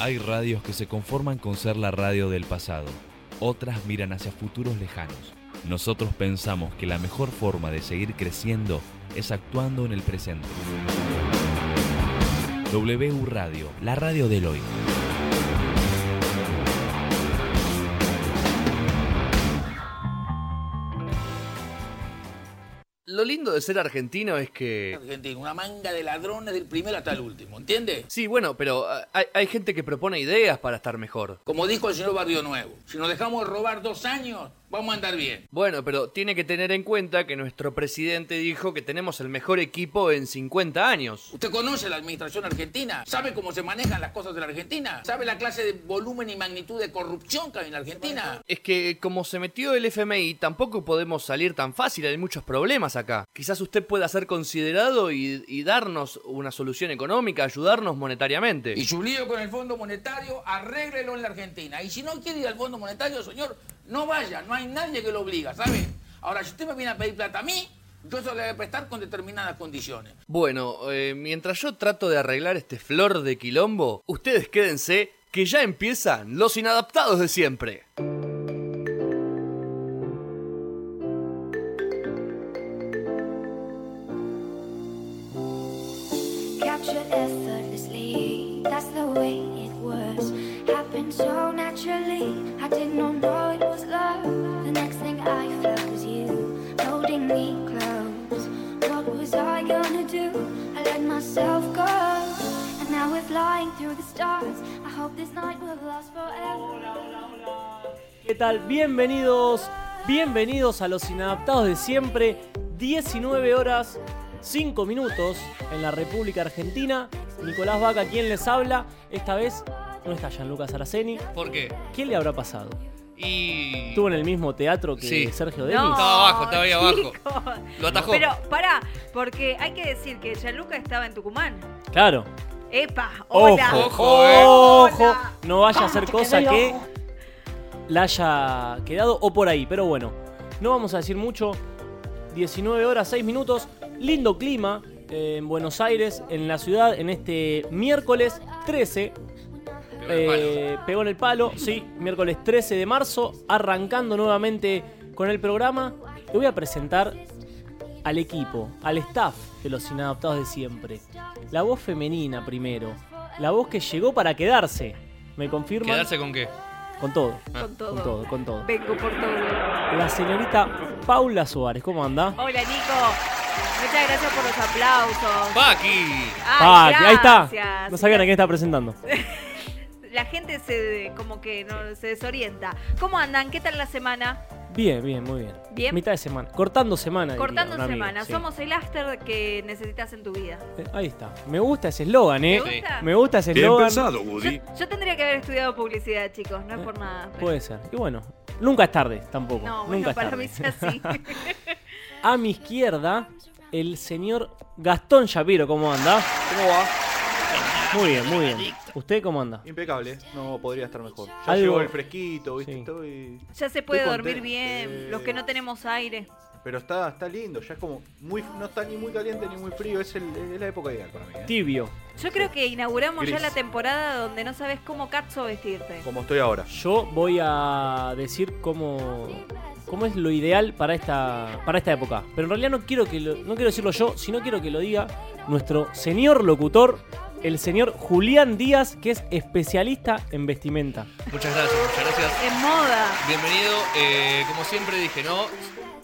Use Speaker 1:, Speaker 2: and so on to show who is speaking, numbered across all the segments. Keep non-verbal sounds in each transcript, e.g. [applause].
Speaker 1: Hay radios que se conforman con ser la radio del pasado, otras miran hacia futuros lejanos. Nosotros pensamos que la mejor forma de seguir creciendo es actuando en el presente. W Radio, la radio del hoy.
Speaker 2: Lo lindo de ser argentino es que...
Speaker 3: Argentina, una manga de ladrones del primero hasta el último, ¿entiendes?
Speaker 2: Sí, bueno, pero ah, hay, hay gente que propone ideas para estar mejor.
Speaker 3: Como dijo el señor Barrio Nuevo, si nos dejamos de robar dos años, vamos a andar bien.
Speaker 2: Bueno, pero tiene que tener en cuenta que nuestro presidente dijo que tenemos el mejor equipo en 50 años.
Speaker 3: ¿Usted conoce la administración argentina? ¿Sabe cómo se manejan las cosas de la Argentina? ¿Sabe la clase de volumen y magnitud de corrupción que hay en la Argentina?
Speaker 2: Es que como se metió el FMI, tampoco podemos salir tan fácil, hay muchos problemas acá. Quizás usted pueda ser considerado y, y darnos una solución económica, ayudarnos monetariamente.
Speaker 3: Y su lío con el Fondo Monetario, arréglelo en la Argentina. Y si no quiere ir al Fondo Monetario, señor, no vaya, no hay nadie que lo obliga, ¿sabe? Ahora, si usted me viene a pedir plata a mí, yo se la voy a prestar con determinadas condiciones.
Speaker 2: Bueno, eh, mientras yo trato de arreglar este flor de quilombo, ustedes quédense que ya empiezan los inadaptados de siempre.
Speaker 4: captured effortlessly. That's the way it was. Happened so naturally. I did not know it was love. The next thing I felt was you holding me close. What was I gonna do? I let myself go. And now we're flying through the stars. I hope this night will last forever.
Speaker 5: ¿Qué tal? Bienvenidos, bienvenidos a los inadaptados de siempre. 19 horas, 5 minutos en la República Argentina. Nicolás Vaca, quien les habla. Esta vez no está Gianluca Saraceni.
Speaker 2: ¿Por qué?
Speaker 5: ¿Qué le habrá pasado?
Speaker 2: Y...
Speaker 5: ¿Estuvo en el mismo teatro que
Speaker 2: Sí.
Speaker 5: Sergio Denis?
Speaker 6: No,
Speaker 2: Estaba abajo,
Speaker 5: [laughs]
Speaker 2: estaba ahí abajo.
Speaker 6: chicos.
Speaker 2: Lo atajó.
Speaker 6: Pero pará, porque hay que decir que Gianluca estaba en Tucumán.
Speaker 5: Claro.
Speaker 6: Epa,
Speaker 5: Ojo,
Speaker 6: hola.
Speaker 5: ojo,
Speaker 2: eh.
Speaker 6: Hola.
Speaker 5: no vaya a hacer cosa que la haya quedado o por ahí. Pero bueno, no vamos a decir mucho. 19 horas, 6 minutos. Lindo clima eh, en Buenos Aires, en la ciudad, en este miércoles 13. Eh, pegó en el palo, sí, miércoles 13 de marzo, arrancando nuevamente con el programa. Te voy a presentar al equipo, al staff de los inadaptados de siempre. La voz femenina primero, la voz que llegó para quedarse. ¿Me confirman?
Speaker 2: ¿Quedarse con qué?
Speaker 5: Con todo,
Speaker 6: Con todo.
Speaker 5: con todo, con todo.
Speaker 6: Vengo por todo.
Speaker 5: La señorita Paula Suárez, ¿cómo anda?
Speaker 6: Hola, Nico. Muchas gracias por los aplausos.
Speaker 2: ¡Paqui!
Speaker 5: Ah,
Speaker 6: Ay,
Speaker 5: que ahí está.
Speaker 6: gracias.
Speaker 5: No sabían a quién estaba presentando.
Speaker 6: La gente se como que no, se desorienta. ¿Cómo andan? ¿Qué tal la semana?
Speaker 5: Bien, bien, muy bien.
Speaker 6: Bien.
Speaker 5: Mitad de semana. Cortando semana. diría
Speaker 6: Cortando
Speaker 5: un amigo,
Speaker 6: semana.
Speaker 5: sí.
Speaker 6: Somos el after que necesitas en tu vida.
Speaker 5: Eh, Ahí está. Me gusta ese eslogan, ¿eh?
Speaker 6: ¿Te gusta?
Speaker 5: Me gusta ese eslogan.
Speaker 6: Yo, yo tendría que haber estudiado publicidad, chicos. No es por nada. pero-
Speaker 5: Puede ser. Y bueno, nunca es tarde tampoco.
Speaker 6: No, bueno,
Speaker 5: nunca es
Speaker 6: para
Speaker 5: tarde.
Speaker 6: mí es así.
Speaker 5: [laughs] A mi izquierda, el señor Gastón Shapiro, ¿cómo anda?
Speaker 7: ¿Cómo va?
Speaker 5: Muy bien, muy bien. ¿Usted cómo anda?
Speaker 7: Impecable, no podría estar mejor. Ya
Speaker 5: Algo-
Speaker 7: llegó el fresquito, ¿viste?
Speaker 5: Sí.
Speaker 7: Estoy-
Speaker 6: Ya se puede
Speaker 7: Estoy
Speaker 6: dormir
Speaker 7: contento.
Speaker 6: bien,
Speaker 7: Eh,
Speaker 6: los que no tenemos aire.
Speaker 7: Pero está, está lindo, ya es como muy, no está ni muy caliente ni muy frío, es, el- es la época ideal para mí. ¿eh?
Speaker 5: Tibio.
Speaker 6: Yo creo que inauguramos ya
Speaker 7: Gris.
Speaker 6: la temporada donde no sabes cómo cazzo vestirte.
Speaker 7: Como estoy ahora.
Speaker 5: Yo voy a decir cómo, cómo es lo ideal para esta, para esta época. Pero en realidad no quiero, que lo- no quiero decirlo yo, sino quiero que lo diga nuestro señor locutor, el señor Julián Díaz, que es especialista en vestimenta.
Speaker 2: Muchas gracias, muchas gracias.
Speaker 6: En moda.
Speaker 2: Bienvenido. eh, como siempre dije, ¿no?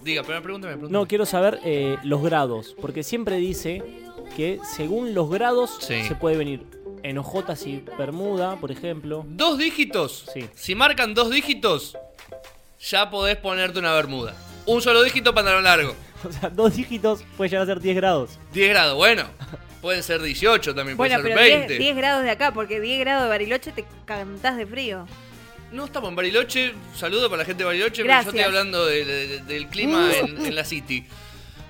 Speaker 2: Diga, pero pregúntame, pregúntame.
Speaker 5: No, quiero saber eh, los grados, porque siempre dice que según los grados
Speaker 2: Sí.
Speaker 5: se puede venir en ojotas y bermuda, por ejemplo.
Speaker 2: Dos dígitos.
Speaker 5: Sí.
Speaker 2: Si marcan dos dígitos, ya podés ponerte una bermuda. Un solo dígito, pantalón largo.
Speaker 5: O sea, dos dígitos puede llegar a ser 10 grados.
Speaker 2: 10 grados, bueno. Pueden ser 18 también,
Speaker 6: Bueno,
Speaker 2: pueden
Speaker 6: pero
Speaker 2: ser 20.
Speaker 6: 10, 10 grados de acá, porque 10 grados de Bariloche te cantás de frío.
Speaker 2: No estamos en Bariloche, saludo para la gente de Bariloche,
Speaker 6: Gracias. Uh.
Speaker 2: pero yo estoy hablando de- de- del clima en, en la City.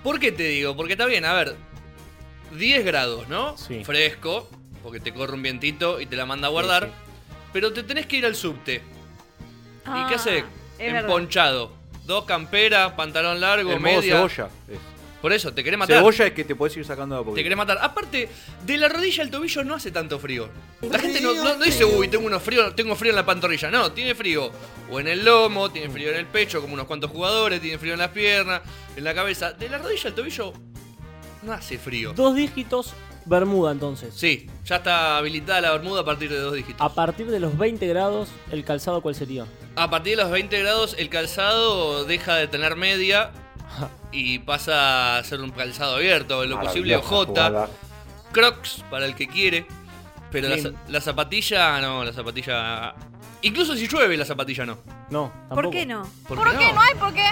Speaker 2: ¿Por qué te digo? Porque está bien, a ver, 10 grados, ¿no?
Speaker 5: Sí.
Speaker 2: Fresco, porque te corre un vientito y te la manda a guardar, pero te tenés que ir al subte. ¿Y qué hace?
Speaker 6: Ah, Es verdad.
Speaker 2: Emponchado. Dos camperas, pantalón largo,
Speaker 7: El modo
Speaker 2: media.
Speaker 7: cebolla. es.
Speaker 2: Por eso, te querés matar.
Speaker 7: Cebolla es que te podés ir sacando de a
Speaker 2: Te
Speaker 7: poquito.
Speaker 2: querés matar. Aparte, de la rodilla al tobillo no hace tanto frío. La gente no, no- no dice, uy, tengo unos frío, tengo frío en la pantorrilla. No, tiene frío. O en el lomo, tiene frío en el pecho, como unos cuantos jugadores, tiene frío en las piernas, en la cabeza. De la rodilla al tobillo no hace frío.
Speaker 5: Dos dígitos, Bermuda entonces.
Speaker 2: Sí, ya está habilitada la bermuda a partir de dos dígitos.
Speaker 5: A partir de los 20 grados, el calzado cuál sería?
Speaker 2: A partir de los 20 grados, el calzado deja de tener media y pasa a ser un calzado abierto, en lo posible
Speaker 8: Maravillosa
Speaker 2: ojota.
Speaker 8: jugada.
Speaker 2: Crocs para el que quiere. Pero la,
Speaker 5: Bien.
Speaker 2: za- la zapatilla, no, la zapatilla. Incluso si llueve, la zapatilla no.
Speaker 5: No, tampoco.
Speaker 6: ¿Por qué no?
Speaker 2: ¿Por
Speaker 9: ¿Por
Speaker 2: qué
Speaker 9: qué?
Speaker 2: no?
Speaker 9: ¿No hay por qué?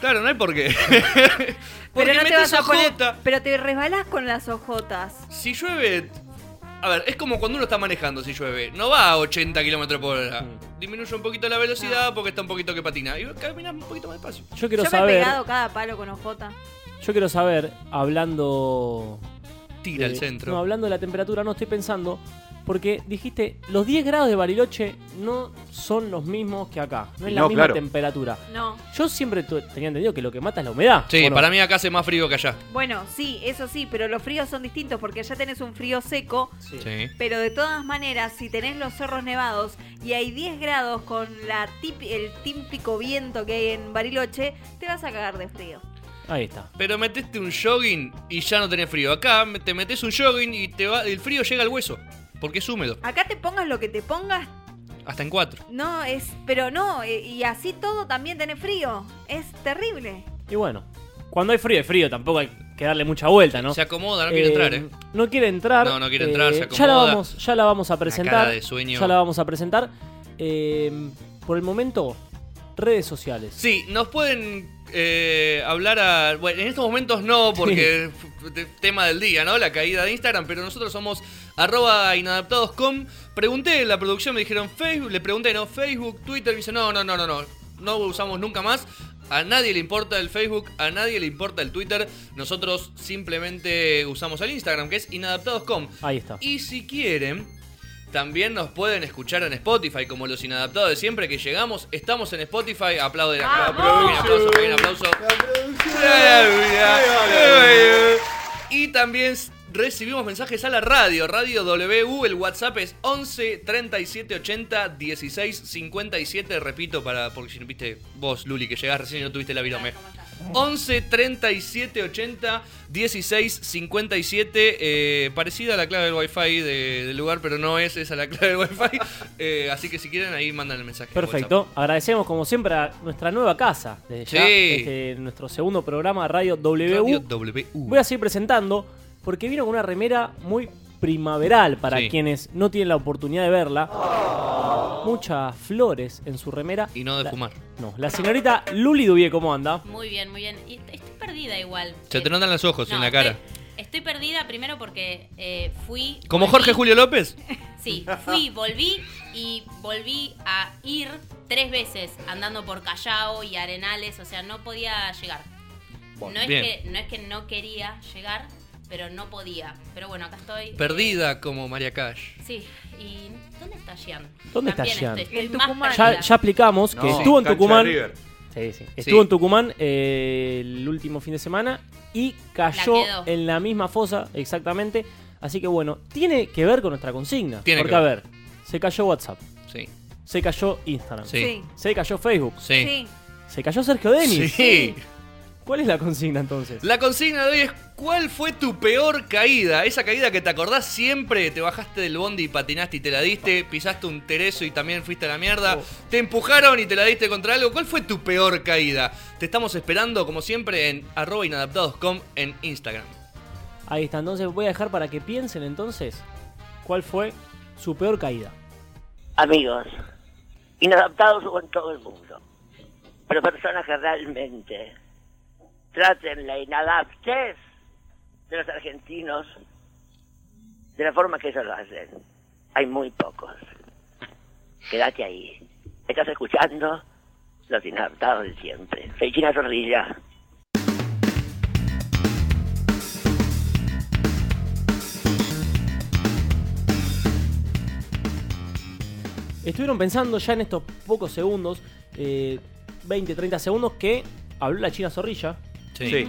Speaker 2: Claro, no hay por qué. [laughs] Porque
Speaker 6: Pero no te
Speaker 2: metes
Speaker 6: vas a poner.
Speaker 2: ojota.
Speaker 6: Pero te resbalás con las ojotas.
Speaker 2: Si llueve. A ver, es como cuando uno está manejando si llueve. No va a 80 kilómetros por hora.
Speaker 5: Mm.
Speaker 2: Disminuye un poquito la velocidad porque está un poquito que patina. Y caminas un poquito más despacio.
Speaker 5: Yo quiero
Speaker 6: Yo me he
Speaker 5: saber,
Speaker 6: pegado cada palo con ojota.
Speaker 5: yo quiero saber, hablando
Speaker 2: Tira al
Speaker 5: de-
Speaker 2: centro.
Speaker 5: No, hablando de la temperatura, no estoy pensando. Porque dijiste, los 10 grados de Bariloche no son los mismos que acá. No es
Speaker 7: Y
Speaker 5: la
Speaker 7: no,
Speaker 5: misma
Speaker 7: claro.
Speaker 5: temperatura.
Speaker 6: No.
Speaker 5: Yo siempre tu- tenía entendido que lo que mata es la humedad.
Speaker 2: Sí,
Speaker 5: ¿o no?
Speaker 2: para mí acá hace más frío que allá.
Speaker 6: Bueno, sí, eso sí, pero los fríos son distintos porque allá tenés un frío seco.
Speaker 5: Sí.
Speaker 2: Sí.
Speaker 6: Pero de todas maneras, si tenés los cerros nevados y hay 10 grados con la tip- el típico viento que hay en Bariloche, te vas a cagar de frío.
Speaker 5: Ahí está.
Speaker 2: Pero metiste un jogging y ya no tenés frío. Acá te metes un jogging y te va, el frío llega al hueso. Porque es húmedo.
Speaker 6: Acá te pongas lo que te pongas,
Speaker 2: Hasta en cuatro.
Speaker 6: no es, pero no, eh, y así todo también tenés frío. Es terrible.
Speaker 5: Y bueno, cuando hay frío, hay frío. Tampoco hay que darle mucha vuelta, ¿no?
Speaker 2: Se acomoda, no quiere
Speaker 5: Eh,
Speaker 2: entrar, ¿eh?
Speaker 5: No quiere entrar. eh,
Speaker 2: No, no quiere entrar, se
Speaker 5: ya, la
Speaker 2: acomoda.
Speaker 5: vamos, ya la vamos a presentar.
Speaker 2: cara de sueño.
Speaker 5: Ya la vamos a presentar. Eh, por el momento, redes sociales.
Speaker 2: Sí, nos pueden eh, hablar a... Bueno, en estos momentos no, porque es t- tema del día, ¿no? La caída de Instagram, pero nosotros somos arroba inadaptados.com. Pregunté en la producción, me dijeron Facebook, le pregunté, ¿no? Facebook, Twitter, me dice, no, no, no, no, no, no usamos nunca más. A nadie le importa el Facebook, a nadie le importa el Twitter. Nosotros simplemente usamos el Instagram, que es inadaptados.com.
Speaker 5: Ahí está.
Speaker 2: Y si quieren, también nos pueden escuchar en Spotify, como los inadaptados de siempre que llegamos. Estamos en Spotify. Aplauden acá. Pequeño aplauso, pequeño aplauso. Y también recibimos mensajes a la radio. Radio WU, el WhatsApp es 11 37 80 16 57. Repito, para, porque si no viste vos, Luli, que llegás recién y no tuviste la virome. 11 37 80 16 57. eh, parecida a la clave del wifi de- del lugar, pero no es esa la clave del wifi. [laughs] Eh, así que si quieren, ahí mandan el mensaje. de
Speaker 5: Perfecto.
Speaker 2: WhatsApp.
Speaker 5: Agradecemos como siempre a nuestra nueva casa. Desde ya,
Speaker 2: Sí.
Speaker 5: este, nuestro segundo programa Radio W.
Speaker 2: Radio WU.
Speaker 5: Voy a seguir presentando porque vino con una remera muy primaveral para
Speaker 2: Sí.
Speaker 5: quienes no tienen la oportunidad de verla. Muchas flores en su remera.
Speaker 2: Y no de
Speaker 5: La-
Speaker 2: fumar.
Speaker 5: No, la señorita Luli Dubie, ¿cómo anda?
Speaker 9: Muy bien, muy bien. Y estoy perdida igual.
Speaker 2: Se te
Speaker 9: Eh,
Speaker 2: notan los ojos
Speaker 9: no,
Speaker 2: en la
Speaker 9: estoy-
Speaker 2: cara.
Speaker 9: Estoy, perdida primero porque eh, fui.
Speaker 2: Como
Speaker 9: volví-
Speaker 2: Jorge Julio López.
Speaker 9: Sí,
Speaker 5: [laughs]
Speaker 9: fui, volví y volví a ir tres veces andando por Callao y Arenales. O sea, no podía llegar. No es,
Speaker 2: bien.
Speaker 9: que, no es que no quería llegar, pero no podía. Pero bueno, acá estoy. eh,
Speaker 2: Perdida como María Cash.
Speaker 9: Sí, ¿y dónde está Gian?
Speaker 5: ¿Dónde está
Speaker 9: También
Speaker 5: Gian?
Speaker 9: estoy- estoy
Speaker 6: En
Speaker 9: más
Speaker 6: Tucumán.
Speaker 5: Ya,
Speaker 9: perdida.
Speaker 5: ya explicamos que
Speaker 7: No,
Speaker 5: estuvo en
Speaker 7: cancha de
Speaker 5: Tucumán.
Speaker 7: River.
Speaker 5: Sí, sí. Estuvo
Speaker 2: Sí.
Speaker 5: en Tucumán eh, el último fin de semana y cayó
Speaker 9: La quedó.
Speaker 5: en la misma fosa, exactamente. Así que bueno, tiene que ver con nuestra consigna.
Speaker 2: Tiene
Speaker 5: Porque
Speaker 2: que
Speaker 5: a
Speaker 2: ver.
Speaker 5: ver, se cayó WhatsApp,
Speaker 2: Sí.
Speaker 5: se cayó Instagram,
Speaker 2: Sí.
Speaker 5: se cayó Facebook,
Speaker 2: Sí.
Speaker 6: sí.
Speaker 5: se cayó Sergio Denis.
Speaker 2: Sí.
Speaker 5: ¿Cuál es la consigna entonces?
Speaker 2: La consigna de hoy es ¿cuál fue tu peor caída? Esa caída que te acordás siempre, te bajaste del bondi y patinaste y te la diste, pisaste un tereso y también fuiste a la mierda, te empujaron y te la diste contra algo. ¿Cuál fue tu peor caída? Te estamos esperando como siempre en arroba inadaptados.com en Instagram.
Speaker 5: Ahí está, entonces voy a dejar para que piensen entonces cuál fue su peor caída.
Speaker 10: amigos, inadaptados con todo el mundo, pero personas que realmente traten la inadaptez de los argentinos de la forma que ellos lo hacen. Hay muy pocos. Quédate ahí. Estás escuchando los inadaptados de siempre. Fechina Zorrilla.
Speaker 5: Estuvieron pensando ya en estos pocos segundos, eh, 20, 30 segundos, que habló la China Zorrilla.
Speaker 7: Sí.
Speaker 5: Y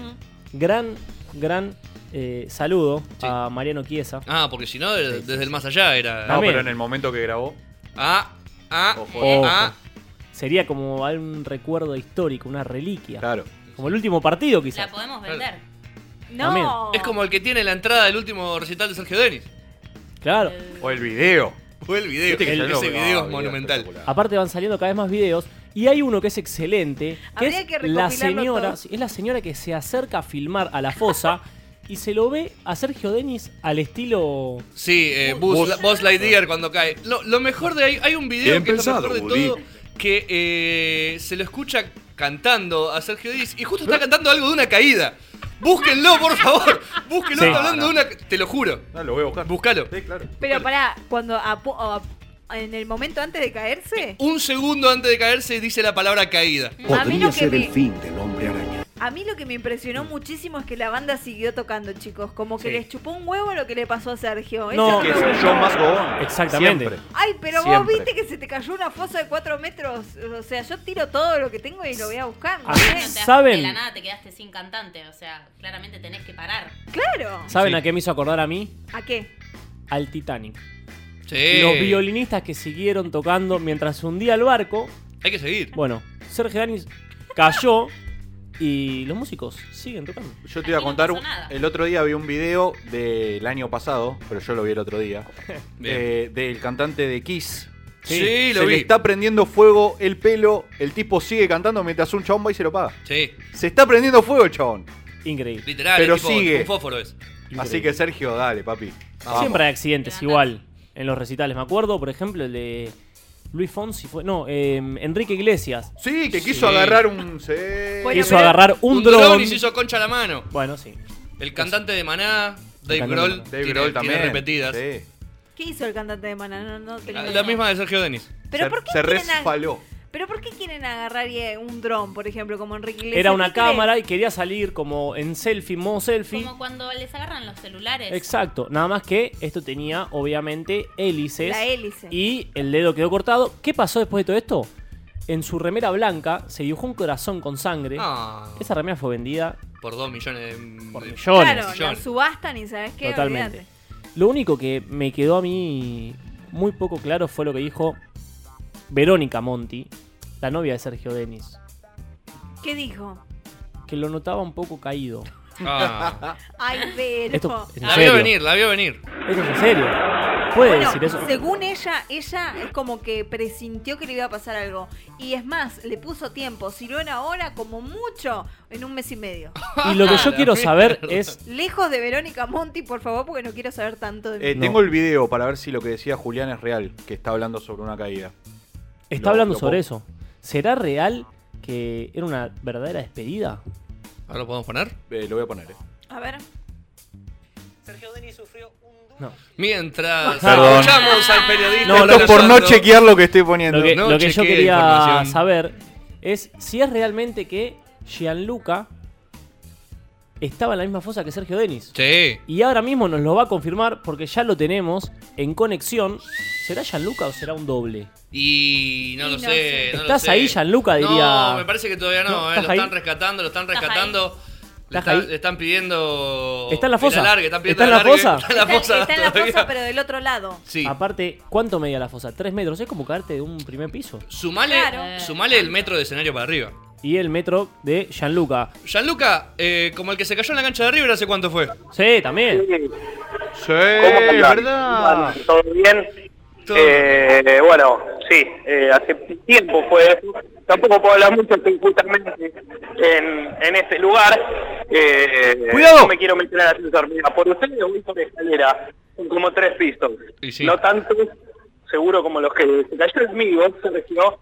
Speaker 5: Gran, gran eh, saludo a Mariano Chiesa.
Speaker 2: Ah, porque si no, de- desde el más allá era.
Speaker 5: No.
Speaker 7: No,
Speaker 5: También.
Speaker 7: pero en el momento que grabó.
Speaker 2: Ah, ah,
Speaker 7: Ojo.
Speaker 5: Ojo.
Speaker 2: ah.
Speaker 5: Sería como un recuerdo histórico, una reliquia.
Speaker 7: Claro.
Speaker 5: Como el último partido,
Speaker 9: La
Speaker 5: quizás.
Speaker 9: podemos vender.
Speaker 5: También.
Speaker 6: No.
Speaker 2: Es como el que tiene la entrada del último recital de Sergio Denis.
Speaker 5: Claro.
Speaker 7: O el video.
Speaker 2: Fue el video.
Speaker 7: Viste que ya
Speaker 2: ese
Speaker 7: no-
Speaker 2: video
Speaker 7: ah,
Speaker 2: es monumental.
Speaker 7: espectacular.
Speaker 5: Aparte van saliendo cada vez más videos. Y hay uno que es excelente. Que
Speaker 6: Habría
Speaker 5: es
Speaker 6: que
Speaker 5: la
Speaker 6: recopilarlo
Speaker 5: señora.
Speaker 6: todo.
Speaker 5: sí, Es la señora que se acerca a filmar a la fosa y se lo ve a Sergio Denis al estilo.
Speaker 2: Sí, eh, Buzz,
Speaker 7: Buzz.
Speaker 2: Buzz Lightyear cuando cae. Lo, lo mejor de ahí, hay un video
Speaker 8: Bien
Speaker 2: que
Speaker 8: pensado,
Speaker 2: es lo mejor
Speaker 8: Woody.
Speaker 2: de todo, que eh, se lo escucha cantando a Sergio Díaz y justo
Speaker 8: ¿Eh?
Speaker 2: está cantando algo de una caída. Búsquenlo, por favor. Búsquenlo,
Speaker 5: Ah, Sí.
Speaker 2: está hablando
Speaker 7: No,
Speaker 2: de una... Te lo juro.
Speaker 7: No, lo voy a buscar.
Speaker 2: Búscalo.
Speaker 7: Sí, claro.
Speaker 6: Pero pará, cuando apo- a- en el momento antes de caerse,
Speaker 2: Un segundo antes de caerse dice la palabra caída.
Speaker 6: a mí, lo que me,
Speaker 8: fin del hombre araña.
Speaker 6: a mí lo que me impresionó muchísimo es que la banda siguió tocando, chicos. Como que
Speaker 5: Sí.
Speaker 6: les chupó un huevo lo que le pasó a Sergio. Eso
Speaker 5: No.
Speaker 7: Que es
Speaker 6: me
Speaker 7: el show más gobón.
Speaker 5: Exactamente.
Speaker 7: Siempre.
Speaker 6: Ay, pero vos
Speaker 7: Siempre.
Speaker 6: viste que se te cayó una fosa de 4 metros. O sea, yo tiro todo lo que tengo y lo voy a buscar. ¿no
Speaker 5: Ah,
Speaker 6: sé?
Speaker 9: Bueno, te-
Speaker 5: ¿Saben?
Speaker 9: De la nada te quedaste sin cantante, o sea, claramente tenés que parar.
Speaker 6: Claro.
Speaker 5: ¿Saben
Speaker 2: Sí.
Speaker 5: a qué me hizo acordar a mí?
Speaker 6: ¿A qué?
Speaker 5: Al Titanic.
Speaker 2: Sí.
Speaker 5: Los violinistas que siguieron tocando mientras se hundía el barco.
Speaker 2: Hay que seguir.
Speaker 5: Bueno, Sergio Denis cayó y los músicos siguen tocando.
Speaker 7: Yo te iba a
Speaker 9: Aquí no
Speaker 7: contar,
Speaker 9: pasó
Speaker 7: un-
Speaker 9: nada.
Speaker 7: el otro día vi un video del año pasado, pero yo lo vi el otro
Speaker 2: [laughs]
Speaker 7: día,
Speaker 2: Bien.
Speaker 7: eh, del cantante de Kiss.
Speaker 2: Sí, lo
Speaker 7: se
Speaker 2: vi.
Speaker 7: le está prendiendo fuego el pelo, el tipo sigue cantando mientras un chabón va y se lo paga.
Speaker 2: Sí,
Speaker 7: Se está prendiendo fuego el chabón.
Speaker 5: Increíble.
Speaker 2: literal.
Speaker 7: Pero
Speaker 2: es tipo
Speaker 7: sigue.
Speaker 2: Un fósforo es.
Speaker 7: Así que Sergio, dale, papi. Vamos.
Speaker 5: Siempre hay accidentes
Speaker 9: Levantate.
Speaker 5: igual en los recitales. Me acuerdo, por ejemplo, el de Luis Fonsi fue. No, eh, Enrique Iglesias
Speaker 7: Sí, que quiso
Speaker 2: Sí.
Speaker 7: agarrar un... Sí.
Speaker 6: Bueno,
Speaker 5: quiso
Speaker 6: pero-
Speaker 5: agarrar un,
Speaker 2: Un
Speaker 5: dron.
Speaker 2: dron y se hizo concha a la mano.
Speaker 5: Bueno, sí.
Speaker 2: El cantante de Maná, Dave
Speaker 5: cantante de
Speaker 2: Grohl,
Speaker 5: Maná.
Speaker 7: Dave
Speaker 2: tiene-
Speaker 7: Grohl
Speaker 2: tiene
Speaker 7: también.
Speaker 2: repetidas.
Speaker 7: Sí.
Speaker 6: ¿Qué hizo el cantante de Mana? No, no tengo
Speaker 2: La,
Speaker 6: idea.
Speaker 2: la misma de Sergio Denis.
Speaker 6: ¿Pero
Speaker 7: se,
Speaker 6: por qué
Speaker 7: se
Speaker 6: quieren ag-
Speaker 7: resfaló.
Speaker 6: ¿Pero por qué quieren agarrar eh, un dron, por ejemplo, como Enrique Iglesias?
Speaker 5: Era una
Speaker 6: ¿Qué creen?
Speaker 5: cámara y quería salir como en selfie, modo selfie.
Speaker 9: Como cuando les agarran los celulares.
Speaker 5: Exacto. Nada más que esto tenía, obviamente, hélices.
Speaker 6: La hélice.
Speaker 5: Y el dedo quedó cortado. ¿Qué pasó después de todo esto? En su remera blanca se dibujó un corazón con sangre.
Speaker 2: Ah,
Speaker 5: Esa remera fue vendida
Speaker 2: por dos millones de...
Speaker 5: por
Speaker 2: de-
Speaker 5: millones.
Speaker 6: Claro, la
Speaker 2: Millones.
Speaker 6: subastan y ¿sabes qué?
Speaker 5: Totalmente.
Speaker 6: Olvídate.
Speaker 5: Lo único que me quedó a mí muy poco claro fue lo que dijo Verónica Monti, la novia de Sergio Denis,
Speaker 6: ¿Qué dijo?
Speaker 5: que lo notaba un poco caído.
Speaker 2: Ah.
Speaker 6: [laughs] Ay, pero...
Speaker 5: Esto es en
Speaker 2: La vio
Speaker 5: serio.
Speaker 2: venir, la vio venir.
Speaker 5: Esto es en serio. ¿Puede
Speaker 6: Bueno,
Speaker 5: decir eso?
Speaker 6: según ella, ella es como que presintió que le iba a pasar algo. Y es más, le puso tiempo. Si no en ahora, como mucho, en un mes y medio.
Speaker 5: [laughs] Y lo que yo
Speaker 2: La
Speaker 5: quiero
Speaker 2: mierda.
Speaker 5: saber es
Speaker 6: Lejos de Verónica Monti, por favor, porque no quiero saber tanto de
Speaker 7: Eh,
Speaker 5: No.
Speaker 7: Tengo el video para ver si lo que decía Julián es real, que está hablando sobre una caída.
Speaker 5: Está
Speaker 7: Lo-
Speaker 5: hablando
Speaker 7: lo
Speaker 5: sobre
Speaker 7: pongo.
Speaker 5: eso. ¿Será real que era una verdadera despedida?
Speaker 2: ¿Ahora lo podemos poner?
Speaker 7: Eh, lo voy a poner. eh.
Speaker 6: A ver.
Speaker 5: No.
Speaker 2: Mientras
Speaker 5: Perdón.
Speaker 2: escuchamos al periodista...
Speaker 5: No,
Speaker 7: Esto es por no
Speaker 2: Lozano.
Speaker 7: chequear lo que estoy poniendo.
Speaker 5: Lo que,
Speaker 2: no
Speaker 5: lo que yo
Speaker 2: chequeé
Speaker 5: quería
Speaker 2: información.
Speaker 5: saber es si es realmente que Gianluca estaba en la misma fosa que Sergio Denis.
Speaker 2: Sí.
Speaker 5: Y ahora mismo nos lo va a confirmar porque ya lo tenemos en conexión. ¿Será Gianluca o será un doble?
Speaker 2: Y no
Speaker 6: Y
Speaker 2: lo
Speaker 6: no
Speaker 2: sé.
Speaker 6: sé.
Speaker 2: no lo
Speaker 5: ¿Estás
Speaker 2: sé.
Speaker 5: ahí, Gianluca? Diría-
Speaker 2: No, me parece que todavía no.
Speaker 5: No,
Speaker 2: eh,
Speaker 5: ¿estás
Speaker 2: Lo están
Speaker 5: ahí?
Speaker 2: rescatando, lo están
Speaker 9: ¿Estás
Speaker 2: rescatando. Le,
Speaker 5: ¿Estás
Speaker 2: está-
Speaker 5: ahí?
Speaker 2: le están pidiendo.
Speaker 5: ¿Está en la fosa?
Speaker 2: el alargue, están pidiendo
Speaker 5: ¿Está en la
Speaker 2: el alargue.
Speaker 5: fosa?
Speaker 2: Está en la
Speaker 6: está,
Speaker 2: fosa.
Speaker 6: está en la
Speaker 2: todavía.
Speaker 6: fosa, pero del otro lado.
Speaker 2: Sí.
Speaker 5: Aparte, ¿cuánto medía la fosa? ¿Tres metros? Es como caerte de un primer piso.
Speaker 2: Sumale,
Speaker 6: Claro.
Speaker 2: Eh, sumale el metro de escenario para arriba.
Speaker 5: Y el metro de Gianluca.
Speaker 2: Gianluca, eh, como el que se cayó en la cancha de River, ¿hace cuánto fue?
Speaker 5: Sí, también.
Speaker 7: Sí,
Speaker 11: ¿Cómo andan?
Speaker 7: verdad.
Speaker 11: ¿Andan? ¿Todo bien?
Speaker 2: Todo
Speaker 11: Eh, bueno, sí, eh, hace tiempo fue eso. Tampoco puedo hablar mucho, estoy justamente en, en ese lugar. Eh,
Speaker 7: Cuidado.
Speaker 11: No me quiero meter al ascensor. Mira, por ustedes voy por escalera. Son como tres pisos.
Speaker 2: Y sí.
Speaker 11: No tantos, seguro, como los que se cayó el mío, Sergio,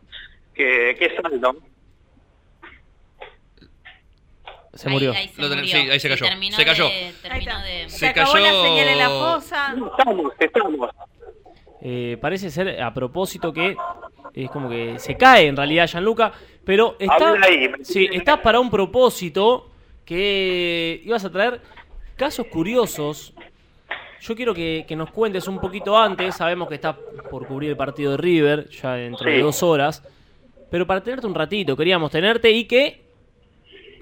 Speaker 11: que, que salto.
Speaker 5: Se murió.
Speaker 9: Ahí, ahí se
Speaker 2: Lo tenés-
Speaker 9: murió.
Speaker 2: sí, ahí se cayó.
Speaker 9: terminó
Speaker 2: Se cayó.
Speaker 9: de- terminó
Speaker 6: Ahí
Speaker 9: de...
Speaker 6: está.
Speaker 2: Se
Speaker 6: Se acabó
Speaker 2: cayó-
Speaker 6: la señal en la fosa.
Speaker 11: Estamos, estamos.
Speaker 5: Eh, parece ser a propósito que es como que se cae en realidad Gianluca, pero está,
Speaker 11: Habla ahí.
Speaker 5: sí, está para un propósito que ibas a traer casos curiosos. Yo quiero que, que nos cuentes un poquito antes, sabemos que está por cubrir el partido de River, ya dentro de
Speaker 11: Sí.
Speaker 5: dos horas, pero para tenerte un ratito, queríamos tenerte y que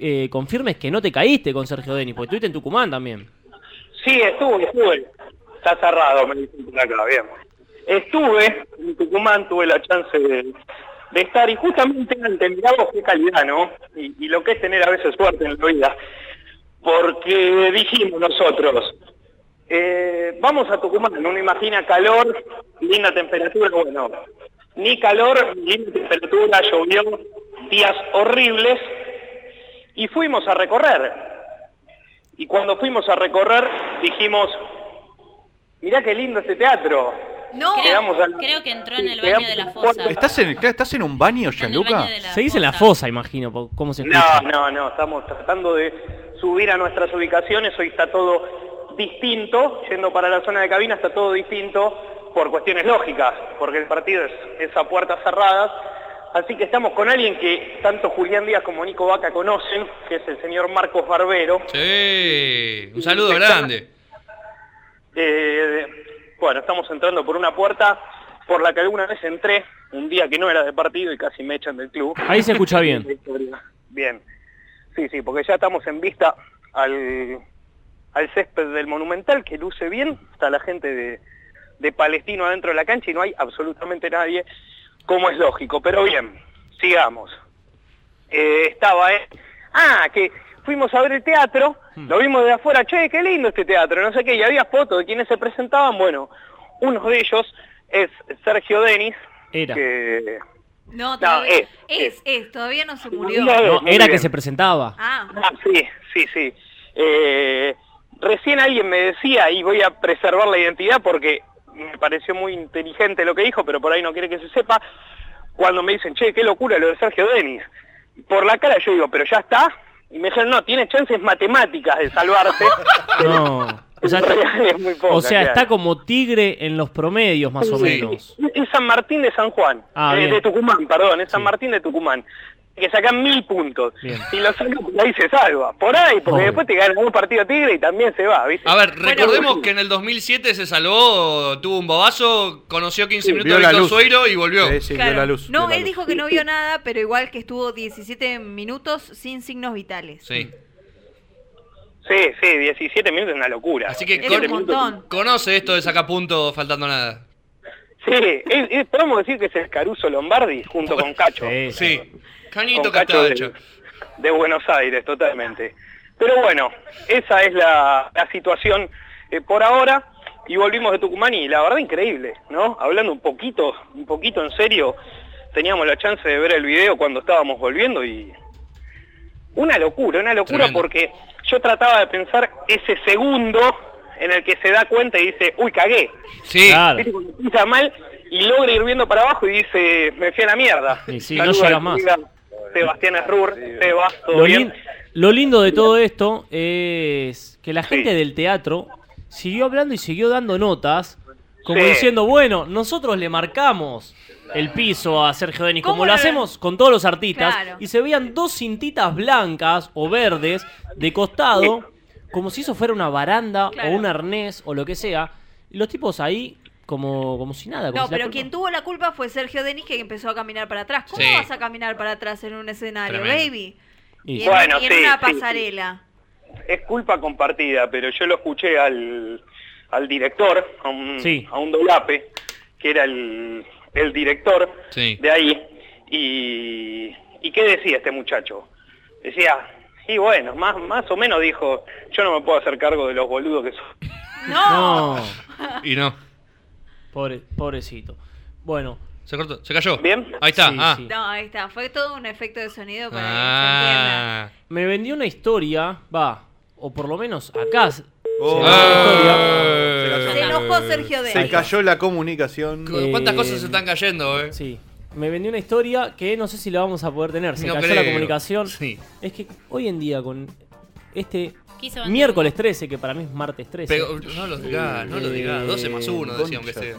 Speaker 5: eh, confirmes que no te caíste con Sergio Denis, porque estuviste en Tucumán también.
Speaker 11: Sí, estuve, estuve. Está cerrado, me dicen por acá, bien. Estuve en Tucumán, tuve la chance de, de estar y justamente ante miramos qué calidad, ¿no? Y, y lo que es tener a veces suerte en la vida. Porque dijimos nosotros, eh, vamos a Tucumán, uno imagina calor, linda temperatura, bueno, ni calor, ni linda temperatura, llovió, días horribles, y fuimos a recorrer. Y cuando fuimos a recorrer dijimos, mirá qué lindo este teatro.
Speaker 9: No,
Speaker 11: Quedamos
Speaker 9: creo,
Speaker 11: al-
Speaker 9: creo que entró en el
Speaker 11: quedamos
Speaker 9: baño de la
Speaker 11: al
Speaker 9: fosa.
Speaker 7: ¿Estás en, claro, ¿Estás en un baño, Gianluca?
Speaker 9: de la
Speaker 5: Seguís en la
Speaker 9: fosa.
Speaker 5: fosa, imagino, por cómo se
Speaker 11: No,
Speaker 5: escucha.
Speaker 11: no, no, estamos tratando de subir a nuestras ubicaciones, hoy está todo distinto, yendo para la zona de cabina está todo distinto por cuestiones lógicas, porque el partido es, es a puertas cerradas, así que estamos con alguien que tanto Julián Díaz como Nico Vaca conocen, que es el señor Marcos Barbero.
Speaker 2: Sí, un saludo grande.
Speaker 11: Eh, bueno, estamos entrando por una puerta por la que alguna vez entré, un día que no era de partido y casi me echan del club.
Speaker 5: Ahí se
Speaker 11: [laughs]
Speaker 5: escucha bien.
Speaker 11: Bien. Sí, sí, porque ya estamos en vista al, al césped del Monumental, que luce bien. Está la gente de, de Palestino adentro de la cancha y no hay absolutamente nadie, como es lógico. Pero bien, sigamos. Eh, estaba... eh, Ah, que fuimos a ver el teatro,
Speaker 5: Hmm.
Speaker 11: lo vimos de afuera. Che, qué lindo este teatro, no sé qué. Y había fotos de quienes se presentaban. Bueno, uno de ellos es Sergio Denis,
Speaker 5: Era.
Speaker 11: que...
Speaker 6: No, todavía.
Speaker 11: es,
Speaker 6: es, es, todavía no se murió.
Speaker 11: Una vez,
Speaker 5: No,
Speaker 11: muy
Speaker 5: era que
Speaker 11: bien.
Speaker 5: se presentaba.
Speaker 6: Ah,
Speaker 11: Ah, sí, sí, sí. Eh, recién alguien me decía, y voy a preservar la identidad porque me pareció muy inteligente lo que dijo, pero por ahí no quiere que se sepa, cuando me dicen, che, qué locura lo de Sergio Denis. Por la cara yo digo, pero ya está. Y me dijeron, no, tiene chances matemáticas de salvarse.
Speaker 5: No. [laughs] O sea, está,
Speaker 11: Es muy poca,
Speaker 5: o sea,
Speaker 11: claro.
Speaker 5: está como tigre en los promedios, más o
Speaker 11: Sí.
Speaker 5: menos.
Speaker 11: Es San Martín de San Juan.
Speaker 5: Ah,
Speaker 11: Eh,
Speaker 5: bien.
Speaker 11: de Tucumán, perdón. Es San
Speaker 5: Sí.
Speaker 11: Martín de Tucumán. Que sacan mil puntos.
Speaker 5: Bien.
Speaker 11: Si lo sacan, por ahí se salva. Por ahí, porque
Speaker 5: Obvio. Ah.
Speaker 11: después te ganan un partido Tigre y también se va, ¿viste?
Speaker 2: A ver, recordemos que en el 2007 se salvó, tuvo un bobazo, conoció 15
Speaker 7: Sí,
Speaker 2: minutos
Speaker 7: vio
Speaker 2: de
Speaker 7: la
Speaker 2: Víctor
Speaker 7: luz.
Speaker 2: Sueiro y volvió.
Speaker 7: Sí, sí,
Speaker 6: claro.
Speaker 7: vio la luz.
Speaker 6: no,
Speaker 7: vio la
Speaker 6: él
Speaker 7: luz.
Speaker 6: dijo que no vio nada, pero igual que estuvo 17 minutos sin signos vitales.
Speaker 2: Sí.
Speaker 11: Sí, sí, 17 minutos es una locura.
Speaker 2: Así que
Speaker 6: Es
Speaker 2: con-
Speaker 6: un montón.
Speaker 2: conoce esto de sacar puntos faltando nada.
Speaker 11: Sí, es- es- podemos decir que es el Caruso Lombardi junto con Cacho.
Speaker 5: Sí.
Speaker 2: Sí.
Speaker 11: Con
Speaker 2: Canito
Speaker 11: Cacho de,
Speaker 2: Castacho.
Speaker 11: de Buenos Aires, totalmente. Pero bueno, esa es la, la situación eh, por ahora. Y volvimos de Tucumán y la verdad increíble, ¿no? Hablando un poquito, un poquito en serio, teníamos la chance de ver el video cuando estábamos volviendo y... Una locura, una locura
Speaker 2: Tremendo.
Speaker 11: porque yo trataba de pensar ese segundo en el que se da cuenta y dice, uy, cagué.
Speaker 2: Sí.
Speaker 5: Claro.
Speaker 11: ¿Viste? Cuando pisa mal y logra ir viendo para abajo y dice, me fui a la mierda.
Speaker 5: Y sí,
Speaker 11: Saludos
Speaker 5: no llega
Speaker 11: al
Speaker 5: más.
Speaker 11: colega Sebastián Esrur, Seba, todo
Speaker 5: Lo,
Speaker 11: bien.
Speaker 5: lin- lo lindo de todo esto es que la gente
Speaker 11: Sí.
Speaker 5: del teatro siguió hablando y siguió dando notas, como
Speaker 11: Sí.
Speaker 5: diciendo, bueno, nosotros le marcamos el piso a Sergio Denis,
Speaker 6: ¿Cómo
Speaker 5: como lo
Speaker 6: le-
Speaker 5: hacemos con todos los artistas,
Speaker 6: Claro.
Speaker 5: y se veían dos cintitas blancas o verdes de costado, como si eso fuera una baranda
Speaker 6: Claro.
Speaker 5: o un arnés o lo que sea, y los tipos ahí como, como si nada. como
Speaker 6: No,
Speaker 5: si la
Speaker 6: pero
Speaker 5: culpa-
Speaker 6: quien tuvo la culpa fue Sergio Denis que empezó a caminar para atrás. ¿Cómo
Speaker 2: Sí.
Speaker 6: vas a caminar para atrás en un escenario,
Speaker 2: Tremendo.
Speaker 6: baby?
Speaker 5: Y-
Speaker 6: Y en,
Speaker 11: Bueno,
Speaker 6: y en
Speaker 11: sí,
Speaker 6: una
Speaker 11: sí, sí.
Speaker 6: pasarela.
Speaker 11: Es culpa compartida, pero yo lo escuché al, al director, a un,
Speaker 5: Sí.
Speaker 11: a un dolape, que era el, el director
Speaker 2: Sí.
Speaker 11: de ahí. Y, ¿Y qué decía este muchacho? Decía, y bueno, más, más o menos dijo, yo no me puedo hacer cargo de los boludos que son.
Speaker 6: No.
Speaker 5: No,
Speaker 2: Y no.
Speaker 5: pobre- pobrecito. Bueno,
Speaker 2: Se cortó. Se cayó.
Speaker 11: Bien.
Speaker 2: Ahí está.
Speaker 5: Sí,
Speaker 2: ah.
Speaker 5: sí.
Speaker 6: No, ahí está. Fue todo un efecto de sonido para
Speaker 2: Ah.
Speaker 5: Me vendió una historia, va, o por lo menos acá. se-
Speaker 7: Oh.
Speaker 5: se vendió
Speaker 2: Ah.
Speaker 5: una historia.
Speaker 6: que
Speaker 7: Se
Speaker 6: se entienda. Se
Speaker 7: cayó.
Speaker 6: enojó Sergio
Speaker 7: Se
Speaker 6: Denis.
Speaker 7: cayó la comunicación.
Speaker 5: ¿Qué?
Speaker 2: ¿Cuántas
Speaker 5: Eh,
Speaker 2: cosas se están cayendo, eh?
Speaker 5: Sí. Me vendió una historia que no sé si la vamos a poder tener. Se
Speaker 2: No
Speaker 5: cayó la
Speaker 2: creo.
Speaker 5: comunicación.
Speaker 2: Sí.
Speaker 5: Es que hoy en día con este
Speaker 9: Quiso vender
Speaker 5: miércoles 13, que para mí es martes 13,
Speaker 2: Pero no lo digas, no lo digas. 12 más 1 decía, aunque sea.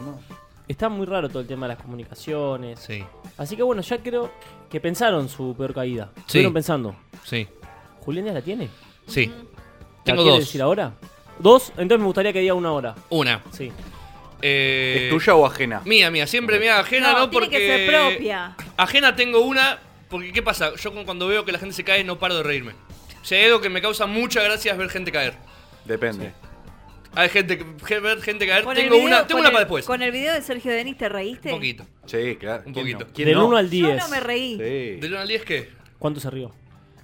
Speaker 5: está muy raro todo el tema de las comunicaciones.
Speaker 2: Sí,
Speaker 5: Así que bueno, ya creo que pensaron su peor caída.
Speaker 2: Sí.
Speaker 5: Estuvieron pensando.
Speaker 2: sí,
Speaker 5: ¿Julián ya la tiene?
Speaker 2: sí.
Speaker 5: ¿La
Speaker 2: Tengo
Speaker 5: quiere
Speaker 2: dos.
Speaker 5: decir ahora? ¿Dos? Entonces me gustaría que diga una hora.
Speaker 2: Una.
Speaker 5: Sí.
Speaker 2: Eh,
Speaker 7: ¿Es tuya o ajena?
Speaker 2: Mía, mía. Siempre mía ajena,
Speaker 6: No,
Speaker 2: ¿no?
Speaker 6: tiene
Speaker 2: porque...
Speaker 6: que ser propia.
Speaker 2: Ajena tengo una, porque ¿qué pasa? Yo cu- cuando veo que la gente se cae no paro de reírme. sé algo que me causa mucha gracia es ver gente caer.
Speaker 7: Depende.
Speaker 2: Hay gente, que- ver gente caer.
Speaker 6: Con el
Speaker 2: Tengo
Speaker 6: video-
Speaker 2: una, tengo
Speaker 6: con
Speaker 2: una
Speaker 6: el-
Speaker 2: para después.
Speaker 6: Con este. el video de Sergio Denis, ¿te reíste?
Speaker 2: Un poquito.
Speaker 7: Sí, claro.
Speaker 2: Un
Speaker 7: ¿Quién
Speaker 2: poquito.
Speaker 7: no? ¿Quién
Speaker 5: Del
Speaker 7: no?
Speaker 5: 1 al 10.
Speaker 6: Yo no me reí.
Speaker 7: Sí.
Speaker 2: Del 1 al 10, ¿qué?
Speaker 5: ¿Cuánto se rió?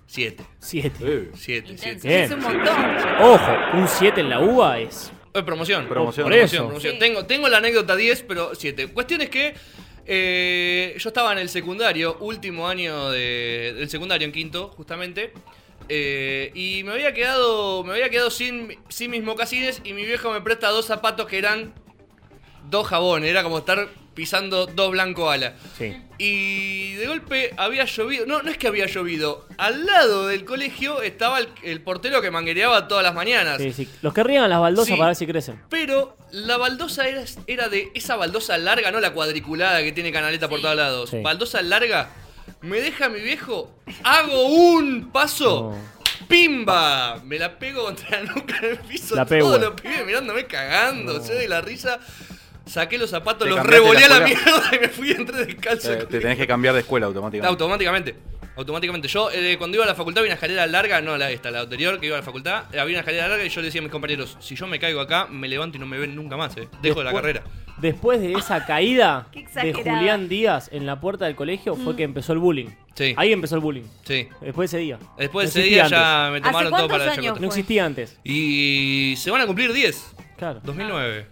Speaker 2: 7.
Speaker 5: 7.
Speaker 7: Sí. Oh.
Speaker 2: 7,
Speaker 4: Intenso.
Speaker 2: 7.
Speaker 5: Bien.
Speaker 6: Es un montón.
Speaker 5: Ojo, un 7 en la UBA es.
Speaker 2: promoción.
Speaker 7: Promoción.
Speaker 5: Por
Speaker 2: Promoción,
Speaker 5: eso.
Speaker 2: promoción.
Speaker 6: Sí.
Speaker 2: Tengo, tengo la anécdota 10, pero 7. Cuestión es que eh, yo estaba en el secundario, último año de- del secundario, en quinto, justamente. eh, y me había quedado me había quedado sin, sin mis mocasines y mi viejo me presta dos zapatos que eran dos jabones. Era como estar pisando dos blanco ala.
Speaker 5: Sí.
Speaker 2: Y de golpe había llovido. No, no es que había llovido. Al lado del colegio estaba el, el portero que manguereaba todas las mañanas.
Speaker 5: Sí, sí. Los que rían las baldosas
Speaker 2: Sí.
Speaker 5: para ver si crecen.
Speaker 2: Pero la baldosa era, era de esa baldosa larga, no la cuadriculada que tiene canaleta por todos lados.
Speaker 5: Sí.
Speaker 2: Baldosa larga. Me deja mi viejo, hago un paso, ¡pimba! Me la pego contra la nuca en el piso.
Speaker 5: La pegua.
Speaker 2: Todos los pibes mirándome cagando, se de la risa. Saqué los zapatos,
Speaker 7: Te
Speaker 2: los
Speaker 7: cambiaste
Speaker 2: revolé a
Speaker 7: la
Speaker 2: la
Speaker 7: escuela.
Speaker 2: mierda y me fui entre descalzo.
Speaker 7: Te,
Speaker 2: al
Speaker 7: te tenés que cambiar de escuela automáticamente.
Speaker 2: Automáticamente. Automáticamente. Yo, eh, cuando iba a la facultad, había una escalera larga, no la esta, la anterior que iba a la facultad. eh, Había una escalera larga y yo le decía a mis compañeros: si yo me caigo acá, me levanto y no me ven nunca más, eh. Dejo la
Speaker 5: Después-
Speaker 2: carrera.
Speaker 5: Después de esa caída
Speaker 6: Qué
Speaker 5: de
Speaker 6: exagerada.
Speaker 5: Julián Díaz en la puerta del colegio fue que empezó el bullying.
Speaker 2: Sí.
Speaker 5: Ahí empezó el bullying.
Speaker 2: Sí.
Speaker 5: Después de ese día.
Speaker 2: Después de
Speaker 5: No
Speaker 2: ese
Speaker 5: existía
Speaker 2: día ya me
Speaker 6: ¿Hace
Speaker 2: tomaron todo para
Speaker 6: cuántos
Speaker 2: la
Speaker 6: años?
Speaker 5: antes.
Speaker 2: chacota.
Speaker 5: No existía antes.
Speaker 2: Y se van a cumplir 10.
Speaker 5: Claro.
Speaker 2: 2009.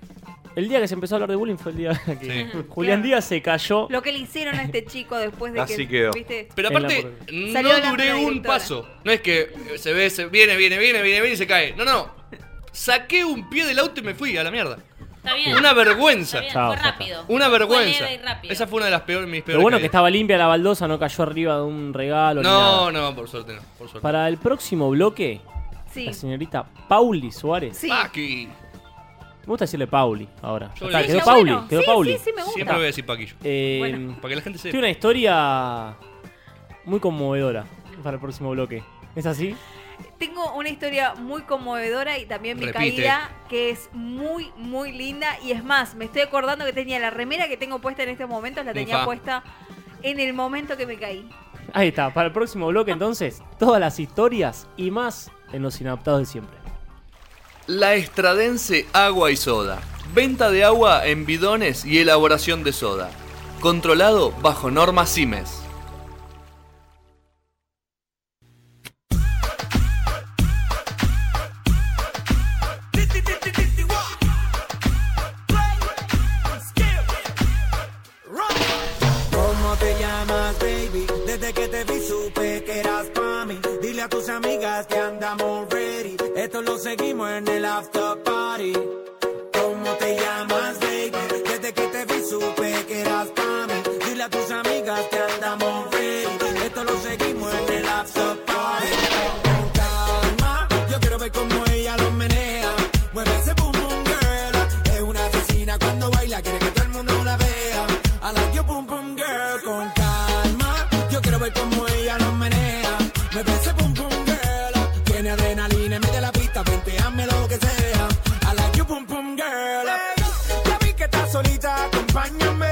Speaker 5: El día que se empezó a hablar de bullying fue el día [laughs] que
Speaker 2: Sí.
Speaker 5: Julián Díaz se cayó.
Speaker 6: Lo que le hicieron a este chico después de
Speaker 7: Así
Speaker 6: que.
Speaker 7: quedó.
Speaker 6: ¿viste?
Speaker 2: Pero
Speaker 5: En la
Speaker 2: aparte,
Speaker 5: puerta.
Speaker 6: Salió
Speaker 2: Eh, no
Speaker 6: la
Speaker 2: duré
Speaker 6: mala
Speaker 2: un
Speaker 6: directora.
Speaker 2: paso. No es que eh, se ve, se viene, viene, viene, viene, viene y se cae. No, no. Saqué un pie del auto y me fui a la mierda.
Speaker 4: Está bien.
Speaker 2: Una vergüenza.
Speaker 4: Está bien,
Speaker 5: Chao,
Speaker 4: fue
Speaker 5: ya está.
Speaker 4: rápido.
Speaker 2: Una vergüenza.
Speaker 4: Fue leve y rápido.
Speaker 2: Esa fue una de las peores, mis peores.
Speaker 5: Lo bueno que
Speaker 2: caídas.
Speaker 5: estaba limpia la baldosa, no cayó arriba de un regalo. ni
Speaker 2: No,
Speaker 5: nada.
Speaker 2: no, por suerte no. Por suerte.
Speaker 5: Para el próximo bloque,
Speaker 6: Sí.
Speaker 5: la señorita Pauli Suárez.
Speaker 6: Sí.
Speaker 2: Paqui.
Speaker 5: Me gusta decirle Pauli ahora.
Speaker 2: Yo
Speaker 5: Ya está,
Speaker 2: le-
Speaker 5: quedó
Speaker 2: Sí,
Speaker 5: Pauli.
Speaker 6: bueno,
Speaker 5: quedó
Speaker 6: sí,
Speaker 5: Pauli.
Speaker 6: sí, sí, me gusta.
Speaker 2: Siempre voy a decir Paqui yo.
Speaker 5: Eh,
Speaker 6: Bueno.
Speaker 2: Para que la gente se.
Speaker 5: Tiene una historia muy conmovedora para el próximo bloque. ¿Es así?
Speaker 6: Tengo una historia muy conmovedora y también mi
Speaker 2: Repite.
Speaker 6: caída que es muy, muy linda. Y es más, me estoy acordando que tenía la remera que tengo puesta en estos momentos, la tenía
Speaker 2: Ufa.
Speaker 6: puesta en el momento que me caí.
Speaker 5: Ahí está, para el próximo bloque entonces, todas las historias y más en los inadaptados de siempre.
Speaker 2: La Estradense Agua y Soda. Venta de agua en bidones y elaboración de soda. Controlado bajo normas CIMES.
Speaker 12: ¿Cómo te llamas, baby? Desde que te vi supe que eras pa' mí. Dile a tus amigas que andamos ready. Esto lo seguimos en el after party. ¿Cómo te llamas, baby? Desde que te vi supe que eras pa' mí. Dile a tus amigas que andamos ready. Esto lo seguimos en el after party. Con calma, yo quiero ver cómo ella lo menea. Mueve ese boom boom girl. Es una asesina cuando baila, quiere que todo el mundo la vea. I like your boom boom girl. Con calma, yo quiero ver cómo ella lo menea. Mueve ese boom boom girl. Tiene adrenalina en medio de la pista, vente, hazme lo que sea. I like your boom boom girl. Ya vi que estás solita, acompáñame.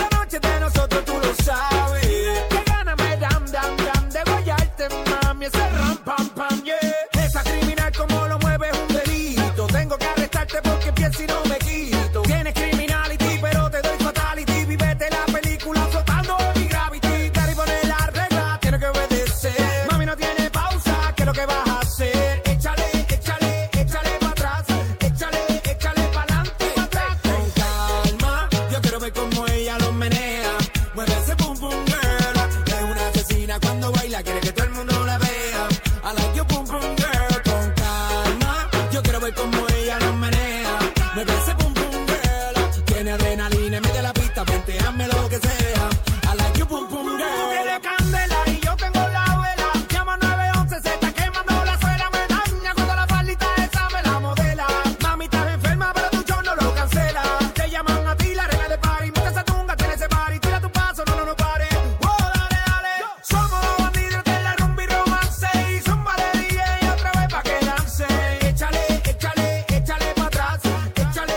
Speaker 12: La noche de nosotros tú lo sabes. Que gana me dan, dan, dan de guayarte, mami. Ese ram, pam, pam, yeah. Esa criminal como lo mueve es un delito. Tengo que arrestarte porque pienso y no me quito. Tienes criminality, pero te doy fatality. Vivete la película flotando en mi gravity. Cari pone la regla, tiene que obedecer. Mami no tiene pausa, ¿qué es lo que vas a hacer? Échale, échale, échale para atrás. Échale, échale para adelante, para atrás. Con calma, yo quiero ver cómo ella lo menea. Mueve ese pum pum girl. Es una asesina cuando baila, quiere que todo el mundo la vea. I like your pum pum girl. Con calma, yo quiero ver cómo ella lo menea. Mueve ese pum pum girl. Tiene adrenalina en medio de la pista, vente, hazme lo que sea. I like your pum pum girl. Tú tienes candela y yo tengo la vela. Llama 911, se está quemando la suela. Me daña cuando la palita esa me la modela. Mami, estás enferma, pero tu show no lo cancela. Te llaman a ti, la reina de party. Mete esa tunga, tiene ese party. Tira tu paso, no, no, no pares. Oh, dale, dale. Somos los bandidos de la rumba y romance. Y zumba de DJ otra vez pa' que lance. Échale, échale, échale pa' atrás. Échale,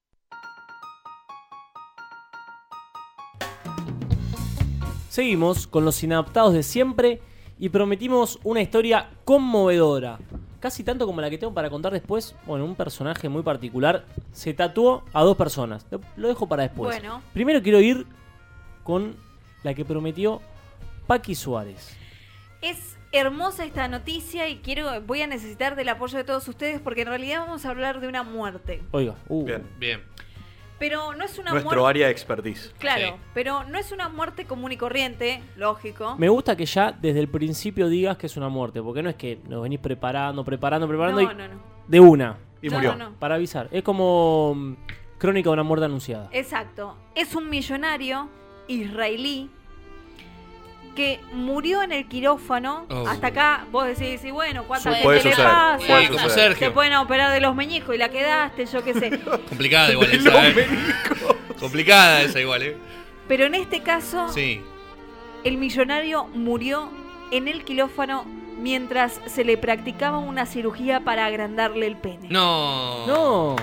Speaker 5: Seguimos con los inadaptados de siempre y prometimos una historia conmovedora. Casi tanto como la que tengo para contar después. Bueno, un personaje muy particular se tatuó a dos personas. Lo- Lo dejo para después.
Speaker 6: Bueno.
Speaker 5: Primero quiero ir con la que prometió Paqui Suárez.
Speaker 6: Es hermosa esta noticia y quiero, voy a necesitar del apoyo de todos ustedes porque en realidad vamos a hablar de una muerte.
Speaker 5: Oiga, uh.
Speaker 7: Bien.
Speaker 2: Bien.
Speaker 6: Pero no es una
Speaker 7: Nuestro
Speaker 6: muerte.
Speaker 7: área de expertise.
Speaker 6: Claro, pero no es una muerte común y corriente, lógico.
Speaker 5: Me gusta que ya desde el principio digas que es una muerte, porque no es que nos venís preparando, preparando, preparando
Speaker 6: No,
Speaker 5: y
Speaker 6: no, no.
Speaker 5: de una.
Speaker 6: Y No, murió. no, no.
Speaker 5: Para avisar. Es como mm, crónica de una muerte anunciada.
Speaker 6: Exacto. Es un millonario israelí que murió en el quirófano.
Speaker 5: Oh.
Speaker 6: Hasta acá vos decís, y bueno, ¿cuántas
Speaker 2: Puede
Speaker 6: gente le
Speaker 2: suceder,
Speaker 6: pasa?
Speaker 2: puede Sí, como suceder. Sergio.
Speaker 6: Te pueden operar de los meñiscos y la quedaste, yo qué
Speaker 2: [laughs]
Speaker 6: sé.
Speaker 2: Complicada igual
Speaker 5: [laughs]
Speaker 2: esa, ¿eh? Complicada esa igual, ¿eh?
Speaker 6: Pero en este caso,
Speaker 2: Sí.
Speaker 6: el millonario murió en el quirófano mientras se le practicaba una cirugía para agrandarle el pene.
Speaker 2: No.
Speaker 5: No.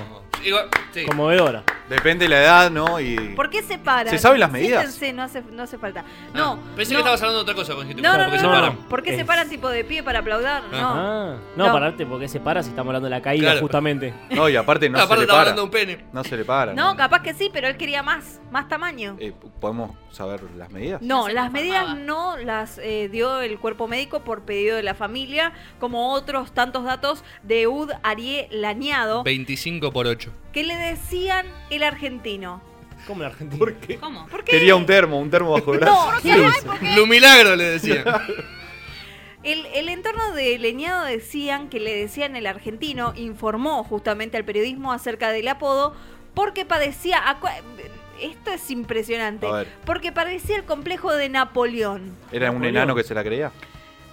Speaker 2: Igual, ah, sí.
Speaker 5: Conmovedora.
Speaker 7: Depende de la edad, ¿no? Y...
Speaker 6: ¿Por qué se paran?
Speaker 7: ¿Se saben las medidas?
Speaker 6: Siéntense, no hace, no hace falta. No.
Speaker 2: Ah, Pensé
Speaker 6: no.
Speaker 2: que estabas hablando de otra cosa con
Speaker 6: No, no, no, no,
Speaker 2: porque se paran.
Speaker 6: no. ¿Por qué se
Speaker 5: Es-
Speaker 6: paran tipo de pie para aplaudar? No.
Speaker 5: Ah, no,
Speaker 6: No.
Speaker 5: pararte porque se para si estamos hablando de la caída
Speaker 7: Claro.
Speaker 5: justamente.
Speaker 7: No, y aparte no
Speaker 2: Aparte
Speaker 7: se le
Speaker 2: estaba
Speaker 7: para.
Speaker 2: hablando de un pene.
Speaker 7: No se le para.
Speaker 6: No, capaz que sí, pero él quería más, más tamaño.
Speaker 7: Eh, ¿Podemos saber las medidas?
Speaker 6: No, las medidas no las eh, dio el cuerpo médico por pedido de la familia, como otros tantos datos de Ud Arié Lañado,
Speaker 2: 25 por 8.
Speaker 6: que le decían el argentino.
Speaker 5: ¿Cómo el argentino?
Speaker 7: ¿Por qué?
Speaker 6: ¿Cómo?
Speaker 7: Quería un termo, un termo bajo el brazo.
Speaker 6: No, ¿sabes por qué?
Speaker 2: Lumilagro le
Speaker 7: [laughs]
Speaker 2: decían.
Speaker 6: El, el entorno de Leñado decían que le decían el argentino, informó justamente al periodismo acerca del apodo, porque padecía... acua- Esto es impresionante.
Speaker 7: A ver.
Speaker 6: Porque padecía el complejo de Napoleón.
Speaker 7: Era un enano que se la creía.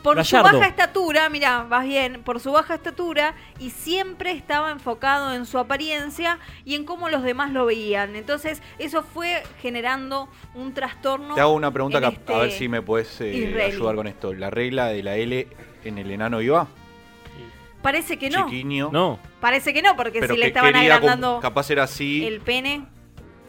Speaker 6: Por su
Speaker 7: Gallardo.
Speaker 6: baja estatura, mira, vas bien, por su baja estatura y siempre estaba enfocado en su apariencia y en cómo los demás lo veían. Entonces, eso fue generando un trastorno.
Speaker 7: Te hago una pregunta
Speaker 6: en
Speaker 7: que a-
Speaker 6: este
Speaker 7: a ver si me puedes eh,
Speaker 6: israelí.
Speaker 7: ayudar con esto. ¿La regla de la L en el enano iba?
Speaker 6: Parece que no.
Speaker 7: Chiquiño.
Speaker 5: No.
Speaker 6: Parece que no, porque
Speaker 7: Pero
Speaker 6: si le
Speaker 7: que
Speaker 6: estaban
Speaker 7: quería como-
Speaker 6: agrandando
Speaker 7: Capaz era así.
Speaker 6: el pene,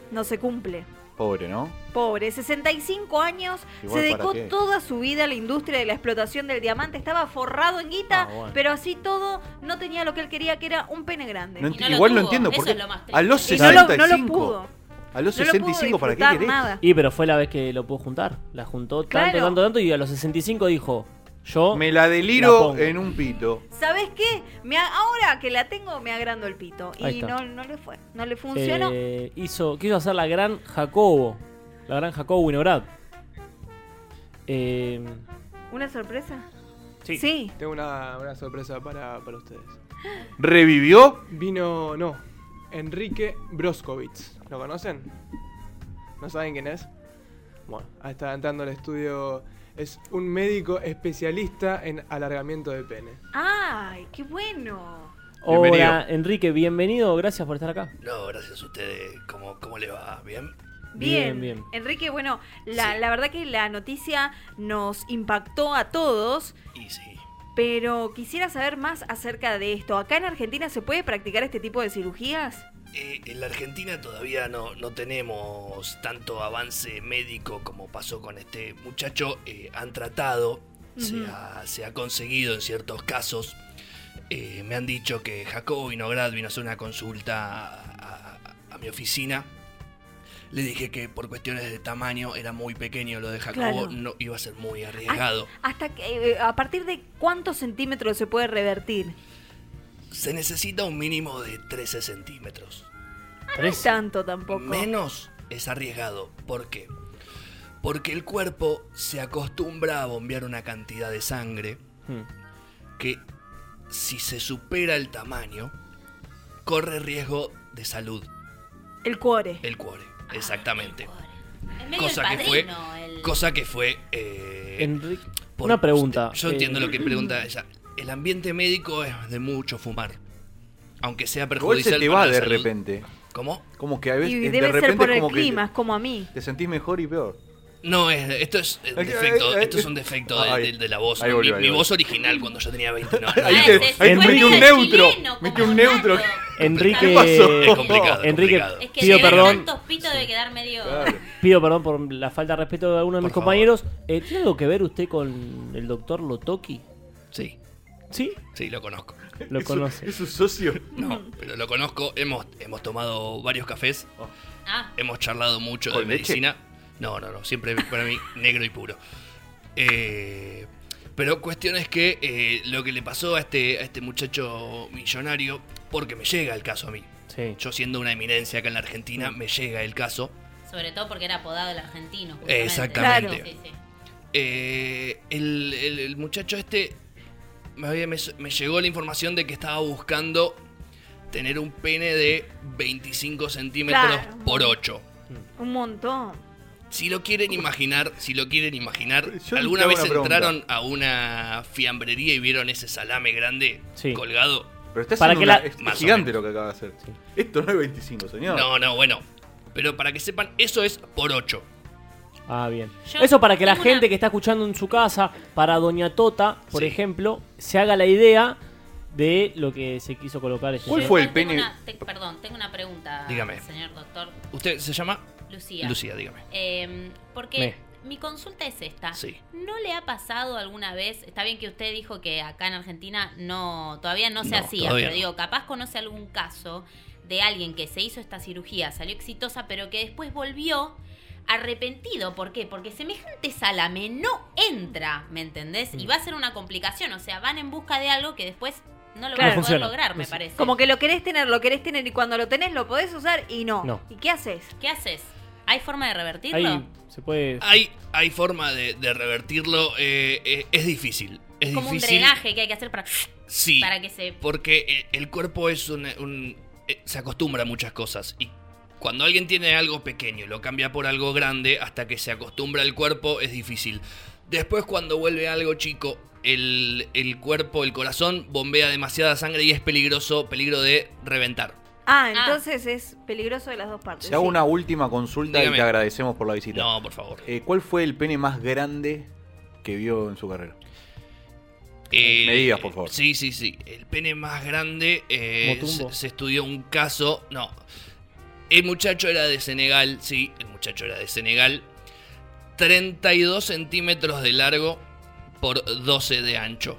Speaker 6: no se cumple.
Speaker 7: Pobre, ¿no?
Speaker 6: Pobre, 65 años,
Speaker 7: Igual,
Speaker 6: se dedicó
Speaker 7: ¿para qué?
Speaker 6: toda su vida a la industria de la explotación del diamante, estaba forrado en guita,
Speaker 7: Ah, bueno.
Speaker 6: pero así todo no tenía lo que él quería, que era un pene grande.
Speaker 7: No enti- igual no entiendo por qué. a los
Speaker 6: Y no
Speaker 7: 65.
Speaker 6: lo, no lo pudo.
Speaker 7: A los
Speaker 6: No lo pudo
Speaker 7: 65, ¿para qué
Speaker 6: disfrutar
Speaker 7: querés?
Speaker 6: nada.
Speaker 5: Y pero fue la vez que lo pudo juntar. La juntó tanto,
Speaker 6: Claro.
Speaker 5: tanto, tanto y a los 65 dijo, yo...
Speaker 7: Me la
Speaker 5: la
Speaker 7: deliro
Speaker 5: pongo.
Speaker 7: en un pito.
Speaker 6: ¿Sabes qué? Me a- ahora que la tengo me agrando el pito.
Speaker 5: Ahí
Speaker 6: Y
Speaker 5: está.
Speaker 6: no, no le fue. No le funcionó.
Speaker 5: Eh, hizo, quiso hacer la gran Jacobo. La gran Jacobo Winograd. Eh,
Speaker 6: ¿Una sorpresa?
Speaker 5: Sí.
Speaker 13: Tengo una, una sorpresa para, para ustedes.
Speaker 7: ¿Revivió?
Speaker 13: Vino, no, Enrique Broskovich. ¿Lo conocen? ¿No saben quién es? Bueno, ahí está entrando al estudio. Es un médico especialista en alargamiento de pene.
Speaker 6: ¡Ay, qué bueno!
Speaker 5: hola, Enrique, bienvenido. Gracias por estar acá.
Speaker 2: No, gracias a ustedes. ¿Cómo, cómo le va? ¿Bien?
Speaker 6: Bien,
Speaker 5: Bien, bien.
Speaker 6: Enrique, bueno, la, la verdad que la noticia nos impactó a todos. Pero quisiera saber más acerca de esto. ¿Acá en Argentina se puede practicar este tipo de cirugías?
Speaker 2: Eh, en la Argentina todavía no, no tenemos tanto avance médico como pasó con este muchacho. Eh, han tratado, se,
Speaker 6: Mm.
Speaker 14: Ujú.
Speaker 8: ah.
Speaker 2: ha, se ha conseguido en ciertos casos. Eh, me han dicho que Jacobo Vinograd vino a hacer una consulta a, a- a mi oficina. Le dije que por cuestiones de tamaño era muy pequeño lo de Jacobo,
Speaker 6: Claro.
Speaker 2: no iba a ser muy arriesgado.
Speaker 6: ¿Hasta que, eh, a partir de cuántos centímetros se puede revertir?
Speaker 2: Se necesita un mínimo de 13 centímetros.
Speaker 6: Ah, No es tanto tampoco.
Speaker 2: Menos es arriesgado. ¿Por qué? Porque el cuerpo se acostumbra a bombear una cantidad de sangre que si se supera el tamaño, corre riesgo de salud.
Speaker 6: El cuore.
Speaker 2: El cuore,
Speaker 9: Ah,
Speaker 2: exactamente.
Speaker 9: Es medio
Speaker 2: Cosa
Speaker 9: el
Speaker 2: que fue...
Speaker 9: padrino, el-
Speaker 2: Cosa que fue... eh,
Speaker 5: Enrique,
Speaker 2: por-
Speaker 5: una pregunta.
Speaker 2: Yo
Speaker 5: eh,
Speaker 2: entiendo lo que pregunta ella. El ambiente médico es de mucho fumar. Aunque sea
Speaker 7: Igual
Speaker 2: perjudicial
Speaker 7: se te
Speaker 2: para
Speaker 7: va
Speaker 2: la
Speaker 7: de
Speaker 2: salud.
Speaker 7: repente.
Speaker 2: ¿Cómo?
Speaker 7: Como que a veces.
Speaker 6: Y
Speaker 7: de
Speaker 6: debe
Speaker 7: repente
Speaker 6: ser por
Speaker 7: es
Speaker 6: el
Speaker 7: como que
Speaker 6: clima, es como a mí.
Speaker 7: Te sentís mejor y peor.
Speaker 2: No, es, esto es un defecto, esto es un defecto de, de- de la voz.
Speaker 7: eh, Ahí volvió,
Speaker 2: mi
Speaker 7: ahí
Speaker 2: mi
Speaker 7: volvió.
Speaker 2: voz original cuando yo tenía 20 no, no
Speaker 7: Ahí
Speaker 9: Ah,
Speaker 2: era
Speaker 7: te-
Speaker 2: voz.
Speaker 7: ahí metí un neutro. Metí un neutro.
Speaker 5: Enrique,
Speaker 7: ¿Qué pasó?
Speaker 2: Es complicado, es
Speaker 5: Enrique,
Speaker 2: complicado.
Speaker 9: Es que
Speaker 5: pido
Speaker 9: si ve
Speaker 5: perdón,
Speaker 9: tantos pitos debe quedar medio.
Speaker 5: pido perdón por la falta de respeto de alguno de mis compañeros. Eh, ¿Tiene algo que ver usted con el doctor Lotoki?
Speaker 2: Sí.
Speaker 5: ¿Sí?
Speaker 2: Sí, lo conozco.
Speaker 5: Lo conoce.
Speaker 7: su socio?
Speaker 2: No, pero lo conozco. Hemos, hemos tomado varios cafés. Hemos charlado mucho de
Speaker 7: Oh. ¿Con leche?
Speaker 2: medicina. No, no, no. Siempre para
Speaker 7: [laughs]
Speaker 2: mí negro y puro. Eh, pero cuestión es que eh, lo que le pasó a este, a este muchacho millonario, porque me llega el caso a mí. Yo siendo una eminencia acá en la Argentina, me llega el caso.
Speaker 9: Sobre todo porque era apodado el argentino. justamente.
Speaker 2: Exactamente. Claro.
Speaker 9: Sí, sí.
Speaker 2: Eh, el, el- el muchacho este me, había- me- me llegó la información de que estaba buscando tener un pene de 25 centímetros
Speaker 6: Claro.
Speaker 2: por 8.
Speaker 6: Un montón.
Speaker 2: Si lo quieren imaginar, si lo quieren imaginar,
Speaker 6: Yo
Speaker 2: ¿alguna
Speaker 7: te hago
Speaker 2: vez
Speaker 7: una pregunta.
Speaker 2: entraron a una fiambrería y vieron ese salame grande colgado?
Speaker 7: Pero estás
Speaker 2: Para
Speaker 7: haciendo una-
Speaker 2: que la-
Speaker 7: es- es
Speaker 2: Más o
Speaker 7: gigante lo que acaba de hacer. Esto no es 25, señor.
Speaker 2: No, no, bueno. Pero para que sepan, eso es por 8.
Speaker 5: Ah, bien.
Speaker 2: Yo
Speaker 5: Eso para que la
Speaker 2: tengo
Speaker 5: gente que está escuchando en su casa, para Doña Tota, por ejemplo, se haga la idea de lo que se quiso colocar. este
Speaker 7: ¿Cuál
Speaker 5: señor.
Speaker 7: fue el
Speaker 9: Tengo
Speaker 7: pene?
Speaker 9: una- te- perdón, tengo una pregunta.
Speaker 5: Dígame.
Speaker 9: Señor doctor.
Speaker 2: ¿Usted se llama?
Speaker 9: Lucía.
Speaker 2: Lucía, dígame.
Speaker 9: Eh, porque mi consulta es esta.
Speaker 2: Sí.
Speaker 9: ¿No le ha pasado alguna vez? Está bien que usted dijo que acá en Argentina no todavía no se
Speaker 2: No,
Speaker 9: hacía,
Speaker 2: todavía
Speaker 9: pero
Speaker 2: no.
Speaker 9: digo, capaz conoce algún caso de alguien que se hizo esta cirugía, salió exitosa, pero que después volvió arrepentido. ¿Por qué? Porque semejante salame no entra, ¿me entendés? Y
Speaker 6: Mm.
Speaker 9: va a ser una complicación, o sea, van en busca de algo que después no lo
Speaker 6: Claro.
Speaker 9: van a poder
Speaker 6: Funciona.
Speaker 9: lograr, me
Speaker 6: Sí.
Speaker 9: parece.
Speaker 6: Como que lo querés tener, lo querés tener y cuando lo tenés lo podés usar y no.
Speaker 2: No.
Speaker 6: ¿Y qué haces?
Speaker 9: ¿Qué haces? ¿Hay forma de revertirlo?
Speaker 5: se puede.
Speaker 2: Hay, hay forma de, de revertirlo. eh, eh, es difícil. Es
Speaker 9: Como un
Speaker 2: difícil.
Speaker 9: drenaje que hay que hacer para,
Speaker 2: Sí.
Speaker 9: para que se
Speaker 2: Porque eh, el, el cuerpo es un, un- eh, se acostumbra a muchas cosas. Y cuando alguien tiene algo pequeño y lo cambia por algo grande, hasta que se acostumbra el cuerpo, es difícil. Después, cuando vuelve algo chico, el, el cuerpo, el corazón, bombea demasiada sangre y es peligroso, peligro de reventar.
Speaker 6: Ah, entonces es peligroso de las dos partes.
Speaker 7: Se hago
Speaker 6: sí.
Speaker 7: una última consulta
Speaker 2: Dígame.
Speaker 7: y te agradecemos por la visita.
Speaker 2: No, por favor.
Speaker 7: Eh, ¿Cuál fue el pene más grande que vio en su carrera?
Speaker 2: Eh,
Speaker 7: Medidas, por favor.
Speaker 2: Sí, sí, sí. El pene más grande eh,
Speaker 7: Motumbo.
Speaker 2: se, se estudió un caso. No. El muchacho era de Senegal, sí, el muchacho era de Senegal. 32 centímetros de largo por 12 de ancho.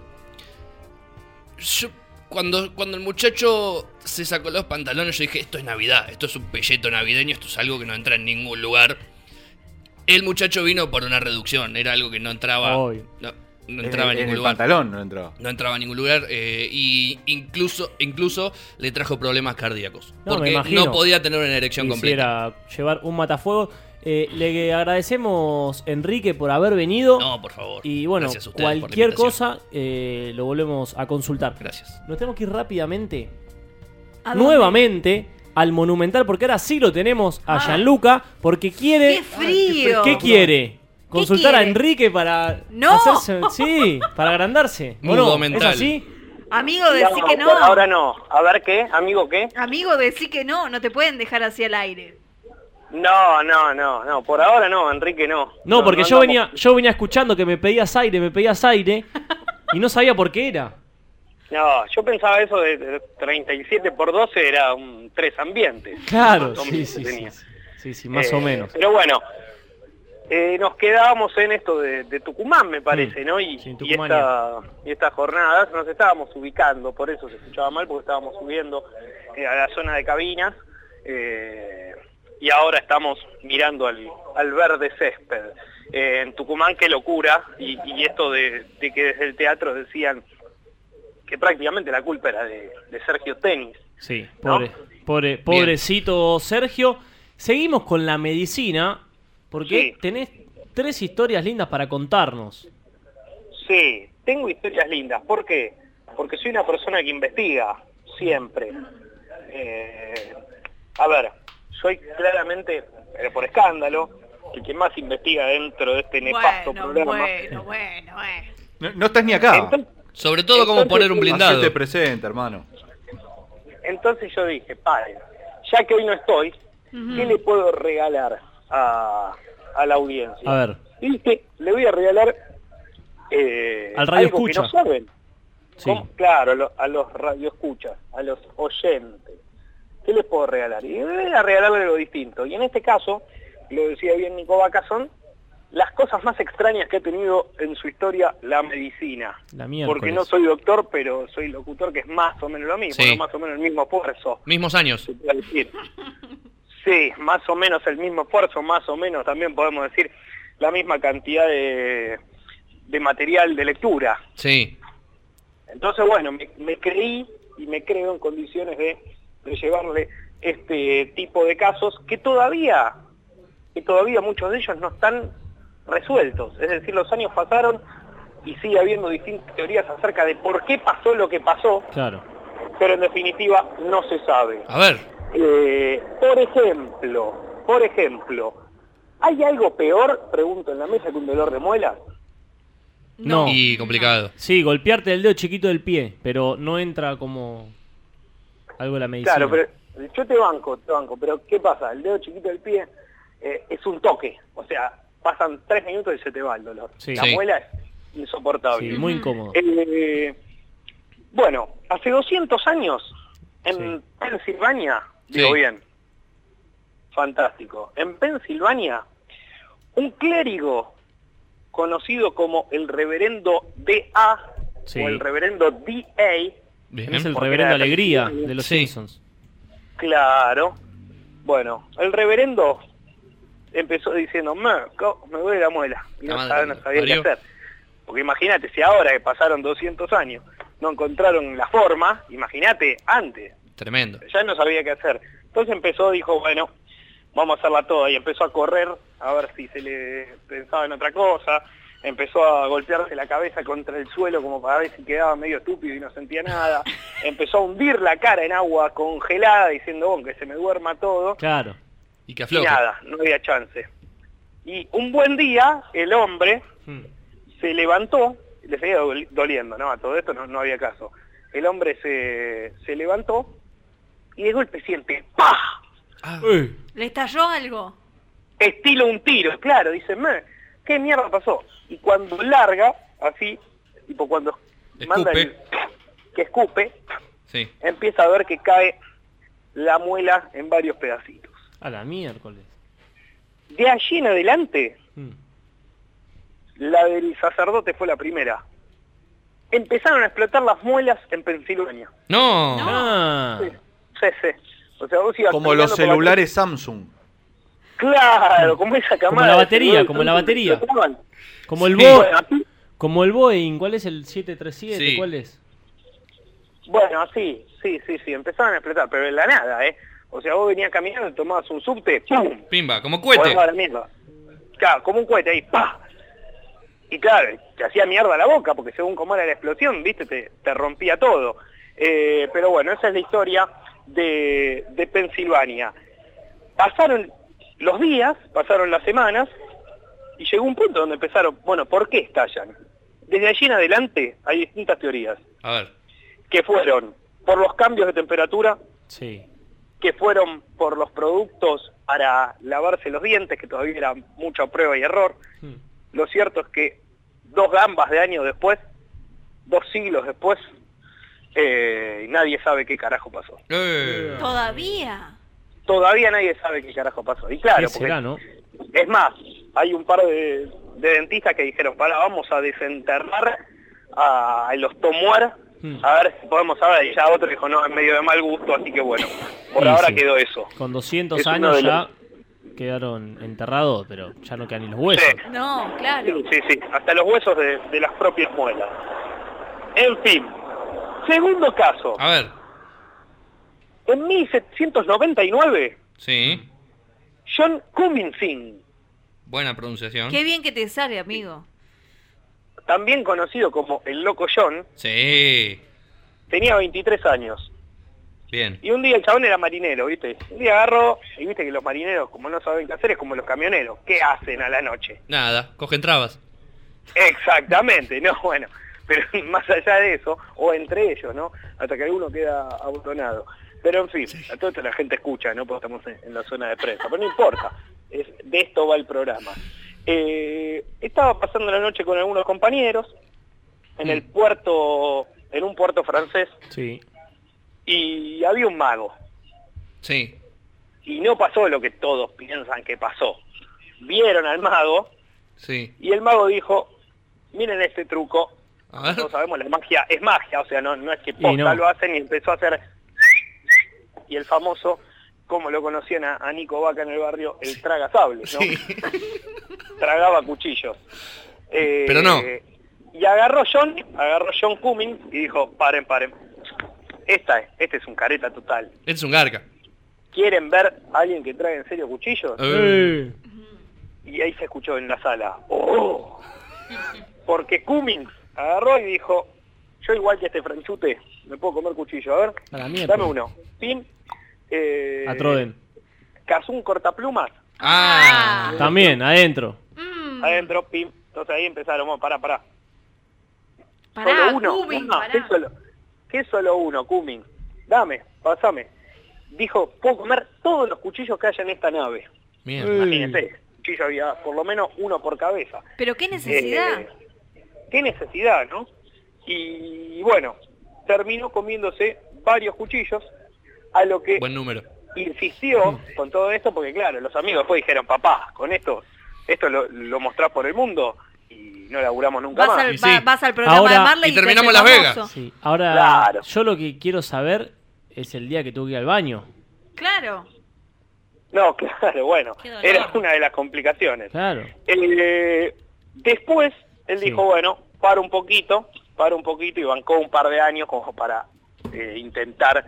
Speaker 2: Yo, cuando, cuando el muchacho se sacó los pantalones, yo dije, esto es Navidad, esto es un pelleto navideño, esto es algo que no entra en ningún lugar. El muchacho vino por una reducción, era algo que no entraba,
Speaker 7: Obvio.
Speaker 2: no, no entraba
Speaker 7: en,
Speaker 2: en, ningún
Speaker 7: el
Speaker 2: lugar
Speaker 7: pantalón no entraba.
Speaker 2: no entraba a ningún lugar eh, y incluso, incluso le trajo problemas cardíacos.
Speaker 5: No, me
Speaker 2: porque
Speaker 5: imagino.
Speaker 2: no podía tener una erección completa.
Speaker 5: Quisiera llevar un matafuego. Eh, le agradecemos, Enrique, por haber venido.
Speaker 2: No, por favor.
Speaker 5: Y bueno,
Speaker 2: Gracias a ustedes por la
Speaker 5: cualquier
Speaker 2: invitación.
Speaker 5: cosa eh, lo volvemos a consultar.
Speaker 2: Gracias.
Speaker 5: Nos tenemos que ir rápidamente,
Speaker 6: ¿A dónde?
Speaker 5: nuevamente, al Monumental, porque ahora sí lo tenemos a Gianluca, porque
Speaker 6: Ah.
Speaker 5: quiere...
Speaker 6: ¡Qué frío!
Speaker 5: ¿Qué quiere? Consultar a
Speaker 6: quiere?
Speaker 5: Enrique para
Speaker 6: ¡No!
Speaker 5: hacerse- sí, para agrandarse.
Speaker 2: [laughs]
Speaker 5: ¿O
Speaker 2: Mudo
Speaker 5: no? ¿Es
Speaker 2: mental.
Speaker 5: así?
Speaker 6: Amigo, decí que no.
Speaker 11: por ahora no. A ver qué, amigo qué.
Speaker 6: Amigo, decí que no. No te pueden dejar así al aire.
Speaker 11: No, no, no, no. Por ahora no, Enrique no.
Speaker 5: No, porque yo
Speaker 11: andamos-
Speaker 5: venía, yo venía escuchando que me pedías aire, me pedías aire y no sabía por qué era.
Speaker 11: No, yo pensaba eso de- de 37 por 12 era un tres ambientes.
Speaker 5: Claro,
Speaker 11: Dos
Speaker 5: sí,
Speaker 11: ambientes
Speaker 5: sí, sí.
Speaker 11: tenía.
Speaker 5: Sí, sí, más o
Speaker 11: Eh,
Speaker 5: menos.
Speaker 11: Pero bueno, eh, nos quedábamos en esto de, de Tucumán, me
Speaker 5: Mm,
Speaker 11: parece, ¿no? Y, y, esta, y estas jornadas nos estábamos ubicando, por eso se escuchaba mal, porque estábamos subiendo eh, a la zona de cabinas eh, y ahora estamos mirando al, al verde césped. Eh, en Tucumán, qué locura, y, y esto de, de que desde el teatro decían que prácticamente la culpa era de, de Sergio Tenis.
Speaker 5: Sí, pobre, pobre- pobrecito Sergio. Seguimos con la medicina porque tenés tres historias lindas para contarnos.
Speaker 11: Sí, tengo historias lindas. ¿Por qué? Porque soy una persona que investiga, siempre. Eh, a ver, soy claramente, pero por escándalo, el que más investiga dentro de este nefasto programa.
Speaker 6: Bueno, bueno, bueno.
Speaker 7: No, no estás ni acá.
Speaker 2: Sobre todo como
Speaker 11: entonces- poner un blindado.
Speaker 7: Hacete presente, hermano.
Speaker 11: Entonces yo dije, padre, ya que hoy no estoy, ¿qué le puedo regalar a, a la audiencia?
Speaker 5: A ver,
Speaker 11: Y dije, le voy a regalar eh,
Speaker 5: Al radio
Speaker 11: algo que
Speaker 5: escucha.
Speaker 11: no saben.
Speaker 5: sí.
Speaker 11: Claro, a lo- a los radioescuchas, a los oyentes. ¿Qué les puedo regalar? Y voy a regalarle algo distinto. Y en este caso, lo decía bien Nico Bacazón, las cosas más extrañas que ha tenido en su historia la medicina.
Speaker 5: La mierda.
Speaker 11: Porque no soy doctor, pero soy locutor, que es más o menos lo mismo,
Speaker 2: Sí.
Speaker 11: ¿no? más o menos el mismo esfuerzo.
Speaker 2: Mismos años.
Speaker 11: se puede decir. Sí, más o menos el mismo esfuerzo, más o menos también podemos decir la misma cantidad de, de material de lectura.
Speaker 2: Sí.
Speaker 11: Entonces, bueno, me, me creí y me creo en condiciones de, de llevarle este tipo de casos que todavía, que todavía muchos de ellos no están resueltos. Es decir, los años pasaron y sigue habiendo distintas teorías acerca de por qué pasó lo que pasó,
Speaker 5: Claro.
Speaker 11: pero en definitiva no se sabe.
Speaker 2: A ver.
Speaker 11: Eh, por ejemplo, por ejemplo, ¿hay algo peor, pregunto en la mesa, que un dolor de muela?
Speaker 5: No.
Speaker 2: Y complicado.
Speaker 5: Sí, golpearte el dedo chiquito del pie, pero no entra como algo de la medicina.
Speaker 11: Claro, pero yo te banco, te banco, pero ¿qué pasa? El dedo chiquito del pie eh, es un toque, o sea, pasan tres minutos y se te va el dolor.
Speaker 5: Sí.
Speaker 11: La
Speaker 5: Sí.
Speaker 11: muela es insoportable.
Speaker 5: Sí, muy incómodo.
Speaker 11: Eh, bueno, hace 200 años en Pensilvania, digo
Speaker 2: Sí.
Speaker 11: bien, fantástico, en Pensilvania un clérigo conocido como el reverendo D.A.
Speaker 5: Sí.
Speaker 11: o el reverendo D.A.,
Speaker 5: Es el
Speaker 11: Porque
Speaker 5: reverendo
Speaker 11: era-
Speaker 5: Alegría de los Simpsons.
Speaker 11: Claro. Bueno, el reverendo empezó diciendo, me, co- me duele la muela. Y
Speaker 2: La
Speaker 11: no,
Speaker 2: madre
Speaker 11: sabía-
Speaker 2: que
Speaker 11: no
Speaker 2: lo
Speaker 11: sabía qué
Speaker 2: parió.
Speaker 11: hacer. Porque imagínate, si ahora que pasaron 200 años no encontraron la forma, imagínate antes,
Speaker 2: Tremendo.
Speaker 11: ya no sabía qué hacer. Entonces empezó, dijo, bueno, vamos a hacerla toda. Y empezó a correr a ver si se le pensaba en otra cosa. Empezó a golpearse la cabeza contra el suelo como para ver si quedaba medio estúpido y no sentía nada. Empezó a hundir la cara en agua congelada diciendo, "Oh, que se me duerma todo.
Speaker 5: Claro.
Speaker 2: Y
Speaker 11: Y
Speaker 2: que afloje.
Speaker 11: nada, no había chance. Y un buen día, el hombre
Speaker 5: Hmm.
Speaker 11: se levantó, le seguía doli- doliendo, ¿no? A todo esto no, no había caso. El hombre se, se levantó y de golpe siente, ¡pah!
Speaker 6: ¿Le estalló algo?
Speaker 11: Estilo un tiro, claro, dice, "Me, ¿qué mierda pasó? Y cuando larga, así, tipo cuando manda el- que escupe,
Speaker 2: Sí.
Speaker 11: empieza a ver que cae la muela en varios pedacitos.
Speaker 5: A la miércoles.
Speaker 11: De allí en adelante,
Speaker 5: Mm.
Speaker 11: la del sacerdote fue la primera. Empezaron a explotar las muelas en Pensilvania.
Speaker 2: No.
Speaker 5: Ah,
Speaker 11: Sí, sí. O sea, vos ibas
Speaker 7: Como los
Speaker 11: caminando por la
Speaker 7: celulares Samsung.
Speaker 11: Claro, como esa
Speaker 5: Como
Speaker 11: camada.
Speaker 5: la
Speaker 11: de
Speaker 5: batería,
Speaker 11: celulares
Speaker 5: como la
Speaker 11: que
Speaker 5: batería.
Speaker 11: explotaban.
Speaker 5: como el
Speaker 11: Sí,
Speaker 5: Bo-
Speaker 11: bueno, así-
Speaker 5: como el Boeing, ¿cuál es el 737?
Speaker 11: Sí.
Speaker 5: ¿Cuál es?
Speaker 11: Bueno, así, sí, sí, sí, empezaban a explotar, pero en la nada, ¿eh? O sea, vos venías caminando, tomabas un subte, ¡pum!
Speaker 2: Pimba, como cohete.
Speaker 11: Volvaba a la mierda. Claro, como un cohete ahí, ¡pa! Y claro, te hacía mierda la boca, porque según cómo era la explosión, viste, te, te rompía todo. Eh, pero bueno, esa es la historia de, de Pensilvania. Pasaron los días, pasaron las semanas, y llegó un punto donde empezaron, bueno, ¿por qué estallan? Desde allí en adelante hay distintas teorías,
Speaker 2: A ver.
Speaker 11: que fueron por los cambios de temperatura,
Speaker 5: Sí.
Speaker 11: que fueron por los productos para lavarse los dientes, que todavía era mucha prueba y error.
Speaker 5: Hmm.
Speaker 11: Lo cierto es que dos gambas de años después, dos siglos después, eh, nadie sabe qué carajo pasó.
Speaker 2: Eh.
Speaker 6: Todavía.
Speaker 11: Todavía nadie sabe qué carajo pasó. Y claro,
Speaker 5: ¿Qué
Speaker 11: porque
Speaker 5: será, no?
Speaker 11: es más, hay un par de, de dentistas que dijeron, para, vamos a desenterrar a los Tomuar,
Speaker 5: Hmm.
Speaker 11: a ver si podemos saber. Y ya otro dijo, no, es medio de mal gusto, así que bueno, por
Speaker 5: Y
Speaker 11: ahora
Speaker 5: sí.
Speaker 11: quedó eso.
Speaker 5: Con 200
Speaker 11: Es uno
Speaker 5: años
Speaker 11: de los-
Speaker 5: ya quedaron enterrados, pero ya no quedan ni los huesos.
Speaker 6: No, claro.
Speaker 11: Sí, sí, sí, hasta los huesos de, de las propias muelas. En fin, segundo caso.
Speaker 2: A ver.
Speaker 11: En 1799,
Speaker 2: Sí,
Speaker 11: John Cummington,
Speaker 2: buena pronunciación.
Speaker 6: Qué bien que te sale, amigo.
Speaker 11: también conocido como el Loco John,
Speaker 2: Sí,
Speaker 11: tenía 23 años.
Speaker 2: bien.
Speaker 11: Y un día el chabón era marinero, ¿viste? Un día agarró, y viste que los marineros, como no saben qué hacer, es como los camioneros. ¿Qué hacen a la noche?
Speaker 2: Nada, cogen trabas.
Speaker 11: Exactamente, no, bueno, pero [laughs] más allá de eso, o entre ellos, ¿no? Hasta que alguno queda abotonado. Pero en fin, a toda esta la gente escucha, ¿no? Porque estamos en, en la zona de prensa, pero no importa, es, de esto va el programa. Eh, estaba pasando la noche con algunos compañeros en el puerto, en un puerto francés,
Speaker 5: Sí.
Speaker 11: y había un mago.
Speaker 2: Sí.
Speaker 11: Y no pasó lo que todos piensan que pasó. Vieron al mago
Speaker 2: Sí.
Speaker 11: y el mago dijo, miren este truco,
Speaker 2: A ver.
Speaker 11: no sabemos, la magia es magia, o sea, no, no es que
Speaker 2: Y
Speaker 11: posta
Speaker 2: no.
Speaker 11: lo hacen y empezó a hacer... Y el famoso, como lo conocían a, a Nico Vaca en el barrio, el traga sables, ¿no? [laughs] Tragaba cuchillos. Eh,
Speaker 2: Pero no.
Speaker 11: Y agarró John, agarró John Cummings y dijo, paren, paren. Esta es, este es un careta total.
Speaker 2: Este es un garca.
Speaker 11: ¿Quieren ver a alguien que trae en serio cuchillos?
Speaker 2: Eh.
Speaker 11: Y ahí se escuchó en la sala. ¡Oh! Porque Cummings agarró y dijo, yo igual que este franchute, me puedo comer cuchillo. A ver,
Speaker 5: A la mierda.
Speaker 11: dame uno. Pim. Eh,
Speaker 5: A Troden.
Speaker 11: Cazó un cortaplumas.
Speaker 2: Ah.
Speaker 5: También, adentro.
Speaker 6: Mm.
Speaker 11: Adentro, pim. Entonces ahí empezaron, bueno, pará, pará.
Speaker 6: Pará,
Speaker 11: solo uno.
Speaker 6: Cummings,
Speaker 11: no,
Speaker 6: pará.
Speaker 11: ¿qué solo, qué solo uno, Cummings? Dame, pasame. Dijo, puedo comer todos los cuchillos que haya en esta nave.
Speaker 2: Bien.
Speaker 11: Imagínense, cuchillo había por lo menos uno por cabeza.
Speaker 6: Pero qué necesidad.
Speaker 11: Eh, qué necesidad, ¿no? Y bueno, terminó comiéndose varios cuchillos, a lo que
Speaker 2: Buen número.
Speaker 11: insistió con todo esto, porque claro, los amigos después dijeron, papá, con esto, esto lo, lo mostrás por el mundo y no laburamos nunca
Speaker 6: Vas
Speaker 11: más.
Speaker 6: al, va- vas al programa
Speaker 5: Ahora-
Speaker 6: de Marley
Speaker 5: Y
Speaker 6: te
Speaker 5: terminamos
Speaker 6: haces
Speaker 5: en Las Vegas.
Speaker 6: famoso.
Speaker 5: Sí. Ahora,
Speaker 11: Claro.
Speaker 5: yo lo que quiero saber es el día que tuve que ir al baño.
Speaker 6: Claro.
Speaker 11: No, [laughs] claro, bueno,
Speaker 6: Qué dolor.
Speaker 11: era una de las complicaciones.
Speaker 5: Claro.
Speaker 11: Eh, después, él dijo, bueno, para un poquito, para un poquito y bancó un par de años como para eh, intentar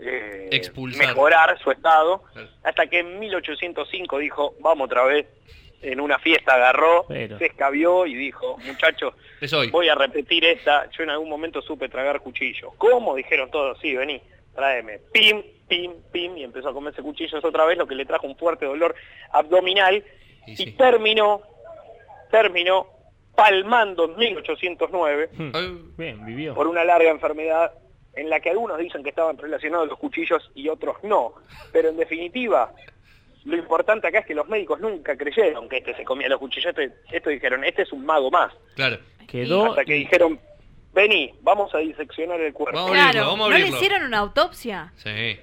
Speaker 11: eh,
Speaker 2: Expulsar.
Speaker 11: mejorar su estado,
Speaker 2: Claro.
Speaker 11: hasta que en 1805 dijo, vamos otra vez, en una fiesta agarró,
Speaker 2: Pero.
Speaker 11: se escabió y dijo, muchachos,
Speaker 2: Es hoy.
Speaker 11: voy a repetir esta, yo en algún momento supe tragar cuchillos. ¿Cómo? Dijeron todos, sí, vení, tráeme. Pim, pim, pim, y empezó a comerse cuchillos otra vez, lo que le trajo un fuerte dolor abdominal y, terminó, terminó palmando en 1809
Speaker 5: Bien, vivió.
Speaker 11: por una larga enfermedad en la que algunos dicen que estaban relacionados los cuchillos y otros no. Pero en definitiva, lo importante acá es que los médicos nunca creyeron que este se comía los cuchillos. Este, esto dijeron, este es un mago más.
Speaker 2: Claro.
Speaker 5: Quedó.
Speaker 11: Hasta que dijeron, vení, vamos a diseccionar el cuerpo.
Speaker 2: Vamos a abrirlo,
Speaker 6: Claro.
Speaker 2: vamos a
Speaker 6: ¿No le
Speaker 2: abrirlo.
Speaker 6: hicieron una autopsia?
Speaker 2: Sí.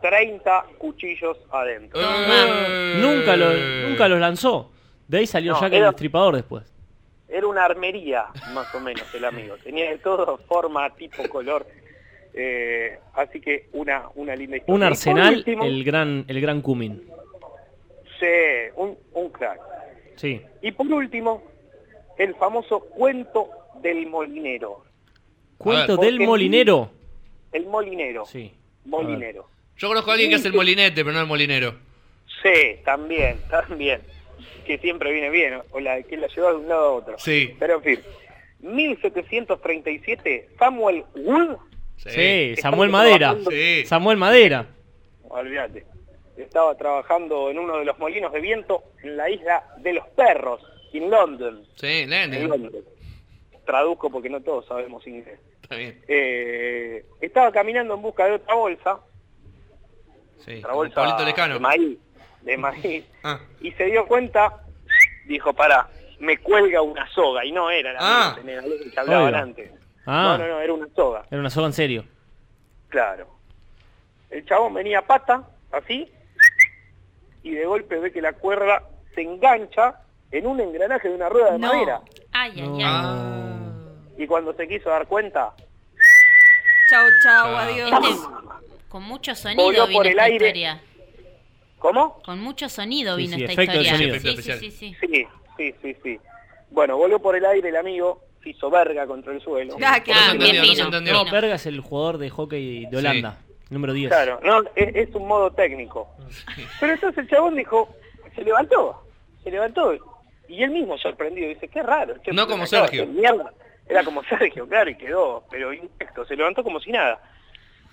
Speaker 11: 30 cuchillos adentro.
Speaker 5: Eh, Nunca, lo- nunca los lanzó. De ahí salió
Speaker 11: No,
Speaker 5: Jack
Speaker 11: era-
Speaker 5: el Destripador después.
Speaker 11: Era una armería, más o menos, el amigo. Tenía de todo, forma, tipo, color. Eh, así que una, una linda historia.
Speaker 5: Un
Speaker 11: Y por
Speaker 5: arsenal,
Speaker 11: último,
Speaker 5: el gran, el gran Cumin.
Speaker 11: Sí, un, un crack.
Speaker 5: Sí.
Speaker 11: Y por último, el famoso cuento del molinero.
Speaker 5: Cuento
Speaker 11: Porque
Speaker 5: del molinero.
Speaker 11: El molinero.
Speaker 5: Sí.
Speaker 11: Molinero.
Speaker 2: Yo conozco a alguien que hace el molinete, pero no el molinero.
Speaker 11: Sí, también, también. Que siempre viene bien, o la que la lleva de un lado a otro.
Speaker 2: Sí.
Speaker 11: Pero en fin. 1737, Samuel Wood
Speaker 5: Sí,
Speaker 11: Sí. Estamos
Speaker 5: Samuel Madera.
Speaker 11: trabajando.
Speaker 5: Samuel Madera.
Speaker 11: olvídate. Estaba trabajando en uno de los molinos de viento en la isla de los perros, en London.
Speaker 2: Sí,
Speaker 11: En
Speaker 2: Lennon.
Speaker 11: Londres. Traduzco porque no todos sabemos inglés.
Speaker 2: Está bien.
Speaker 11: Eh, estaba caminando en busca de otra bolsa otra bolsa
Speaker 2: Pablito Lescano. Ah.
Speaker 11: de maíz, de
Speaker 2: [laughs]
Speaker 11: maíz, y se dio cuenta, dijo, pará, me cuelga una soga, y no era la
Speaker 5: Ah.
Speaker 11: misma que te hablaban
Speaker 5: Oiga.
Speaker 11: antes.
Speaker 5: Ah.
Speaker 11: No, no, no, era una soga,
Speaker 5: Era una soga en serio.
Speaker 11: claro. El chabón venía a pata, así, y de golpe ve que la cuerda se engancha en un engranaje de una rueda de
Speaker 9: No.
Speaker 11: madera.
Speaker 9: Ay, ay, ay.
Speaker 2: Ah.
Speaker 11: Y cuando se quiso dar cuenta,
Speaker 6: Chau, chau,
Speaker 11: Chau.
Speaker 6: adiós.
Speaker 9: Este, con mucho sonido
Speaker 11: Voló
Speaker 9: vino
Speaker 11: por el
Speaker 9: esta
Speaker 11: aire.
Speaker 9: historia.
Speaker 11: ¿Cómo?
Speaker 9: Con mucho sonido
Speaker 11: Sí,
Speaker 9: vino
Speaker 11: sí,
Speaker 9: esta
Speaker 11: efecto de
Speaker 9: historia.
Speaker 11: sonido.
Speaker 9: Sí, sí,
Speaker 11: Efecto
Speaker 9: sí, sí.
Speaker 11: Sí, sí, sí, sí. Bueno, voló por el aire el amigo, se hizo verga contra el suelo.
Speaker 5: No, Perga es el jugador de hockey de Holanda, número 10.
Speaker 11: Claro, no, es, es un modo técnico. Pero entonces el chabón dijo, se levantó, se levantó. Y él mismo sorprendido, dice, qué raro. che,
Speaker 2: No
Speaker 11: me
Speaker 2: como
Speaker 11: acaba de
Speaker 2: Sergio.
Speaker 11: hacer mierda. Era como [laughs] Sergio, claro, y quedó, pero intacto, se levantó como si nada.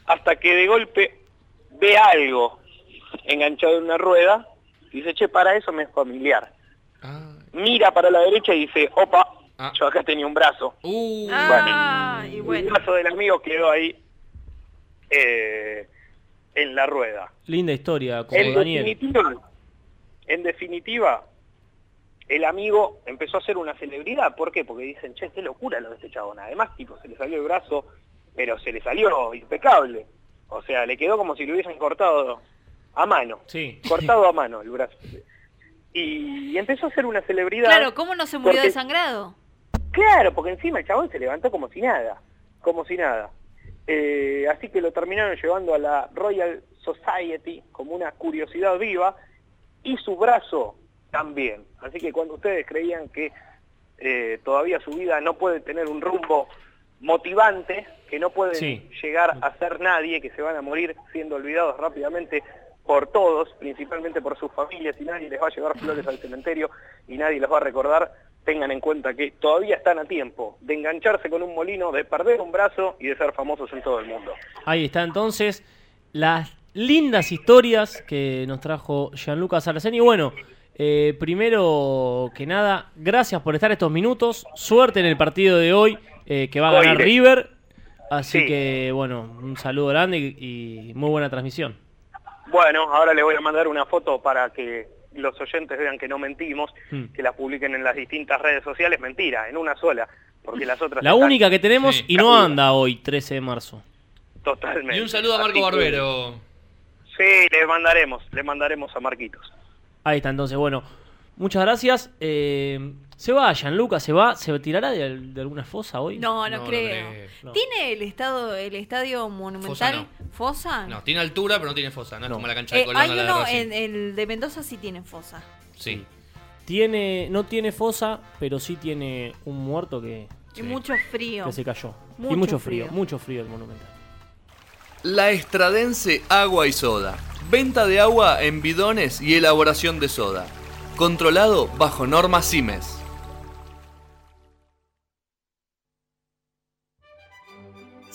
Speaker 11: Hasta que de golpe ve algo enganchado en una rueda, y dice, che, para eso me es familiar.
Speaker 2: Ah.
Speaker 11: Mira para la derecha y dice, opa, yo acá tenía un brazo.
Speaker 2: Uh.
Speaker 6: Ah, y bueno.
Speaker 11: El brazo del amigo quedó ahí eh, en la rueda.
Speaker 5: Linda historia, como
Speaker 11: En
Speaker 5: Daniel.
Speaker 11: definitiva, en definitiva, el amigo empezó a ser una celebridad. ¿Por qué? Porque dicen, che, qué locura lo de este chabón. Además, tipo, se le salió el brazo, pero se le salió impecable. O sea, le quedó como si lo hubiesen cortado a mano. Cortado a mano el brazo. Y, y empezó a ser una celebridad.
Speaker 6: Claro, ¿cómo no se murió
Speaker 11: porque-
Speaker 6: desangrado?
Speaker 11: Claro, porque encima el chabón se levantó como si nada, como si nada. Eh, así que lo terminaron llevando a la Royal Society como una curiosidad viva y su brazo también. Así que cuando ustedes creían que eh, todavía su vida no puede tener un rumbo motivante, que no pueden
Speaker 5: Sí.
Speaker 11: llegar a ser nadie, que se van a morir siendo olvidados rápidamente por todos, principalmente por sus familias, y nadie les va a llevar flores al cementerio y nadie los va a recordar, tengan en cuenta que todavía están a tiempo de engancharse con un molino, de perder un brazo y de ser famosos en todo el mundo.
Speaker 5: Ahí está entonces las lindas historias que nos trajo Gianluca Saraceni. Y bueno, eh, primero que nada, gracias por estar estos minutos. Suerte en el partido de hoy eh, que va a ganar
Speaker 11: Oire.
Speaker 5: River. Así que bueno, un saludo grande y, y muy buena transmisión.
Speaker 11: Bueno, ahora le voy a mandar una foto para que los oyentes vean que no mentimos,
Speaker 5: Mm.
Speaker 11: que la publiquen en las distintas redes sociales, mentira, en una sola, porque las otras
Speaker 5: La
Speaker 11: están
Speaker 5: única que tenemos y no anda hoy, 13 de marzo.
Speaker 11: totalmente.
Speaker 2: Y un saludo a Marco
Speaker 11: Así que-
Speaker 2: Barbero.
Speaker 11: Sí, le mandaremos, le mandaremos a Marquitos.
Speaker 5: Ahí está, entonces, bueno, muchas gracias. Eh, se va, Gianluca, se va. ¿Se tirará de, al- de alguna fosa hoy?
Speaker 6: No, no, creo. ¿Tiene el estado, el estadio monumental fosa?
Speaker 2: No, tiene altura, pero no tiene fosa. No, es como la cancha
Speaker 6: Eh,
Speaker 2: de Colón
Speaker 6: hay
Speaker 2: a la de
Speaker 6: uno
Speaker 2: Racing.
Speaker 6: en el de Mendoza sí tiene fosa.
Speaker 2: Sí.
Speaker 5: Tiene, no tiene fosa, pero sí tiene un muerto que,
Speaker 6: Y mucho frío.
Speaker 5: que se cayó. y
Speaker 6: Mucho
Speaker 5: mucho frío,
Speaker 6: frío.
Speaker 5: mucho frío el monumental.
Speaker 2: La Estradense Agua y Soda. Venta de agua en bidones y elaboración de soda. Controlado bajo normas CIMES.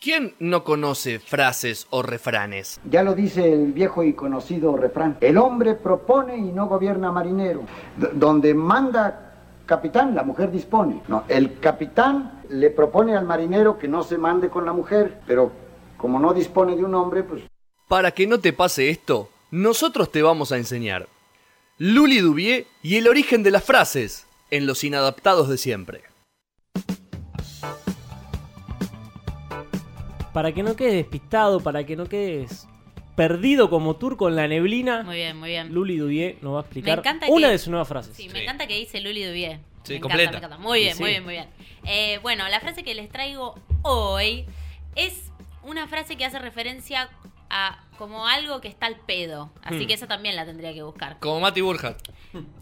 Speaker 2: ¿Quién no conoce frases o refranes?
Speaker 14: Ya lo dice el viejo y conocido refrán, el hombre propone y no gobierna marinero. D- donde manda capitán, la mujer dispone. No, el capitán le propone al marinero que no se mande con la mujer, pero como no dispone de un hombre, pues
Speaker 2: Para que no te pase esto, nosotros te vamos a enseñar. Luli Dubié y el origen de las frases en Los Inadaptados de siempre.
Speaker 5: Para que no quedes despistado, para que no quedes perdido como turco en la neblina,
Speaker 9: Muy bien, muy bien.
Speaker 5: Luli Dubié nos va a
Speaker 9: Me
Speaker 5: explicar
Speaker 9: encanta
Speaker 5: una
Speaker 9: que-
Speaker 5: de sus nuevas frases.
Speaker 9: Sí, me encanta que dice Luli Dubié.
Speaker 5: Sí,
Speaker 9: me encanta,
Speaker 5: completa.
Speaker 9: me encanta. Muy bien,
Speaker 5: Sí,
Speaker 9: muy
Speaker 5: sí.
Speaker 9: bien, muy bien. Eh, bueno, la frase que les traigo hoy es una frase que hace referencia a como algo que está al pedo. Así
Speaker 2: Hmm.
Speaker 9: que esa también la tendría que buscar.
Speaker 2: Como Mati Burhat,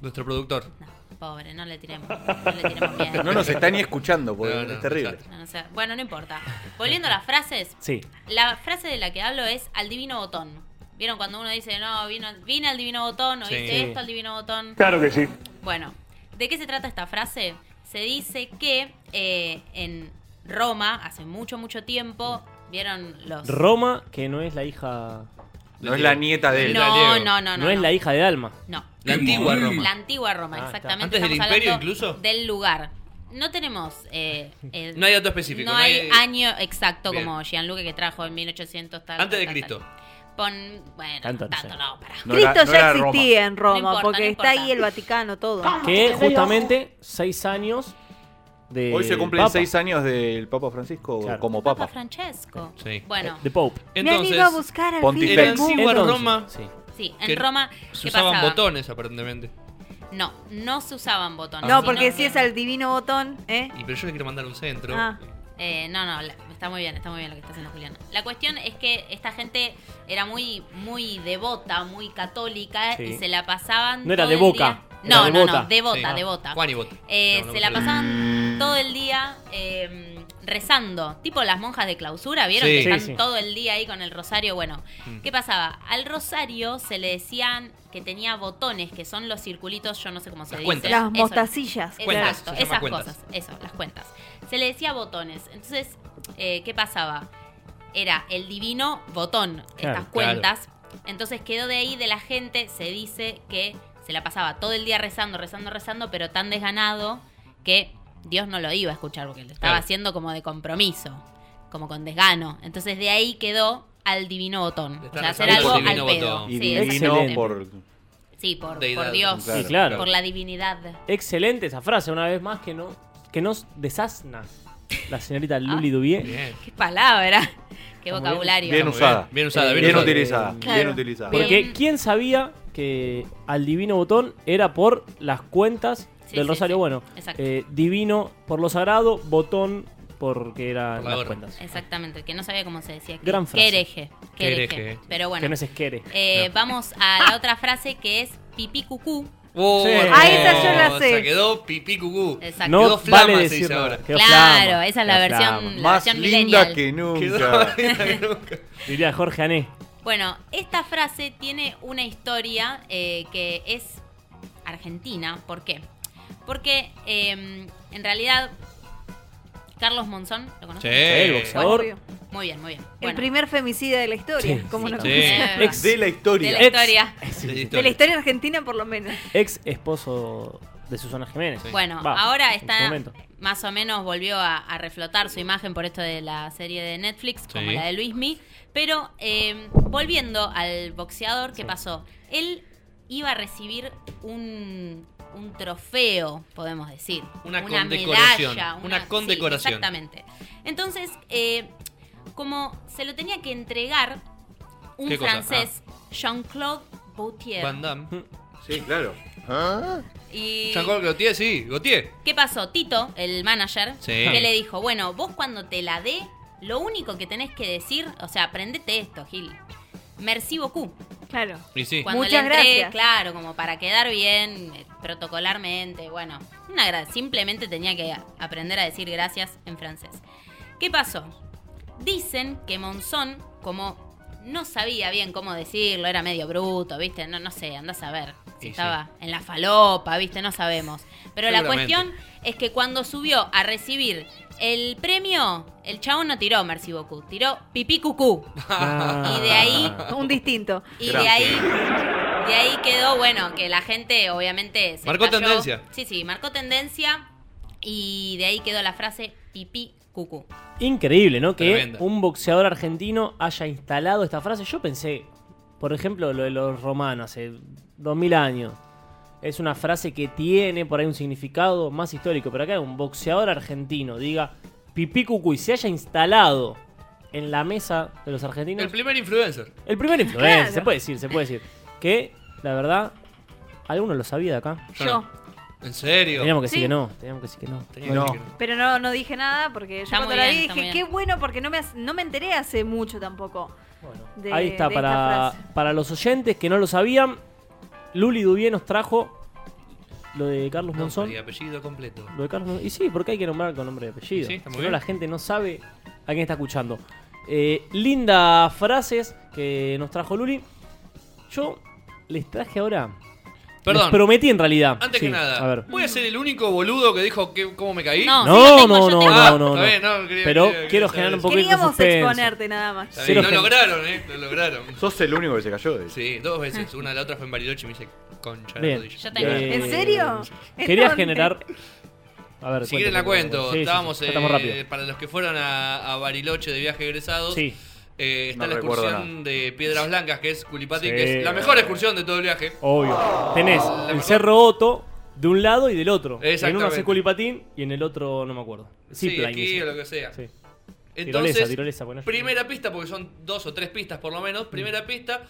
Speaker 2: nuestro productor.
Speaker 9: Pobre, no le tiremos, no le tiremos
Speaker 5: [laughs]
Speaker 9: miedo.
Speaker 7: No nos está ni escuchando, porque
Speaker 2: No, no,
Speaker 7: es terrible.
Speaker 9: No, no sé. Bueno, no importa. Volviendo a las frases,
Speaker 5: Sí.
Speaker 9: la frase de la que hablo es al divino botón. ¿Vieron cuando uno dice, no, vino, vine al divino botón o
Speaker 11: Sí.
Speaker 9: hice
Speaker 11: Sí.
Speaker 9: esto al divino botón?
Speaker 11: Claro que sí.
Speaker 9: Bueno, ¿de qué se trata esta frase? Se dice que eh, en Roma, hace mucho, mucho tiempo, vieron los...
Speaker 5: Roma, que no es la hija.
Speaker 15: No es la nieta de él.
Speaker 9: No, no, no, no,
Speaker 5: es
Speaker 9: no.
Speaker 5: la hija de Dalma.
Speaker 9: No.
Speaker 5: La antigua
Speaker 11: Mm.
Speaker 5: Roma.
Speaker 9: La antigua Roma,
Speaker 5: Ah, está.
Speaker 9: exactamente.
Speaker 5: ¿Antes del
Speaker 9: Estamos
Speaker 5: imperio
Speaker 9: hablando
Speaker 5: incluso?
Speaker 9: Del lugar. No tenemos... eh, eh,
Speaker 2: No hay dato específico,
Speaker 9: No
Speaker 2: no
Speaker 9: hay
Speaker 2: hay-
Speaker 9: año exacto
Speaker 2: Bien.
Speaker 9: como Gianluca que trajo en 1800 tal.
Speaker 2: Antes de
Speaker 9: tal,
Speaker 2: Cristo.
Speaker 9: tal. Pon... Bueno,
Speaker 5: Tanto no
Speaker 9: tanto
Speaker 5: sé.
Speaker 9: no, para.
Speaker 5: No
Speaker 6: Cristo
Speaker 5: era- no
Speaker 6: ya
Speaker 5: era Roma.
Speaker 6: existía en Roma,
Speaker 9: No importa,
Speaker 6: porque
Speaker 9: no
Speaker 6: está
Speaker 9: importa.
Speaker 6: ahí el Vaticano, todo.
Speaker 5: Que justamente seis años de.
Speaker 7: Hoy se cumplen
Speaker 5: Papa.
Speaker 7: seis años del Papa Francisco
Speaker 5: Claro.
Speaker 7: como Papa.
Speaker 9: Francesco.
Speaker 7: Sí.
Speaker 9: Bueno.
Speaker 5: De Pope.
Speaker 6: Me han ido a buscar al fin del
Speaker 2: Eh, Pontifex.
Speaker 6: mundo.
Speaker 2: En
Speaker 5: Entonces,
Speaker 2: Roma.
Speaker 5: sí.
Speaker 9: Sí, en
Speaker 2: que
Speaker 9: Roma,
Speaker 2: Se
Speaker 9: ¿qué
Speaker 2: usaban
Speaker 9: pasaba?
Speaker 2: botones, aparentemente.
Speaker 9: No, no se usaban botones.
Speaker 6: No,
Speaker 9: sino
Speaker 6: porque si
Speaker 9: que-
Speaker 6: es al divino botón, ¿eh?
Speaker 2: Y pero yo le quiero mandar un centro.
Speaker 6: Ah.
Speaker 9: Eh, no, no, la- está muy bien, está muy bien lo que está haciendo Juliana. La cuestión es que esta gente era muy, muy devota, muy católica
Speaker 5: Sí.
Speaker 9: y se la pasaban.
Speaker 5: No era
Speaker 9: todo
Speaker 5: de
Speaker 9: el
Speaker 5: boca,
Speaker 9: día-
Speaker 5: era
Speaker 9: No, no,
Speaker 5: devota.
Speaker 9: no, devota,
Speaker 5: Sí. Ah.
Speaker 9: devota.
Speaker 5: Juan y bota.
Speaker 9: Eh,
Speaker 5: No,
Speaker 9: se
Speaker 5: no me
Speaker 9: la
Speaker 5: sale.
Speaker 9: pasaban todo el día eh, rezando. Tipo las monjas de clausura, ¿vieron?
Speaker 5: Sí.
Speaker 9: que
Speaker 5: Sí,
Speaker 9: están
Speaker 5: sí.
Speaker 9: todo el día ahí con el rosario. Bueno,
Speaker 5: Mm.
Speaker 9: ¿qué pasaba? Al rosario se le decían que tenía botones, que son los circulitos, yo no sé cómo se
Speaker 6: Las
Speaker 9: dice.
Speaker 6: cuentas. Las
Speaker 9: Eso.
Speaker 6: mostacillas, claro. Se
Speaker 9: Exacto,
Speaker 6: llama
Speaker 9: esas
Speaker 6: cuentas.
Speaker 9: cosas. Eso, las cuentas. Se le decía botones. Entonces, eh, ¿qué pasaba? Era el divino botón,
Speaker 6: Claro.
Speaker 9: estas cuentas. Entonces quedó de ahí de la gente, se dice que se la pasaba todo el día rezando, rezando, rezando, pero tan desganado que Dios no lo iba a escuchar porque lo estaba
Speaker 6: Claro.
Speaker 9: haciendo como de compromiso, como con desgano. Entonces de ahí quedó al divino botón. O
Speaker 2: está
Speaker 9: sea, hacer
Speaker 2: rezando
Speaker 9: algo
Speaker 2: al
Speaker 9: al
Speaker 2: divino
Speaker 9: pedo.
Speaker 2: botón.
Speaker 7: Y
Speaker 9: Sí,
Speaker 7: divino
Speaker 9: exactamente.
Speaker 7: por.
Speaker 9: Sí, por,
Speaker 5: Deidad.
Speaker 9: por Dios,
Speaker 5: Sí, claro.
Speaker 9: por la divinidad.
Speaker 5: Excelente esa frase, una vez más que no que nos desasna la
Speaker 9: Ah.
Speaker 5: señorita Luli Dubié.
Speaker 9: Qué palabra, qué
Speaker 5: Está muy
Speaker 9: vocabulario.
Speaker 7: Bien usada. Eh,
Speaker 2: Bien usada, bien
Speaker 7: Bien
Speaker 2: usada.
Speaker 7: utilizada.
Speaker 9: Claro.
Speaker 7: Bien utilizada.
Speaker 5: Porque quién sabía que al divino botón era por las cuentas
Speaker 9: Sí,
Speaker 5: del
Speaker 9: sí,
Speaker 5: Rosario.
Speaker 9: sí.
Speaker 5: Bueno,
Speaker 9: Exacto.
Speaker 5: eh, divino por lo sagrado, botón porque eran
Speaker 9: Por
Speaker 5: las
Speaker 9: favor.
Speaker 5: cuentas.
Speaker 9: Exactamente, que no sabía cómo se decía.
Speaker 5: Gran
Speaker 9: Que-
Speaker 5: frase.
Speaker 9: que hereje. que
Speaker 5: Que
Speaker 9: hereje.
Speaker 5: hereje.
Speaker 9: Pero bueno.
Speaker 5: Que no es esquere.
Speaker 9: Eh,
Speaker 5: No. Ah.
Speaker 9: Vamos a la otra frase que es pipí cucú.
Speaker 2: Oh,
Speaker 5: Sí.
Speaker 2: hermosa.
Speaker 5: Ah, esa yo la sé.
Speaker 2: Se quedó pipí cucú.
Speaker 9: Exacto.
Speaker 5: No
Speaker 2: quedó flama,
Speaker 5: vale
Speaker 2: se dice
Speaker 5: decirlo.
Speaker 2: ahora.
Speaker 5: Quedó
Speaker 9: Claro,
Speaker 5: flama,
Speaker 9: esa es la
Speaker 5: quedó
Speaker 9: versión-
Speaker 5: flama.
Speaker 9: la Más versión linda millennial. que
Speaker 5: [laughs]
Speaker 7: nunca.
Speaker 9: [laughs]
Speaker 5: Diría Jorge Ané.
Speaker 9: Bueno, esta frase tiene una historia eh, que es argentina. ¿Por qué? Porque eh, en realidad Carlos Monzón, ¿lo conoces?
Speaker 5: Sí, el boxeador.
Speaker 9: Bueno, muy bien, muy bien.
Speaker 6: El
Speaker 9: Bueno,
Speaker 6: primer femicida de la historia,
Speaker 5: Sí.
Speaker 6: como
Speaker 5: Sí.
Speaker 6: no
Speaker 5: Sí.
Speaker 6: conocía.
Speaker 5: Ex- De la historia.
Speaker 9: De la historia.
Speaker 5: Ex-
Speaker 6: De la historia argentina, por lo menos.
Speaker 5: Ex esposo de Susana Jiménez.
Speaker 9: Bueno,
Speaker 5: Va,
Speaker 9: ahora
Speaker 5: en su
Speaker 9: está
Speaker 5: momento.
Speaker 9: más o menos volvió a, a reflotar su imagen por esto de la serie de Netflix, como
Speaker 5: Sí.
Speaker 9: la de Luismi. Pero eh, volviendo al boxeador, ¿qué pasó? Él iba a recibir un, un trofeo, podemos decir.
Speaker 2: Una condecoración, una
Speaker 9: sí,
Speaker 2: condecoración.
Speaker 9: exactamente. Entonces, eh, como se lo tenía que entregar un
Speaker 2: ¿Qué cosa? Ah.
Speaker 9: francés, Jean-Claude Gaultier.
Speaker 2: Van Damme.
Speaker 7: Sí, claro.
Speaker 9: Y...
Speaker 2: Jean-Claude Gaultier, sí, Gaultier.
Speaker 9: ¿Qué pasó? Tito, el manager,
Speaker 2: Sí.
Speaker 9: que le dijo, bueno, vos cuando te la dé, lo único que tenés que decir, o sea, aprendete esto, Gil. Merci beaucoup.
Speaker 6: Claro.
Speaker 2: Y sí.
Speaker 9: Cuando
Speaker 6: Muchas
Speaker 9: le entré,
Speaker 6: gracias.
Speaker 9: claro, como para quedar bien, eh, protocolarmente, bueno, una gra- simplemente tenía que aprender a decir gracias en francés. ¿Qué pasó? Dicen que Monzón, como no sabía bien cómo decirlo, era medio bruto, ¿viste? No, no sé, andás a ver.
Speaker 6: Y sí.
Speaker 9: Si estaba en la falopa, ¿viste? No sabemos. Pero la
Speaker 6: Seguramente.
Speaker 9: cuestión es que cuando subió a recibir el premio, el chabón no tiró Merci beaucoup, tiró
Speaker 6: [laughs]
Speaker 9: pipí cucú.
Speaker 6: Ah.
Speaker 5: Ah.
Speaker 9: Y de ahí.
Speaker 6: Un distinto.
Speaker 9: Y de ahí, de ahí quedó, bueno, que la gente obviamente se
Speaker 2: Marcó
Speaker 9: cayó.
Speaker 2: tendencia.
Speaker 9: Sí, sí, marcó tendencia. Y de ahí quedó la frase pipí cucú.
Speaker 5: Increíble, ¿no? Que
Speaker 2: Tremendo.
Speaker 5: un boxeador argentino haya instalado esta frase. Yo pensé, por ejemplo, lo de los romanos hace 2000 años. Es una frase que tiene por ahí un significado más histórico. Pero acá un boxeador argentino diga pipí cucú y se haya instalado en la mesa de los argentinos.
Speaker 2: El primer influencer.
Speaker 5: El primer influencer,
Speaker 2: Claro.
Speaker 5: se puede decir, se puede decir. Que, la verdad, alguno lo sabía de acá.
Speaker 2: Yo no. ¿En serio?
Speaker 5: Teníamos que
Speaker 6: Sí.
Speaker 5: decir que no, teníamos que decir que no.
Speaker 2: Teníamos que
Speaker 6: Pero no, no dije nada porque yo
Speaker 9: Está
Speaker 6: cuando
Speaker 9: muy
Speaker 6: la
Speaker 9: bien,
Speaker 6: vi
Speaker 9: está
Speaker 6: dije,
Speaker 9: muy
Speaker 6: qué
Speaker 9: bien.
Speaker 6: bueno porque no me, as- no me enteré hace mucho tampoco. de-
Speaker 5: Ahí está,
Speaker 6: de
Speaker 5: para,
Speaker 6: esta frase.
Speaker 5: para los oyentes que no lo sabían, Luli Dubié nos trajo lo de Carlos Monzón.
Speaker 2: Y apellido completo.
Speaker 5: Lo de Carlos Monzón. Y sí, porque hay que nombrar con nombre y apellido.
Speaker 2: Sí, está muy
Speaker 5: Si no,
Speaker 2: bien.
Speaker 5: la gente no sabe a quién está escuchando. Eh, lindas frases que nos trajo Luli. Yo les traje ahora.
Speaker 2: Perdón.
Speaker 5: Les prometí en realidad.
Speaker 2: Antes
Speaker 5: Sí,
Speaker 2: que nada,
Speaker 5: A ver.
Speaker 2: voy a ser el único boludo que dijo que, cómo me caí.
Speaker 5: No, no, no, no,
Speaker 2: Ah,
Speaker 5: no, no,
Speaker 2: está bien,
Speaker 5: no.
Speaker 2: quería-
Speaker 5: Pero
Speaker 2: quería-
Speaker 5: quiero
Speaker 2: quería
Speaker 5: generar un
Speaker 2: saber.
Speaker 5: poco de
Speaker 6: Queríamos
Speaker 5: suspenso.
Speaker 6: exponerte nada más.
Speaker 2: Está bien, Lo lograron, eh, lo lograron.
Speaker 7: Sos el único que se cayó de eso.
Speaker 2: Sí,
Speaker 6: [laughs]
Speaker 2: dos veces. Una la otra fue en Bariloche y me hice concha de
Speaker 5: Bien.
Speaker 2: rodilla.
Speaker 5: Eh,
Speaker 6: ¿En serio?
Speaker 5: Quería
Speaker 6: Entonces-
Speaker 5: generar. A ver,
Speaker 2: Si quieren la
Speaker 5: cuéntame,
Speaker 2: cuento,
Speaker 5: sí, sí,
Speaker 2: estábamos,
Speaker 5: sí, tratamos
Speaker 2: eh,
Speaker 5: rápido.
Speaker 2: para los que fueron a, a Bariloche de viaje egresados,
Speaker 5: Sí.
Speaker 2: eh, está
Speaker 5: No
Speaker 2: la
Speaker 5: recuerdo
Speaker 2: excursión de Piedras Blancas, que es Culipati,
Speaker 5: Sí.
Speaker 2: que es la mejor excursión de todo el viaje. Oh.
Speaker 5: Obvio. Tenés
Speaker 2: La
Speaker 5: el
Speaker 2: mejor.
Speaker 5: Cerro Otto de un lado y del otro. En uno
Speaker 2: Exactamente.
Speaker 5: hace culipatín y en el otro no me acuerdo.
Speaker 2: Sí,
Speaker 5: Zipline,
Speaker 2: esquí
Speaker 5: dice.
Speaker 2: o lo que sea.
Speaker 5: Sí.
Speaker 2: Entonces,
Speaker 5: tirolesa, tirolesa. Mm. Bueno,
Speaker 2: primera pista, porque son dos o tres pistas por lo menos, primera pista.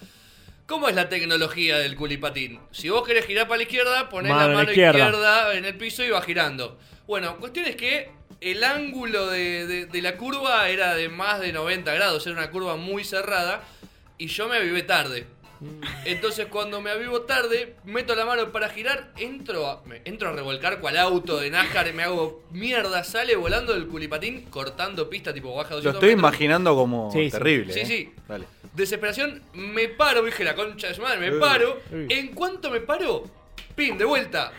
Speaker 2: ¿Cómo es la tecnología del culipatín? Si vos querés girar para la izquierda, ponés
Speaker 5: Mano en
Speaker 2: la
Speaker 5: la
Speaker 2: mano izquierda.
Speaker 5: izquierda.
Speaker 2: en el piso y va girando. Bueno, cuestión es que el ángulo de, de- de la curva era de más de 90 grados, era una curva muy cerrada y yo me avivé tarde. Entonces cuando me avivo tarde, meto la mano para girar, entro a, me entro a revolcar cual auto de NASCAR, me hago mierda, sale volando el culipatín, cortando pista, tipo baja 200
Speaker 7: Lo estoy
Speaker 2: metros.
Speaker 7: imaginando como
Speaker 2: Sí, sí.
Speaker 7: terrible.
Speaker 2: Sí,
Speaker 7: eh.
Speaker 2: sí.
Speaker 7: Dale.
Speaker 2: Desesperación, me paro, dije la concha de su madre, me
Speaker 7: Eh,
Speaker 2: paro.
Speaker 7: eh.
Speaker 2: En cuanto me paro, pin, de vuelta.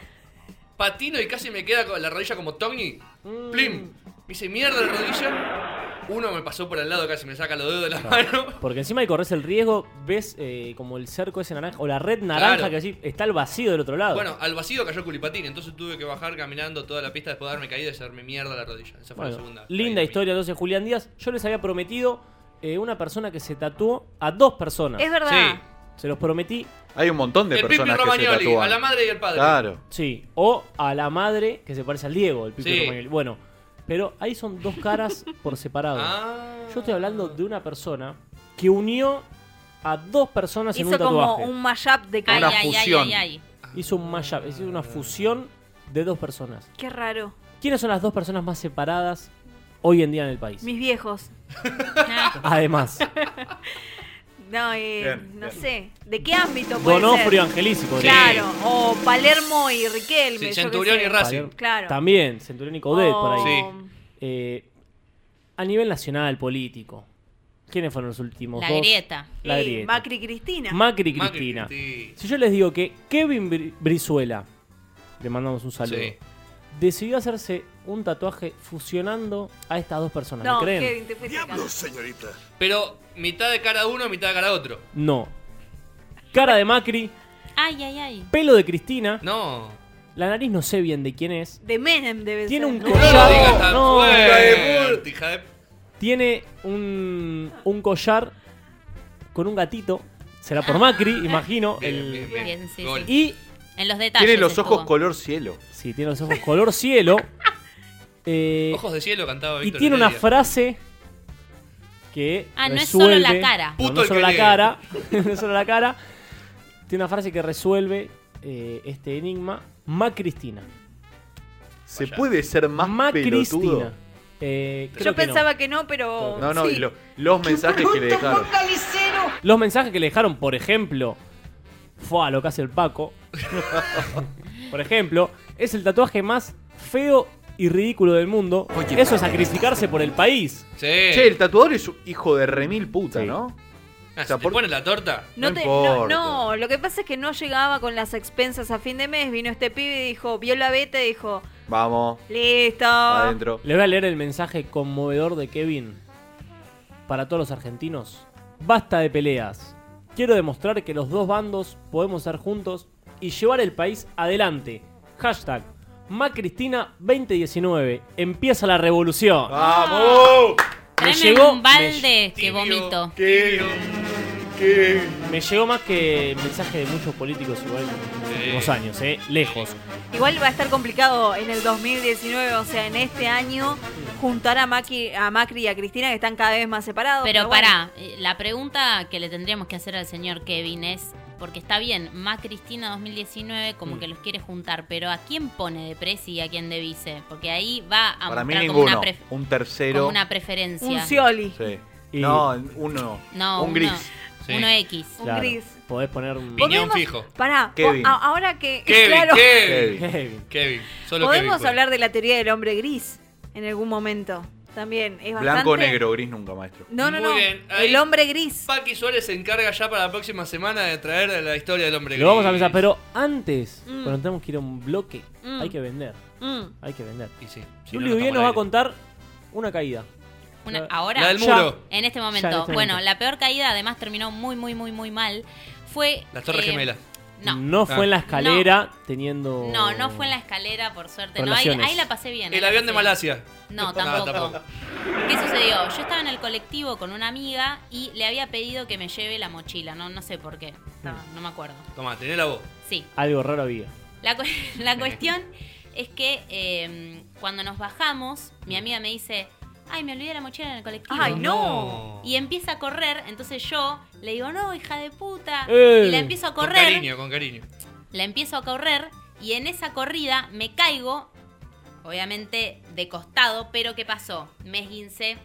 Speaker 2: Patino y casi me queda con la rodilla como Tony.
Speaker 7: Mm.
Speaker 2: Plim. Me hice mierda la rodilla. Uno me pasó por al lado, casi me saca los dedos de
Speaker 7: Ah.
Speaker 2: la mano.
Speaker 5: Porque encima ahí corres el riesgo, ves eh, como el cerco ese naranja o la red naranja
Speaker 2: Claro.
Speaker 5: que así está el vacío del otro lado.
Speaker 2: Bueno, al vacío cayó culipatín, entonces tuve que bajar caminando toda la pista después de haberme caído y hacerme mierda la rodilla. Esa fue
Speaker 5: Bueno,
Speaker 2: la segunda.
Speaker 5: linda historia. Entonces, Julián Díaz, yo les había prometido eh, una persona que se tatuó a dos personas.
Speaker 6: Es verdad. Sí.
Speaker 5: Se los prometí.
Speaker 7: Hay un montón de
Speaker 2: El Pipi
Speaker 7: personas que se
Speaker 2: Romagnoli,
Speaker 7: tatúan.
Speaker 2: a la madre y al padre.
Speaker 5: Sí, o a la madre que se parece al Diego, el Pipi
Speaker 2: Sí.
Speaker 5: Romagnoli. Bueno, pero ahí son dos
Speaker 2: [laughs]
Speaker 5: caras por separado.
Speaker 2: Ah.
Speaker 5: Yo estoy hablando de una persona que unió a dos personas en un
Speaker 6: Hizo como
Speaker 5: tatuaje.
Speaker 6: un mashup de
Speaker 5: Una
Speaker 6: Ay, ay, ay,
Speaker 5: fusión.
Speaker 6: ay, ay.
Speaker 5: Hizo un mashup, es decir, una fusión de dos personas.
Speaker 6: Qué raro.
Speaker 5: ¿Quiénes son las dos personas más separadas hoy en día en el país?
Speaker 6: Mis viejos.
Speaker 5: Además,
Speaker 6: No, eh,
Speaker 5: Bien,
Speaker 6: no
Speaker 5: bien.
Speaker 6: sé. ¿De qué ámbito puede
Speaker 5: Donofrio
Speaker 6: ser?
Speaker 5: Angelici. podría ser.
Speaker 6: Claro, o Palermo y Riquelme.
Speaker 2: Sí,
Speaker 6: yo qué
Speaker 2: Centurión
Speaker 6: sé.
Speaker 2: y Racing.
Speaker 6: Claro.
Speaker 5: También, Centurión y Coudet por ahí.
Speaker 6: Oh.
Speaker 5: Eh, a nivel nacional, político. ¿Quiénes fueron los últimos
Speaker 9: La
Speaker 5: dos?
Speaker 9: grieta.
Speaker 5: La
Speaker 6: Sí,
Speaker 5: grieta.
Speaker 6: Macri y Cristina.
Speaker 5: Macri y Cristina. Si yo les digo que Kevin Bri- Brizuela, le mandamos un saludo,
Speaker 2: Sí.
Speaker 5: decidió hacerse un tatuaje fusionando a estas dos personas.
Speaker 6: No,
Speaker 5: ¿Me creen?
Speaker 6: Kevin, te fuiste acá.
Speaker 2: señorita. Pero mitad de cara a uno, mitad de cara a otro.
Speaker 5: No. Cara de Macri,
Speaker 9: Ay, ay, ay.
Speaker 5: pelo de Cristina.
Speaker 2: No.
Speaker 5: La nariz no sé bien de quién es.
Speaker 6: De Menem debe
Speaker 5: Tiene
Speaker 6: ser.
Speaker 5: un
Speaker 6: ¿no?
Speaker 5: collar.
Speaker 2: No digas tan
Speaker 5: No.
Speaker 2: fuerte, hija de-
Speaker 5: Tiene un, un collar con un gatito. Será por Macri, imagino. el-
Speaker 9: Bien, sí,
Speaker 5: Gol.
Speaker 9: sí. En los detalles.
Speaker 5: Tiene los ojos
Speaker 9: estuvo.
Speaker 7: Color cielo.
Speaker 5: Sí, tiene los ojos color cielo. Eh,
Speaker 2: Ojos de cielo cantaba
Speaker 5: y
Speaker 2: Víctor
Speaker 5: tiene una
Speaker 2: Heredia.
Speaker 5: frase que
Speaker 9: Ah, no es
Speaker 5: resuelve-
Speaker 9: solo la cara.
Speaker 5: No,
Speaker 9: Puto
Speaker 5: no
Speaker 9: el
Speaker 5: es solo
Speaker 9: que
Speaker 5: la
Speaker 9: lee.
Speaker 5: cara. [laughs] no es solo la cara. Tiene una frase que resuelve eh, este enigma. Macristina.
Speaker 7: ¿Se puede ser más pelotudo?
Speaker 5: Macristina. Eh, creo
Speaker 6: Yo
Speaker 5: que no.
Speaker 6: pensaba que no, pero.
Speaker 7: No, no,
Speaker 6: sí.
Speaker 7: y lo- los mensajes que le dejaron.
Speaker 6: Calicero.
Speaker 5: Los mensajes que le dejaron, por ejemplo, fue a lo que hace
Speaker 7: [laughs]
Speaker 5: el Paco. por ejemplo, es el tatuaje más feo y ridículo del mundo. Eso es sacrificarse por el país.
Speaker 7: Che, el tatuador es un hijo de remil puta, ¿no?
Speaker 2: Ah, ¿se te pone la torta?
Speaker 6: No, te- no,
Speaker 7: importa.
Speaker 6: no, lo que pasa es que no llegaba con las expensas a fin de mes. Vino este pibe y dijo, vio la beta y dijo,
Speaker 7: Vamos.
Speaker 6: listo.
Speaker 5: Le voy a leer el mensaje conmovedor de Kevin. Para todos los argentinos, basta de peleas. Quiero demostrar que los dos bandos podemos estar juntos y llevar el país adelante. Hashtag Macristina2019. Empieza la revolución.
Speaker 7: ¡Vamos!
Speaker 5: Me
Speaker 9: Tráeme
Speaker 5: llegó,
Speaker 9: un balde que vomito.
Speaker 5: me llegó más que mensaje de muchos políticos igual en los últimos años, ¿eh? Lejos.
Speaker 6: Igual va a estar complicado en el 2019, o sea, en este año, juntar a, Macri, a Macri y a Cristina, que están cada vez más separados.
Speaker 9: Pero,
Speaker 6: bueno.
Speaker 9: pará, eh, la pregunta que le tendríamos que hacer al señor Kevin es, porque está bien, más Cristina 2019 como
Speaker 5: Mm.
Speaker 9: que los quiere juntar, pero ¿a quién pone de presi y a quién de vice? Porque ahí va a
Speaker 7: Para mí
Speaker 9: mostrar como
Speaker 7: ninguno.
Speaker 9: una, pref-
Speaker 7: Un tercero.
Speaker 9: como una preferencia.
Speaker 7: Sí. No, uno.
Speaker 9: No,
Speaker 7: un
Speaker 9: uno.
Speaker 7: gris.
Speaker 9: Uno X.
Speaker 6: Un gris.
Speaker 5: Podés poner un
Speaker 6: Podemos- Pará,
Speaker 7: Kevin.
Speaker 6: po- a- ahora que.
Speaker 2: Kevin,
Speaker 6: [laughs] claro,
Speaker 2: Kevin. Kevin. Solo
Speaker 6: podemos
Speaker 2: Kevin puede.
Speaker 6: hablar de la teoría del hombre gris en algún momento. También es bastante.
Speaker 15: Blanco o negro, gris nunca, maestro.
Speaker 6: No, no,
Speaker 2: Muy
Speaker 6: no.
Speaker 2: bien, ahí
Speaker 6: El hombre gris.
Speaker 2: Paqui Suárez se encarga ya para la próxima semana de traer la historia del hombre gris.
Speaker 5: Lo vamos a pensar, pero antes,
Speaker 2: Mm.
Speaker 5: cuando tenemos que ir a un bloque,
Speaker 2: Mm.
Speaker 5: hay que vender.
Speaker 6: Mm.
Speaker 5: Hay que vender. Y
Speaker 2: si
Speaker 5: sí,
Speaker 2: no,
Speaker 5: Julio
Speaker 2: no
Speaker 5: bien
Speaker 2: estamos al
Speaker 5: nos va a
Speaker 2: aire.
Speaker 5: contar una caída.
Speaker 9: Una-
Speaker 5: La-
Speaker 9: ahora,
Speaker 5: la del
Speaker 9: ya,
Speaker 5: muro.
Speaker 9: en este momento.
Speaker 5: Ya, en este
Speaker 9: bueno,
Speaker 5: momento.
Speaker 9: la peor caída además terminó muy, muy, muy, muy mal. Fue.
Speaker 2: La Torre
Speaker 9: eh,
Speaker 2: Gemela.
Speaker 9: No. Ah.
Speaker 5: fue en la escalera teniendo.
Speaker 9: No, no fue en la escalera, por suerte. No, ahí,
Speaker 5: Relaciones.
Speaker 9: ahí la pasé bien.
Speaker 2: El
Speaker 9: la
Speaker 2: avión
Speaker 9: pasé
Speaker 2: de
Speaker 9: bien.
Speaker 2: Malasia.
Speaker 9: No,
Speaker 2: Ah,
Speaker 9: tampoco. ¿Qué sucedió? Yo estaba en el colectivo con una amiga y le había pedido que me lleve la mochila. No, no sé por qué. Estaba- no me acuerdo.
Speaker 2: Tomá, tenés la voz.
Speaker 9: Sí.
Speaker 5: Algo raro había.
Speaker 9: La, cu- [laughs] la cuestión es que eh, cuando nos bajamos, mi amiga me dice, ay, me olvidé la mochila en el colectivo.
Speaker 6: Ay, no.
Speaker 9: Y empieza a correr, entonces yo le digo, no, hija de puta.
Speaker 2: Eh.
Speaker 9: Y la empiezo a
Speaker 2: Con
Speaker 9: correr,
Speaker 2: cariño, con cariño.
Speaker 9: la empiezo a correr y en esa corrida me caigo, obviamente de costado, pero ¿qué pasó? Me esguincé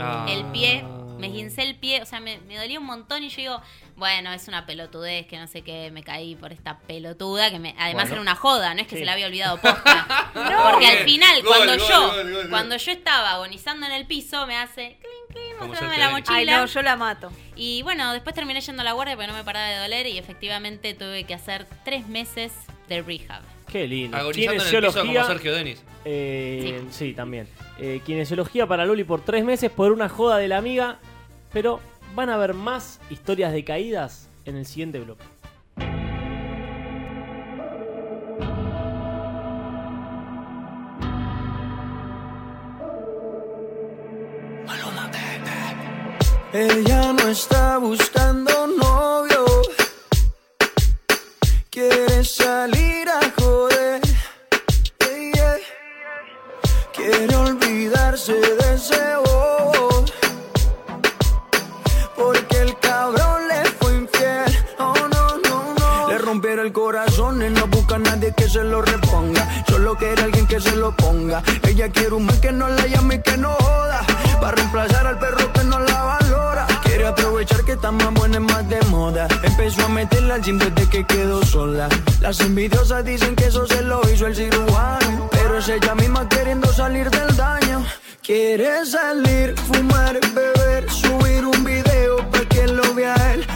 Speaker 2: Ah.
Speaker 9: el pie, me esguincé el pie, o sea, me, me dolía un montón y yo digo, bueno, es una pelotudez, que no sé qué, me caí por esta pelotuda, que me, además
Speaker 6: Bueno.
Speaker 9: era una joda, no es que
Speaker 6: Sí.
Speaker 9: se la había olvidado posta.
Speaker 6: [laughs]
Speaker 9: Porque al
Speaker 6: Bien.
Speaker 9: final,
Speaker 6: Gol,
Speaker 9: cuando
Speaker 6: gol,
Speaker 9: yo,
Speaker 6: gol, gol, gol.
Speaker 9: cuando yo estaba agonizando en el piso, me hace clink, clink,
Speaker 6: Como
Speaker 9: mostrándome la
Speaker 6: San
Speaker 9: mochila.
Speaker 6: Federico. Ay, no, yo la mato.
Speaker 9: Y bueno, después terminé yendo a la guardia porque no me paraba de doler y efectivamente tuve que hacer tres meses de rehab.
Speaker 5: Qué lindo.
Speaker 2: Agonizando en el
Speaker 5: Kinesiología,
Speaker 2: piso como Sergio Denis.
Speaker 5: eh, sí. también. Eh, kinesiología para Loli por tres meses por una joda de la amiga. Pero van a haber más historias de caídas en el siguiente bloque.
Speaker 8: Ella no está buscando novio. Quiere salir a joder. Ey, ey. Quiere olvidarse de ese bobo. Porque el cabrón le fue infiel. Oh, no, no, no. Le rompieron el corazón y no busca a nadie que se lo reponga. Solo quiere alguien que se lo ponga. Ella quiere un man que no la llame y que no joda. Para reemplazar al perro que no la valora. Quiere aprovechar que está más buena y más de moda. Empezó a meterla al gym desde que quedó sola. Las envidiosas dicen que eso se lo hizo el cirujano. Pero es ella misma queriendo salir del daño. Quiere salir, fumar, beber, subir un video pa' que lo vea él,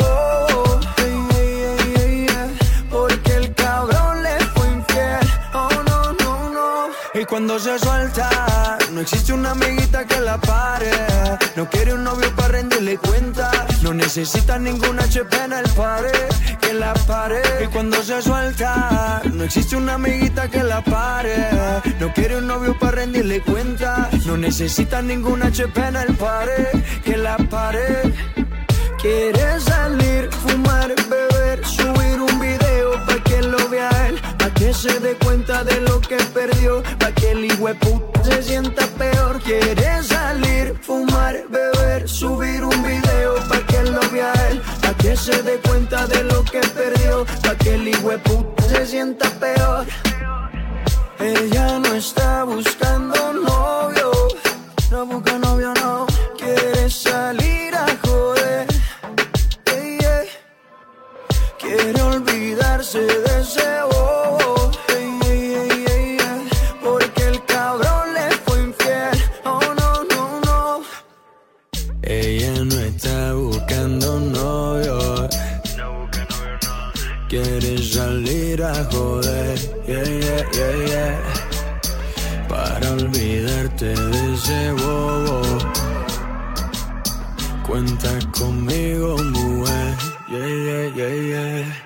Speaker 8: bobo, yeah, yeah, yeah, yeah, yeah. Porque el cabrón le fue infiel, oh no, no, no. Y cuando se suelta, no existe una amiguita que la pare. No quiere un novio para rendirle cuenta. No necesita ninguna HP en el pare, que la pare. Y cuando se suelta, no existe una amiguita que la pare. No quiere un novio para rendirle cuenta. No necesita ninguna HP en el pare, que la pare. Quiere salir, fumar, beber, subir un video pa' que lo vea él, pa' que se dé cuenta de lo que perdió, pa' que el hijueput se sienta peor. Quiere salir, fumar, beber, subir un video pa' que lo vea él, pa' que se dé cuenta de lo que perdió, pa' que el hijueput se sienta peor. Ella no está buscando novio, no busca novio, no. Quiere salir a joder, ey, ey. Quiere olvidarse de ese bobo, ey, ey, ey, ey, ey. Porque el cabrón le fue infiel, oh no, no, no. Ella no está buscando novio. Quiere salir a joder, yeah, yeah, yeah, yeah. Para olvidarte de ese bobo. Cuenta conmigo, mujer, yeah, yeah, yeah, yeah.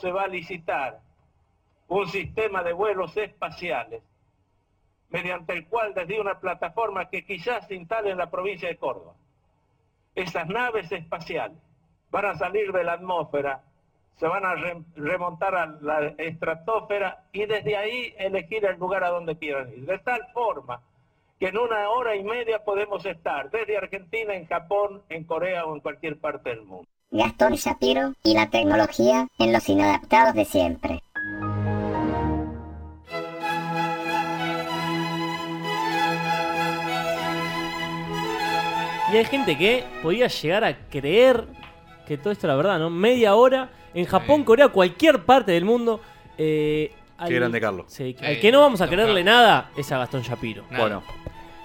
Speaker 16: se va a licitar un sistema de vuelos espaciales mediante el cual desde una plataforma que quizás se instale en la provincia de Córdoba, esas naves espaciales van a salir de la atmósfera se van a re- remontar a la estratosfera y desde ahí elegir el lugar a donde quieran ir. De tal forma que en una hora y media podemos estar desde Argentina, en Japón, en Corea o en cualquier parte del mundo.
Speaker 17: Gastón Shapiro y la tecnología en los inadaptados de siempre.
Speaker 5: Y hay gente que podía llegar a creer que todo esto era verdad, ¿no? Media hora en Japón, Corea, cualquier parte del mundo. Eh, al-
Speaker 7: Qué grande, Carlos.
Speaker 5: Sí, al que no vamos a creerle nada es a Gastón Shapiro.
Speaker 7: Bueno,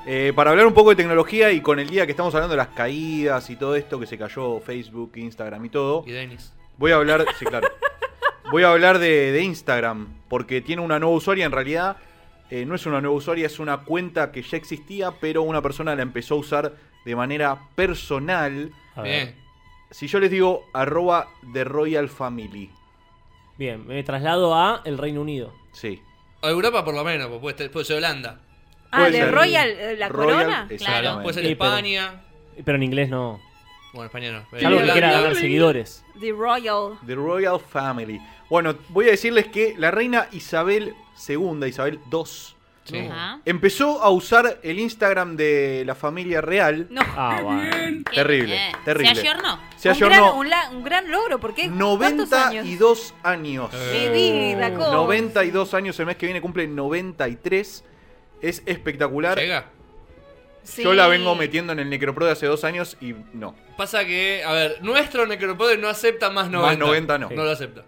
Speaker 7: eh, para hablar un poco de tecnología y con el día que estamos hablando de las caídas y todo esto que se cayó Facebook, Instagram y todo.
Speaker 2: Y Denis.
Speaker 7: Voy a hablar, sí, claro. Voy a hablar de, de Instagram, porque tiene una nueva usuaria. En realidad, eh, no es una nueva usuaria, es una cuenta que ya existía, pero una persona la empezó a usar de manera personal.
Speaker 5: A ver. Bien.
Speaker 7: Si yo les digo arroba de Royal Family.
Speaker 5: Bien, me traslado a el Reino Unido.
Speaker 7: Sí.
Speaker 2: A Europa por lo menos, pues puede, ser- puede ser Holanda.
Speaker 6: Ah, Puede de ser. Royal, eh, la Royal, corona.
Speaker 2: Claro,
Speaker 5: exactamente.
Speaker 2: puede ser
Speaker 5: Sí, pero-
Speaker 2: España.
Speaker 5: Pero en inglés no.
Speaker 2: Bueno, España no.
Speaker 5: Salvo que
Speaker 2: Holanda.
Speaker 5: quiera ganar seguidores.
Speaker 6: The Royal.
Speaker 7: The Royal Family. Bueno, voy a decirles que la reina Isabel II, Isabel II,
Speaker 6: Sí. Ajá.
Speaker 7: empezó a usar el Instagram de la familia real.
Speaker 6: No.
Speaker 5: Ah, bueno.
Speaker 7: Terrible,
Speaker 6: Eh,
Speaker 7: terrible.
Speaker 6: ¿Se ayornó?
Speaker 7: Se
Speaker 6: un, Gran,
Speaker 7: ayornó.
Speaker 6: un, la- un gran logro, porque ¿cuántos años?
Speaker 7: 92 años.
Speaker 6: Eh. Mi vida, ¿cómo?
Speaker 7: 92 años, el mes que viene cumple 93. Es espectacular. Yo
Speaker 2: Sí.
Speaker 7: la vengo metiendo en el Necropro de hace dos años y no.
Speaker 2: Pasa que, a ver, nuestro necropoder no acepta más 90.
Speaker 7: Más 90 no.
Speaker 2: No lo acepta.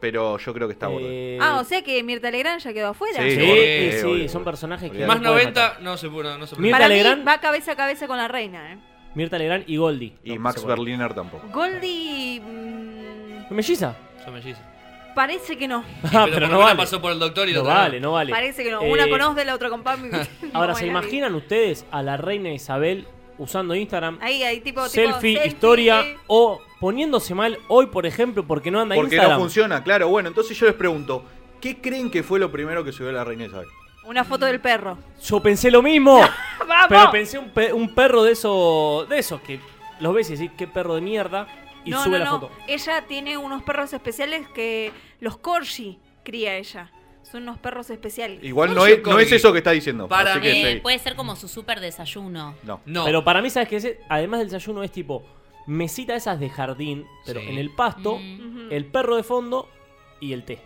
Speaker 7: Pero yo creo que está bueno.
Speaker 6: Ah, o sea que Mirta Legrand ya quedó afuera.
Speaker 7: Sí,
Speaker 5: Sí,
Speaker 7: olvidé,
Speaker 5: sí,
Speaker 7: olvidé.
Speaker 5: son personajes que.
Speaker 7: Olvidé.
Speaker 2: Más
Speaker 5: no pueden
Speaker 2: 90 no se puede. No se puede.
Speaker 5: Mirta
Speaker 6: Para mí
Speaker 5: Legrand.
Speaker 6: va cabeza a cabeza con la reina. ¿eh?
Speaker 5: matar. Mirta Legrand y Goldie.
Speaker 7: Y Max Berliner tampoco.
Speaker 6: Goldie mm,
Speaker 5: ¿Melliza?
Speaker 2: Son mellizos.
Speaker 6: parece que no.
Speaker 5: Ah, pero
Speaker 2: porque
Speaker 5: no
Speaker 2: una
Speaker 5: vale.
Speaker 2: pasó por el doctor y la
Speaker 5: No
Speaker 2: otra no.
Speaker 5: vale, no vale.
Speaker 6: Parece que no.
Speaker 5: Eh,
Speaker 6: Una conoce la otra con
Speaker 5: [laughs]
Speaker 6: Pampi. [laughs]
Speaker 5: Ahora,
Speaker 6: No,
Speaker 5: ¿se
Speaker 6: la
Speaker 5: imaginan ustedes a la reina Isabel usando Instagram?
Speaker 6: vi. Ahí, ahí, tipo. eh. tipo,
Speaker 5: selfie, historia o poniéndose mal hoy, por ejemplo, porque no anda
Speaker 7: Porque
Speaker 5: Instagram.
Speaker 7: no funciona, claro. Bueno, entonces yo les pregunto, ¿qué creen que fue lo primero que subió la reina Isabel?
Speaker 6: Una foto del perro.
Speaker 5: Yo pensé lo mismo.
Speaker 6: ¡Vamos!
Speaker 5: Pero pensé un, pe- un perro de esos de esos que los ves y decís, qué perro de mierda, y
Speaker 6: no, no,
Speaker 5: sube la
Speaker 6: no.
Speaker 5: foto.
Speaker 6: Ella tiene unos perros especiales que los Corgi cría ella. Son unos perros especiales.
Speaker 7: Igual no es, no es eso que está diciendo.
Speaker 9: Para
Speaker 7: así que
Speaker 9: mí,
Speaker 7: seguí.
Speaker 9: puede ser como su super desayuno.
Speaker 7: No.
Speaker 5: Pero para mí, ¿sabes qué? es? Además del desayuno es tipo mesita esas de jardín, pero
Speaker 7: Sí.
Speaker 5: en el pasto,
Speaker 9: Mm.
Speaker 5: el perro de fondo y el té.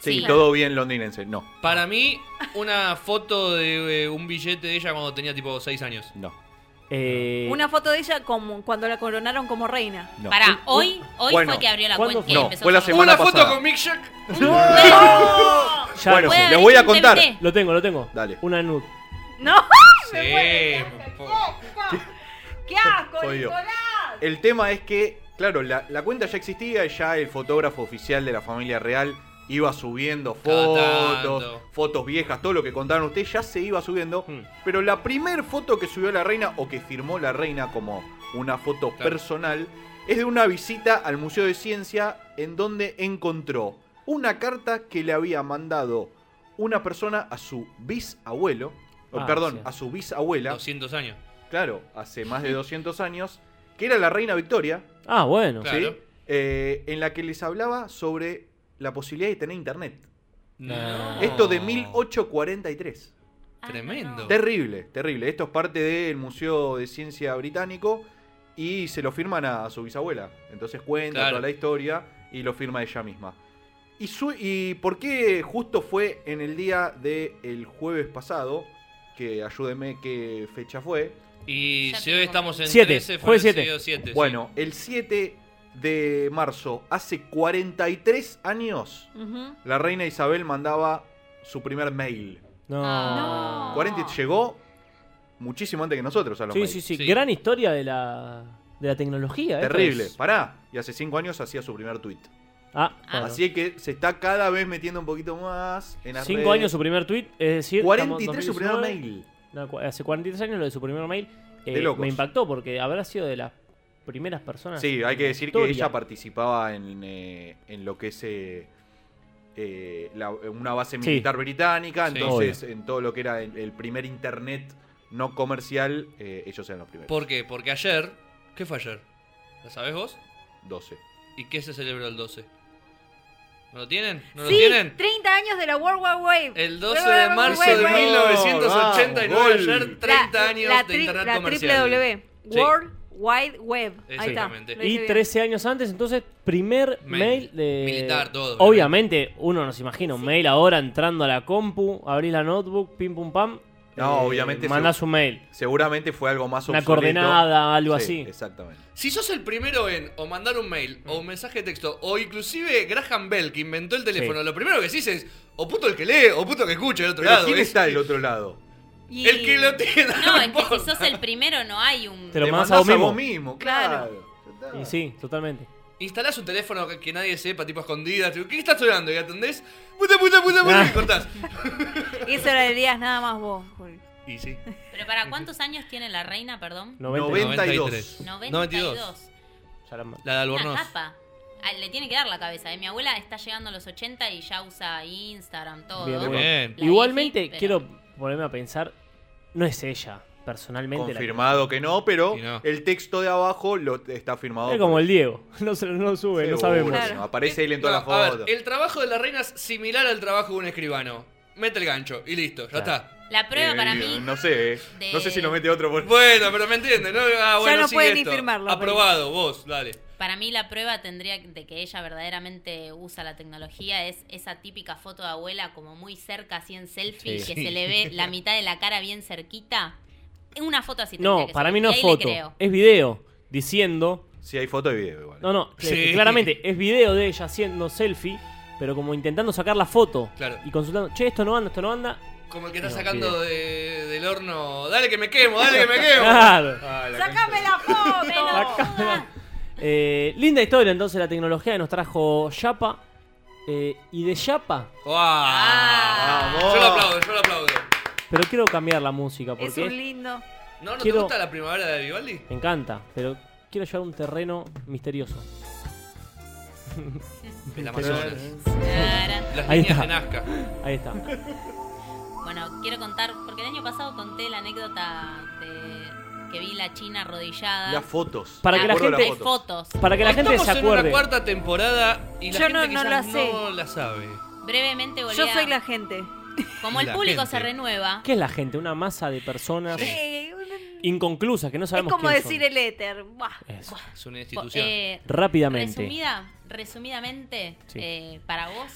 Speaker 7: Sí,
Speaker 2: Sí.
Speaker 7: todo bien londinense. No.
Speaker 2: Para mí, una foto de eh, un billete de ella cuando tenía tipo 6 años.
Speaker 7: No.
Speaker 5: Eh,
Speaker 6: Una foto de ella como cuando la coronaron como reina.
Speaker 7: Eh, No.
Speaker 9: Pará, hoy, hoy fue que abrió la cuenta y
Speaker 7: No,
Speaker 9: empezó
Speaker 7: fue la
Speaker 9: a usar.
Speaker 7: semana pasada.
Speaker 2: Mick Jack.
Speaker 7: [laughs]
Speaker 5: Ya
Speaker 7: Bueno,
Speaker 5: lo sé.
Speaker 7: les voy a contar.
Speaker 5: Lo tengo, lo tengo.
Speaker 7: Dale.
Speaker 5: Una nude.
Speaker 7: [laughs]
Speaker 6: No. ¡Qué asco,
Speaker 7: Jodido.
Speaker 6: Nicolás!
Speaker 7: El tema es que, claro, la, la cuenta ya existía y ya el fotógrafo oficial de la familia real iba subiendo
Speaker 2: Cada
Speaker 7: fotos,
Speaker 2: tanto.
Speaker 7: fotos viejas, todo lo que contaron ustedes ya se iba subiendo.
Speaker 2: Hmm.
Speaker 7: Pero la primer foto que subió la reina o que firmó la reina como una foto personal es de una visita al Museo de Ciencia en donde encontró una carta que le había mandado una persona a su bisabuelo, o
Speaker 2: Ah,
Speaker 7: perdón,
Speaker 2: sí.
Speaker 7: a su bisabuela,
Speaker 2: 200 años.
Speaker 7: claro, hace más de 200 años, que era la reina Victoria.
Speaker 5: Ah, bueno.
Speaker 7: ¿sí? Eh, en la que les hablaba sobre la posibilidad de tener internet.
Speaker 2: No.
Speaker 7: Esto de 1843.
Speaker 2: Tremendo.
Speaker 7: Terrible, terrible. Esto es parte del Museo de Ciencia Británico y se lo firman a su bisabuela. Entonces cuenta
Speaker 2: Claro.
Speaker 7: toda la historia y lo firma ella misma. ¿Y, su- y por qué justo fue en el día del jueves pasado? Que ayúdeme qué fecha fue.
Speaker 2: Y si hoy estamos en
Speaker 7: Siete,
Speaker 2: 13, fue
Speaker 7: fue
Speaker 2: el
Speaker 7: siete.
Speaker 2: seguido siete, sí.
Speaker 7: Bueno, el 7 de marzo, hace 43 años,
Speaker 6: Ujú.
Speaker 7: la reina Isabel mandaba su primer mail.
Speaker 5: No.
Speaker 7: 40 llegó muchísimo antes que nosotros a los
Speaker 5: Sí,
Speaker 7: mails.
Speaker 5: sí, sí, Gran historia de la, de la tecnología. ¿eh?
Speaker 7: Terrible,
Speaker 5: Pues-
Speaker 7: pará. Y hace 5 años hacía su primer tweet.
Speaker 5: Ah, bueno.
Speaker 7: Así que se está cada vez metiendo un poquito más en las
Speaker 5: Cinco
Speaker 7: redes.
Speaker 5: años su primer tweet, es decir...
Speaker 7: 43 su primer
Speaker 5: 2019.
Speaker 7: mail.
Speaker 5: No, cu- hace 43 años lo de su primer mail eh,
Speaker 7: De locos.
Speaker 5: me impactó porque habrá sido de las primeras personas.
Speaker 7: Sí, hay que decir
Speaker 5: en la
Speaker 7: que ella
Speaker 5: historia.
Speaker 7: participaba en, eh, en lo que es eh, eh, la- una base
Speaker 5: Sí.
Speaker 7: militar británica,
Speaker 5: Sí.
Speaker 7: entonces en todo lo que era el, el primer internet no comercial, eh, ellos eran los primeros.
Speaker 2: ¿Por qué? Porque ayer. ¿Qué fue ayer? ¿La sabés vos?
Speaker 7: 12.
Speaker 2: ¿Y qué se celebró el 12? ¿No lo tienen? ¿No
Speaker 6: sí,
Speaker 2: lo tienen?
Speaker 6: 30 años de la World Wide Wave.
Speaker 2: El 12 de marzo de 1989,
Speaker 6: Vamos,
Speaker 2: ayer 30
Speaker 6: La-
Speaker 2: años
Speaker 6: la
Speaker 2: de
Speaker 6: tri-
Speaker 2: Internet
Speaker 6: la
Speaker 2: comercial.
Speaker 6: WW.
Speaker 2: Sí.
Speaker 6: World Wide Web. Ahí está.
Speaker 2: Exactamente.
Speaker 6: Lo dije
Speaker 5: Y
Speaker 6: bien.
Speaker 5: 13 años antes, entonces, primer mail, de...
Speaker 2: Militar, todo,
Speaker 5: Obviamente, uno nos imagina un mail ahora entrando a la compu, abrís la notebook, pim pum pam.
Speaker 7: No,
Speaker 5: eh,
Speaker 7: obviamente.
Speaker 5: Mandás
Speaker 7: segu-
Speaker 5: un mail.
Speaker 7: Seguramente fue algo más
Speaker 5: Una
Speaker 7: obsoleto.
Speaker 5: coordenada, algo
Speaker 7: Sí,
Speaker 5: así.
Speaker 7: Exactamente.
Speaker 2: Si sos el primero en o mandar un mail o un mensaje de texto o inclusive Graham Bell que inventó el teléfono,
Speaker 7: Sí.
Speaker 2: lo primero que decís es o puto el que lee o puto que escucha del otro
Speaker 7: Pero
Speaker 2: lado.
Speaker 7: ¿quién
Speaker 2: ¿ves?
Speaker 7: está del otro lado?
Speaker 9: Y-
Speaker 2: El que lo tiene.
Speaker 9: No, es que si sos el primero no hay un...
Speaker 5: Te lo
Speaker 7: Le mandás
Speaker 5: mandás a
Speaker 7: a
Speaker 5: vos
Speaker 7: vos
Speaker 5: mismo.
Speaker 7: mismo,
Speaker 9: Claro.
Speaker 5: Y sí, totalmente.
Speaker 2: Instalás un teléfono que, que nadie sepa, tipo escondidas. tipo, ¿Qué estás sonando? Y atendés. Puta, puta,
Speaker 7: [laughs]
Speaker 2: puta, puta. Y cortás.
Speaker 6: Eso lo dirías nada más vos, Juli.
Speaker 2: Y sí.
Speaker 9: Pero para cuántos años tiene la reina, perdón?
Speaker 2: 92.
Speaker 9: 92.
Speaker 2: La de
Speaker 9: Una
Speaker 2: Albornoz.
Speaker 9: capa. Ah, Le tiene que dar la cabeza. ¿eh? Mi abuela está llegando a los 80 y ya usa Instagram, todo.
Speaker 5: Bien, muy
Speaker 9: La
Speaker 5: bien.
Speaker 9: hice,
Speaker 5: Igualmente,
Speaker 9: pero-
Speaker 5: quiero ponerme a pensar, no es ella, personalmente. la que-
Speaker 7: Confirmado que no, pero el texto de abajo lo está firmado.
Speaker 5: Es como el Diego, [laughs] no, se, no sube, no
Speaker 7: Seguro,
Speaker 5: sabemos.
Speaker 7: no, Aparece él en todas
Speaker 2: A
Speaker 7: las
Speaker 2: ver,
Speaker 7: fotos.
Speaker 2: el trabajo de la reina es similar al trabajo de un escribano. Mete el gancho y listo, ya está.
Speaker 9: La prueba para mí...
Speaker 7: No sé, eh. no sé si lo mete otro por...
Speaker 2: Bueno, pero me entiendes, ¿no? Ah, bueno,
Speaker 9: no
Speaker 2: sigue
Speaker 9: puede ni
Speaker 2: esto.
Speaker 9: firmarlo, pues.
Speaker 2: Aprobado, vos, dale.
Speaker 9: Para mí la prueba tendría de que ella verdaderamente usa la tecnología es esa típica foto de abuela como muy cerca, así en selfie,
Speaker 5: Sí.
Speaker 9: que se le ve la mitad de la cara bien cerquita. Es Una foto así.
Speaker 5: No,
Speaker 9: tendría que
Speaker 5: para
Speaker 9: ser.
Speaker 5: mí no
Speaker 9: Y
Speaker 5: es
Speaker 9: ahí le
Speaker 5: foto,
Speaker 9: creo.
Speaker 5: es video diciendo...
Speaker 7: Sí, hay foto y video igual.
Speaker 5: No, no,
Speaker 7: Sí.
Speaker 5: es que claramente es video de ella haciendo selfie, pero como intentando sacar la foto.
Speaker 2: Claro.
Speaker 5: Y consultando, che, esto no anda, esto no anda.
Speaker 2: Como el que está
Speaker 5: No,
Speaker 2: sacando de- del horno. Dale que me quemo, dale que
Speaker 7: [laughs]
Speaker 2: me quemo. Ah,
Speaker 5: Claro.
Speaker 6: ¡Sácame la foto!
Speaker 5: [laughs] Eh, linda historia entonces la tecnología que nos trajo Yapa. Eh, y de Yapa,
Speaker 2: ¡Wow! Ah, Yo lo aplaudo, yo lo aplaudo.
Speaker 5: pero quiero cambiar la música
Speaker 6: Es
Speaker 5: porque
Speaker 6: un lindo.
Speaker 2: ¿No, no
Speaker 5: Quiero-
Speaker 2: te gusta la primavera de Vivaldi?
Speaker 5: me encanta, pero quiero llevar un terreno misterioso.
Speaker 2: El Amazonas. Las
Speaker 5: Ahí
Speaker 2: líneas
Speaker 5: está.
Speaker 2: de Nazca.
Speaker 5: Ahí está.
Speaker 9: Bueno, quiero contar, porque el año pasado conté la anécdota de que vi la china arrodillada. Ah,
Speaker 7: Las fotos.
Speaker 5: Para que la
Speaker 7: Recuerdo las
Speaker 5: gente-
Speaker 9: fotos.
Speaker 5: Para que la gente
Speaker 2: Estamos
Speaker 5: se
Speaker 2: en una
Speaker 5: acuerde.
Speaker 2: cuarta temporada y
Speaker 6: Yo
Speaker 2: la gente
Speaker 6: no- no
Speaker 2: quizás
Speaker 6: la sé.
Speaker 2: no la sabe.
Speaker 9: Brevemente volví
Speaker 6: Yo
Speaker 9: a-
Speaker 6: soy la gente.
Speaker 9: Como el
Speaker 5: La
Speaker 9: público
Speaker 5: gente.
Speaker 9: se renueva.
Speaker 5: ¿Qué es la gente? Una masa de personas
Speaker 6: Eh,
Speaker 5: inconclusas que no
Speaker 6: Es
Speaker 5: sabemos
Speaker 6: como
Speaker 5: quién
Speaker 6: decir
Speaker 5: son.
Speaker 6: el éter. Buah.
Speaker 5: Eso.
Speaker 2: Es una institución.
Speaker 9: Eh,
Speaker 5: Rápidamente.
Speaker 9: Resumida, resumidamente,
Speaker 5: Sí.
Speaker 9: eh, para vos,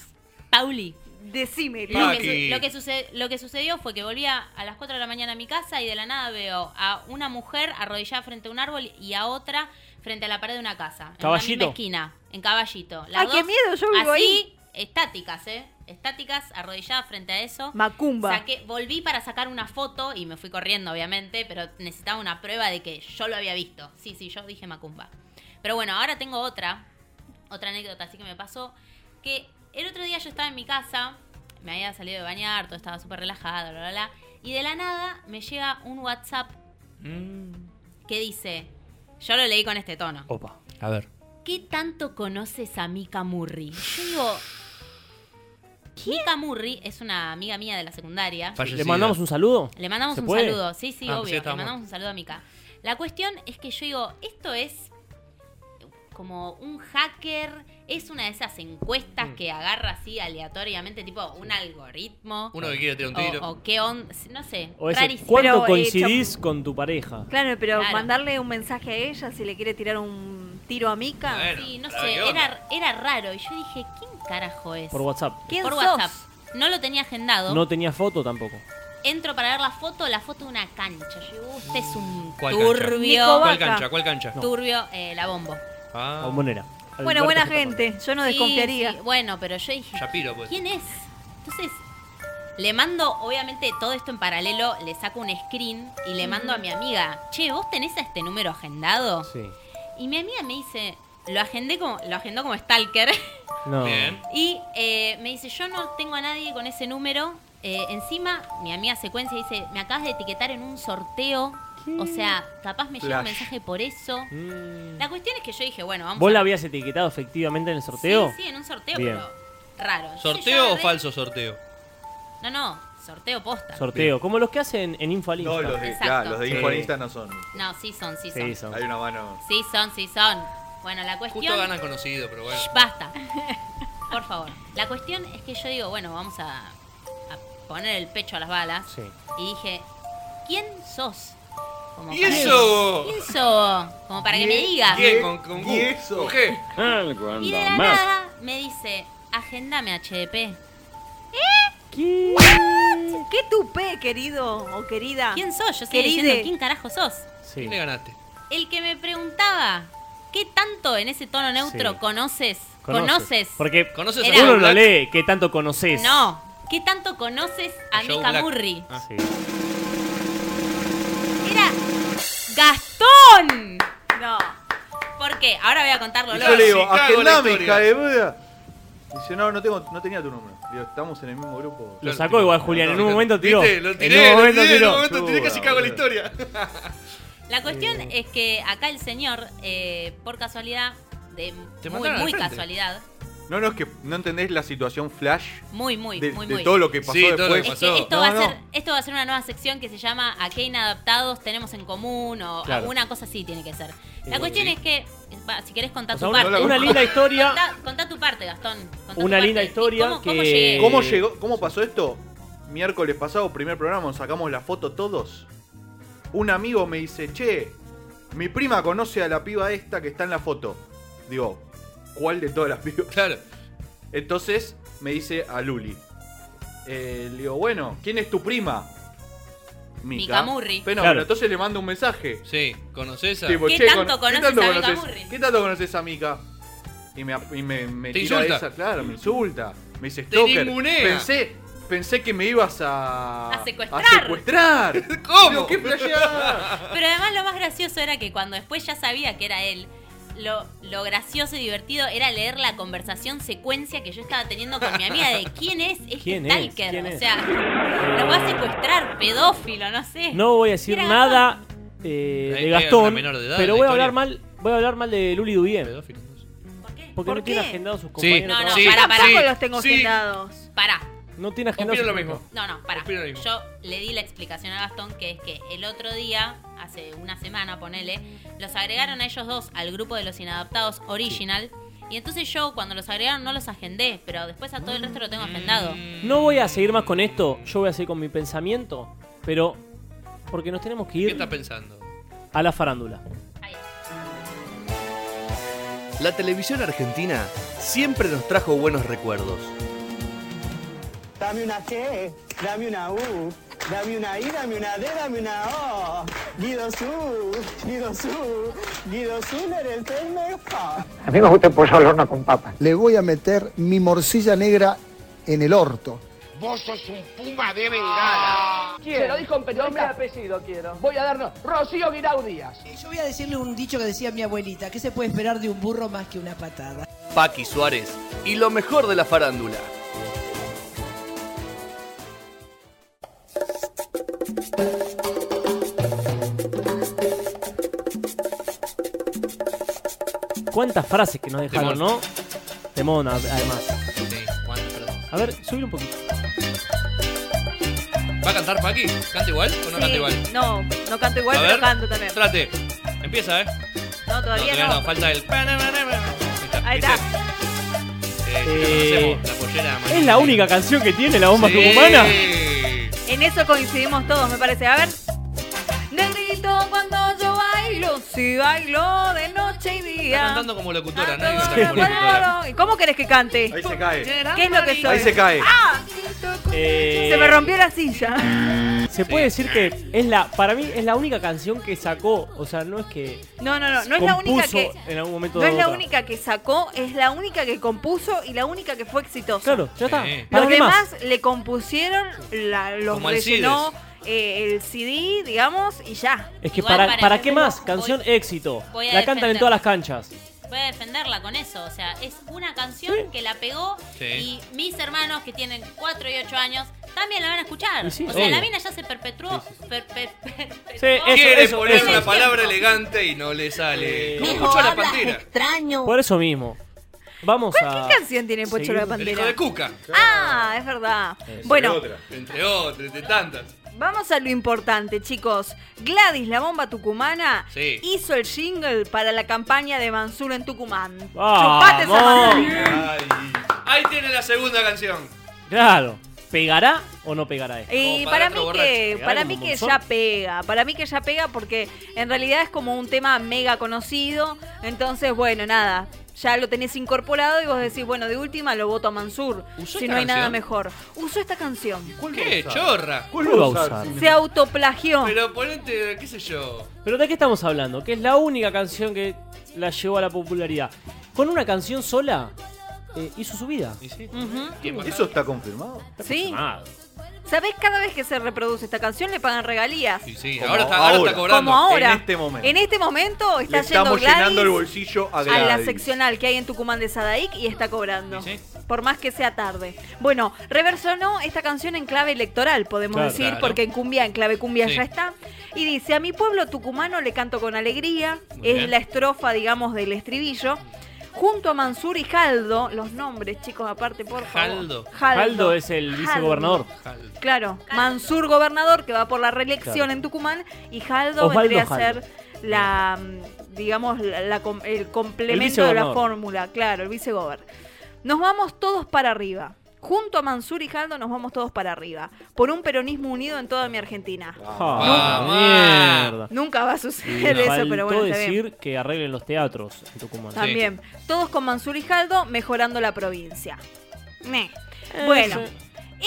Speaker 9: Pauli.
Speaker 6: Decime,
Speaker 9: Lo que,
Speaker 2: Paqui.
Speaker 9: su- lo, que suce- lo que sucedió fue que volvía a las 4 de la mañana a mi casa y de la nada veo a una mujer arrodillada frente a un árbol y a otra frente a la pared de una casa.
Speaker 5: Caballito.
Speaker 9: En la misma esquina, en caballito.
Speaker 6: Ay, qué miedo, yo vivo
Speaker 9: así,
Speaker 6: ahí.
Speaker 9: estáticas, ¿eh? Estáticas, arrodilladas frente a eso.
Speaker 6: Macumba.
Speaker 9: Saqué- volví para sacar una foto y me fui corriendo, obviamente, pero necesitaba una prueba de que yo lo había visto. Sí, sí, yo dije Macumba. Pero bueno, ahora tengo otra, otra anécdota, así que me pasó que el otro día yo estaba en mi casa, me había salido de bañar, todo estaba súper relajado, bla, bla, bla, y de la nada me llega un WhatsApp
Speaker 5: Mm.
Speaker 9: que dice, yo lo leí con este tono,
Speaker 5: Opa.
Speaker 2: A ver.
Speaker 9: ¿qué tanto conoces a Mika Murray? Yo digo, Mika Murray es una amiga mía de la secundaria.
Speaker 5: ¿Le mandamos un saludo?
Speaker 9: Le mandamos
Speaker 5: ¿Se
Speaker 9: un
Speaker 5: puede?
Speaker 9: saludo, sí, sí,
Speaker 2: pues
Speaker 5: Ah,
Speaker 9: obvio.
Speaker 5: está
Speaker 9: le
Speaker 5: bueno.
Speaker 9: mandamos un saludo a Mika. La cuestión es que yo digo, esto es como un hacker, es una de esas
Speaker 5: Mm.
Speaker 9: encuestas que agarra así aleatoriamente, tipo un algoritmo.
Speaker 2: Uno que quiere tirar un
Speaker 9: O-
Speaker 2: tiro.
Speaker 9: O, qué on, no sé,
Speaker 5: O ese,
Speaker 9: rarísimo.
Speaker 5: ¿Cuánto coincidís con tu pareja?
Speaker 6: Claro, pero
Speaker 9: eh, Claro.
Speaker 6: mandarle un mensaje a ella si le quiere tirar un tiro a Mica.
Speaker 9: sí, no sé, era, era raro. Y yo dije, ¿quién carajo es?
Speaker 5: Por WhatsApp.
Speaker 6: ¿Quién
Speaker 9: Por
Speaker 6: sos?
Speaker 9: WhatsApp. No lo tenía agendado.
Speaker 5: No tenía foto tampoco.
Speaker 9: Entro para ver la foto, la foto de una cancha. Yo digo, usted es un
Speaker 5: ¿Cuál cancha?
Speaker 9: turbio.
Speaker 5: Nico ¿Cuál Vaca. cancha? ¿Cuál
Speaker 2: cancha?
Speaker 5: No.
Speaker 9: Turbio, eh, la bombo.
Speaker 2: Ah.
Speaker 5: Bombonera.
Speaker 6: Bueno,
Speaker 5: Alberto
Speaker 6: buena
Speaker 5: Zapata.
Speaker 6: gente. Yo no
Speaker 9: Sí,
Speaker 6: desconfiaría.
Speaker 9: sí, Bueno, pero yo dije,
Speaker 2: Shapiro, pues.
Speaker 9: ¿quién es? Entonces, le mando, obviamente, todo esto en paralelo, le saco un screen y le mando a mi amiga, che, ¿vos tenés a este número agendado?
Speaker 5: Sí.
Speaker 9: Y mi amiga me dice, lo agendé como, lo agendó como stalker. [laughs]
Speaker 5: No.
Speaker 9: Y eh, me dice, yo no tengo a nadie con ese número. Eh, encima, mi amiga secuencia dice, me acabas de etiquetar en un sorteo. O sea, capaz me llega un
Speaker 5: Flash.
Speaker 9: mensaje por eso.
Speaker 5: Mm.
Speaker 9: La cuestión es que yo dije, bueno, vamos
Speaker 5: ¿Vos
Speaker 9: a-
Speaker 5: la habías etiquetado efectivamente en el sorteo?
Speaker 9: Sí, sí, en un sorteo,
Speaker 5: Bien.
Speaker 9: pero raro. Entonces yo
Speaker 2: ¿Sorteo o
Speaker 9: agarré-
Speaker 2: falso sorteo?
Speaker 9: No, no, sorteo posta.
Speaker 5: Sorteo, como los que hacen en Infoalista.
Speaker 7: No, los de- Exacto. claro, los de Infoalista no son.
Speaker 9: No, sí son, sí son.
Speaker 5: Sí, son.
Speaker 7: Hay una mano.
Speaker 9: Sí son, sí son. Bueno, la cuestión...
Speaker 2: Justo ganan conocido, pero bueno.
Speaker 9: Shh, Basta. Por favor. La cuestión es que yo digo, bueno, vamos a, a poner el pecho a las balas.
Speaker 5: Sí.
Speaker 9: Y dije, ¿quién sos? Como
Speaker 2: ¿Y
Speaker 9: para-
Speaker 2: eso?
Speaker 9: ¿Quién sos? Como para que me diga.
Speaker 2: ¿Quién? ¿Con, con,
Speaker 9: ¿Y
Speaker 2: Q?
Speaker 9: eso?
Speaker 2: ¿Con G?
Speaker 9: Y de la nada me dice, agendame HDP. ¿Eh?
Speaker 6: ¿Qué? ¿Qué tupé, querido o querida?
Speaker 9: ¿Quién sos? Yo estoy
Speaker 6: Queride.
Speaker 9: diciendo, ¿quién carajo sos?
Speaker 2: ¿Quién le ganaste?
Speaker 9: El que me preguntaba, ¿qué tanto en ese tono neutro
Speaker 5: Sí.
Speaker 9: conoces?
Speaker 5: Conoce.
Speaker 9: ¿Conoces?
Speaker 5: Porque
Speaker 9: ¿Conoces a
Speaker 5: uno
Speaker 9: Jack
Speaker 5: lo
Speaker 9: Black?
Speaker 5: lee, ¿qué tanto conoces?
Speaker 9: No. ¿Qué tanto conoces a
Speaker 5: Joe
Speaker 9: Mika
Speaker 5: Black.
Speaker 9: Murray?
Speaker 2: Ah.
Speaker 5: Sí.
Speaker 9: Era Gastón. No. ¿Por qué? Ahora voy a contarlo
Speaker 7: Y
Speaker 9: luego.
Speaker 7: yo le digo, "Ah, agendame, hija
Speaker 9: dinámica
Speaker 7: de Buda. Dice, no, no, tengo, no tenía tu número. Digo, estamos en el mismo grupo.
Speaker 5: Lo sacó igual Julián, en un momento tiró.
Speaker 2: ¿Viste? Lo
Speaker 5: en
Speaker 2: tiré,
Speaker 5: un
Speaker 2: lo
Speaker 5: momento
Speaker 2: tiré, en
Speaker 5: tiró.
Speaker 2: un momento tiré, casi cago en la historia.
Speaker 9: [laughs] La cuestión es que acá el señor, eh, por casualidad, de
Speaker 7: Te
Speaker 9: muy,
Speaker 7: mandaron al
Speaker 9: muy
Speaker 7: frente.
Speaker 9: casualidad,
Speaker 7: No, no, es que no entendés la situación flash.
Speaker 9: muy, muy,
Speaker 7: de,
Speaker 9: muy,
Speaker 7: de
Speaker 9: muy.
Speaker 7: todo lo que pasó
Speaker 2: Sí, todo
Speaker 7: después.
Speaker 2: lo que
Speaker 9: Es que esto,
Speaker 7: Ah, No,
Speaker 9: va a
Speaker 7: no.
Speaker 9: ser, esto va a ser una nueva sección que se llama ¿A qué inadaptados tenemos en común? o
Speaker 5: Claro.
Speaker 9: alguna cosa así tiene que ser. La
Speaker 5: Eh,
Speaker 9: cuestión
Speaker 5: sí.
Speaker 9: es que, va, si querés contar
Speaker 5: O sea,
Speaker 9: tu
Speaker 5: una-
Speaker 9: parte.
Speaker 5: una linda historia.
Speaker 9: Contá, contá tu parte, Gastón. Contá tu
Speaker 5: Una
Speaker 9: parte.
Speaker 5: linda historia que.
Speaker 7: ¿Cómo, llegó? ¿Cómo, pasó esto? Miércoles pasado, primer programa, nos sacamos la foto todos. Un amigo me dice, che, mi prima conoce a la piba esta que está en la foto. Digo, ¿cuál de todas las pibas?
Speaker 2: [laughs] Claro.
Speaker 7: Entonces me dice a Luli. eh, le digo, bueno, ¿quién es tu prima?
Speaker 9: Mica Murri.
Speaker 7: Fenómeno.
Speaker 2: Claro.
Speaker 7: Entonces le mando un mensaje.
Speaker 2: Sí, ¿conoces a...?
Speaker 7: Tipo,
Speaker 9: ¿Qué
Speaker 7: "Che,
Speaker 9: tanto conoces a Mica
Speaker 7: conoces-
Speaker 9: Murri?"
Speaker 7: ¿Qué tanto conoces a Mica? Y me, y me, me
Speaker 2: Te
Speaker 7: tira
Speaker 2: insulta.
Speaker 7: esa, claro, me insulta. Me dice,
Speaker 2: Te
Speaker 7: Stalker.
Speaker 2: ningunea.
Speaker 7: Pensé, pensé que me ibas a.
Speaker 9: A secuestrar.
Speaker 7: A secuestrar.
Speaker 2: [laughs] ¿Cómo?
Speaker 7: ¿Qué flashea?
Speaker 9: Pero además lo más gracioso era que cuando después ya sabía que era él, lo, lo gracioso y divertido era leer la conversación secuencia que yo estaba teniendo con mi amiga de quién es este
Speaker 5: ¿Quién es?
Speaker 9: Stalker.
Speaker 5: ¿Quién
Speaker 9: o
Speaker 5: es?
Speaker 9: sea, lo va a secuestrar, pedófilo, no sé.
Speaker 5: No voy a decir
Speaker 9: Mira,
Speaker 5: nada eh,
Speaker 2: Ahí
Speaker 5: de
Speaker 2: pega una
Speaker 5: Gastón,
Speaker 2: menor de edad en
Speaker 5: pero
Speaker 2: la
Speaker 5: voy a
Speaker 2: historia.
Speaker 5: hablar mal, voy a hablar mal de Luli Dubien. Porque no tiene
Speaker 6: qué?
Speaker 5: agendados sus
Speaker 2: Sí,
Speaker 5: compañeros.
Speaker 9: No,
Speaker 5: de
Speaker 9: no,
Speaker 5: trabajo.
Speaker 9: pará, pará.
Speaker 6: Tampoco los tengo agendados.
Speaker 9: Pará.
Speaker 5: No tiene agendados.
Speaker 2: Opino lo
Speaker 5: sus
Speaker 2: mismo.
Speaker 5: compañeros.
Speaker 9: No, no, pará.
Speaker 2: Opino lo mismo.
Speaker 9: Yo le di la explicación a Gastón que es que el otro día, hace una semana, ponele, los agregaron a ellos dos al grupo de los inadaptados original. Y entonces yo cuando los agregaron no los agendé, pero después a todo el resto lo tengo agendado.
Speaker 5: No voy a seguir más con esto, yo voy a seguir con mi pensamiento, pero porque nos tenemos que
Speaker 2: ¿Qué
Speaker 5: ir
Speaker 2: estás pensando?
Speaker 5: a la farándula.
Speaker 15: La televisión argentina siempre nos trajo buenos recuerdos.
Speaker 18: Dame una T, dame una U, dame una I, dame una D, dame una O. Guido Su, Guido Su, Guido Su, eres el mejor.
Speaker 19: A mí me gusta el pollo al horno con papa. Le voy a meter mi morcilla negra en el orto.
Speaker 20: Vos sos un puma de
Speaker 21: Ah.
Speaker 20: bengala.
Speaker 12: Se lo dijo un periodista. apellido quiero. Voy a darnos. Rocío Guirau Díaz.
Speaker 22: Eh, Yo voy a decirle un dicho que decía mi abuelita, ¿qué se puede esperar de un burro más que una patada?
Speaker 15: Paqui Suárez y lo mejor de la farándula.
Speaker 5: ¿Cuántas frases que nos dejaron, no? Temón, a- además.
Speaker 2: Sí, ¿cuántas frases?
Speaker 5: A ver, subir un poquito.
Speaker 2: ¿Va a cantar Paqui? ¿Canta igual o no
Speaker 6: Sí,
Speaker 2: canta igual?
Speaker 6: No, no canto igual,
Speaker 2: A
Speaker 6: pero
Speaker 2: ver.
Speaker 6: canto también.
Speaker 2: Trate. Empieza, ¿eh?
Speaker 6: No, todavía
Speaker 2: no,
Speaker 6: no.
Speaker 2: falta el...
Speaker 6: Ahí está.
Speaker 2: Eh, ya conocemos, la pollera amarilla.
Speaker 5: Es la única canción que tiene la bomba
Speaker 2: Sí.
Speaker 5: tucumana.
Speaker 6: En eso coincidimos todos, me parece. A ver. Negrito cuando yo bailo, si bailo de noche y
Speaker 2: Está
Speaker 6: día.
Speaker 2: cantando como locutora, nadie
Speaker 6: Todo
Speaker 2: canta como locutora.
Speaker 6: lo- ¿Y cómo querés que cante?
Speaker 7: Ahí se cae.
Speaker 6: ¿Qué es lo que soy?
Speaker 7: Ahí se cae.
Speaker 6: ¡Ah!
Speaker 5: Eh,
Speaker 6: Se me rompió la silla.
Speaker 5: Se puede decir que es la, para mí es la única canción que sacó, o sea, no es que
Speaker 6: No, no, no, no es la única
Speaker 5: compuso
Speaker 6: que.
Speaker 5: en algún momento
Speaker 6: No es la
Speaker 5: otra.
Speaker 6: única que sacó, es la única que compuso y la única que fue exitosa.
Speaker 5: Claro, ya está. ¿Para
Speaker 6: Los
Speaker 5: qué más?
Speaker 6: demás le compusieron, la, los
Speaker 5: Como
Speaker 6: rellenó eh, el CD, digamos, y ya.
Speaker 5: Es que
Speaker 6: Igual
Speaker 5: para,
Speaker 6: para
Speaker 5: para qué más? Canción éxito.
Speaker 9: voy a
Speaker 5: La cantan en
Speaker 9: defender.
Speaker 5: todas las canchas.
Speaker 9: Voy a defenderla con eso. O sea, es una canción que la pegó
Speaker 5: Sí.
Speaker 9: y mis hermanos que tienen 4 y 8 años también la van a escuchar.
Speaker 5: Y sí,
Speaker 9: o sea, la
Speaker 5: obvio.
Speaker 9: mina ya se perpetuó. per- per- per-
Speaker 2: Quiere
Speaker 5: Eh, eso,
Speaker 2: poner
Speaker 5: eso. Eh,
Speaker 2: una palabra elegante y no le sale. Como
Speaker 9: Dijo,
Speaker 2: escuchó la
Speaker 9: habla
Speaker 2: pantera.
Speaker 6: Extraño.
Speaker 5: Por eso mismo. Vamos a.
Speaker 6: ¿Qué canción tiene Pocho la
Speaker 2: El
Speaker 6: Pantera?
Speaker 2: hijo de Cuca.
Speaker 6: Ah, es verdad. bueno,
Speaker 2: Entre otras, entre tantas.
Speaker 6: vamos a lo importante, chicos. Gladys, la bomba tucumana,
Speaker 2: Sí.
Speaker 6: hizo el jingle para la campaña de Mansur en Tucumán.
Speaker 2: Ah.
Speaker 5: ¡Vamos!
Speaker 6: Chupate esa Mansur.
Speaker 2: Ahí tiene la segunda canción.
Speaker 5: Claro. ¿Pegará o no pegará esto?
Speaker 6: Y
Speaker 2: Como
Speaker 6: para
Speaker 2: para
Speaker 6: mí
Speaker 2: otro
Speaker 6: que
Speaker 5: borracho.
Speaker 6: para mí que
Speaker 5: Monzón.
Speaker 6: ya pega, para mí que ya pega porque en realidad es como un tema mega conocido, entonces bueno, nada, ya lo tenés incorporado y vos decís, bueno, de última lo voto a Mansur,
Speaker 2: ¿Usó
Speaker 6: si
Speaker 2: esta
Speaker 6: no hay nada
Speaker 2: canción?
Speaker 6: mejor. Usó esta canción.
Speaker 2: ¡Qué chorra!
Speaker 5: ¿Cuál lo va a usar?
Speaker 6: Se autoplagió.
Speaker 2: Pero ponete, qué sé yo.
Speaker 5: Pero ¿de qué estamos hablando? Que es la única canción que la llevó a la popularidad. Con una canción sola eh, hizo su vida.
Speaker 6: Ujú.
Speaker 7: ¿Eso está confirmado?
Speaker 6: Sí. ¿Sabés? Cada vez que se reproduce esta canción le pagan regalías.
Speaker 7: Sí,
Speaker 2: ahora está- ahora está cobrando.
Speaker 6: Como ahora.
Speaker 7: En este momento.
Speaker 6: En este momento
Speaker 7: Le
Speaker 6: está yendo
Speaker 7: estamos llenando el
Speaker 6: Gladys
Speaker 7: bolsillo a
Speaker 6: a
Speaker 7: Gladys.
Speaker 6: la seccional que hay en Tucumán de Sadaic y está cobrando. Por más que sea tarde. Bueno, reversonó esta canción en clave electoral, podemos
Speaker 23: Claro.
Speaker 6: decir,
Speaker 23: Claro.
Speaker 6: porque en cumbia, en clave cumbia
Speaker 23: Sí.
Speaker 6: ya está. Y dice, a mi pueblo tucumano le canto con alegría.
Speaker 23: Muy
Speaker 6: Es
Speaker 23: bien.
Speaker 6: la estrofa, digamos, del estribillo. Junto a Mansur y Jaldo, los nombres, chicos, aparte, por favor.
Speaker 5: Jaldo. Jaldo es el vicegobernador. Jaldo.
Speaker 6: Claro, Mansur gobernador que va por la reelección
Speaker 5: Claro.
Speaker 6: en Tucumán y Jaldo
Speaker 5: Osvaldo
Speaker 6: vendría a
Speaker 5: Jaldo.
Speaker 6: ser la, mm, digamos, la- la com- el complemento de la
Speaker 5: vicegobernador.
Speaker 6: fórmula, claro, el vicegober. Nos vamos todos para arriba. Junto a Mansur y Jaldo nos vamos todos para arriba. Por un peronismo unido en toda mi Argentina.
Speaker 5: Ah, mierda.
Speaker 6: Nunca va a suceder
Speaker 5: Y
Speaker 6: eso, pero bueno,
Speaker 5: faltó
Speaker 6: está bien.
Speaker 5: decir que arreglen los teatros en Tucumán.
Speaker 6: También. Todos con Mansur y Jaldo mejorando la provincia. Meh. Bueno.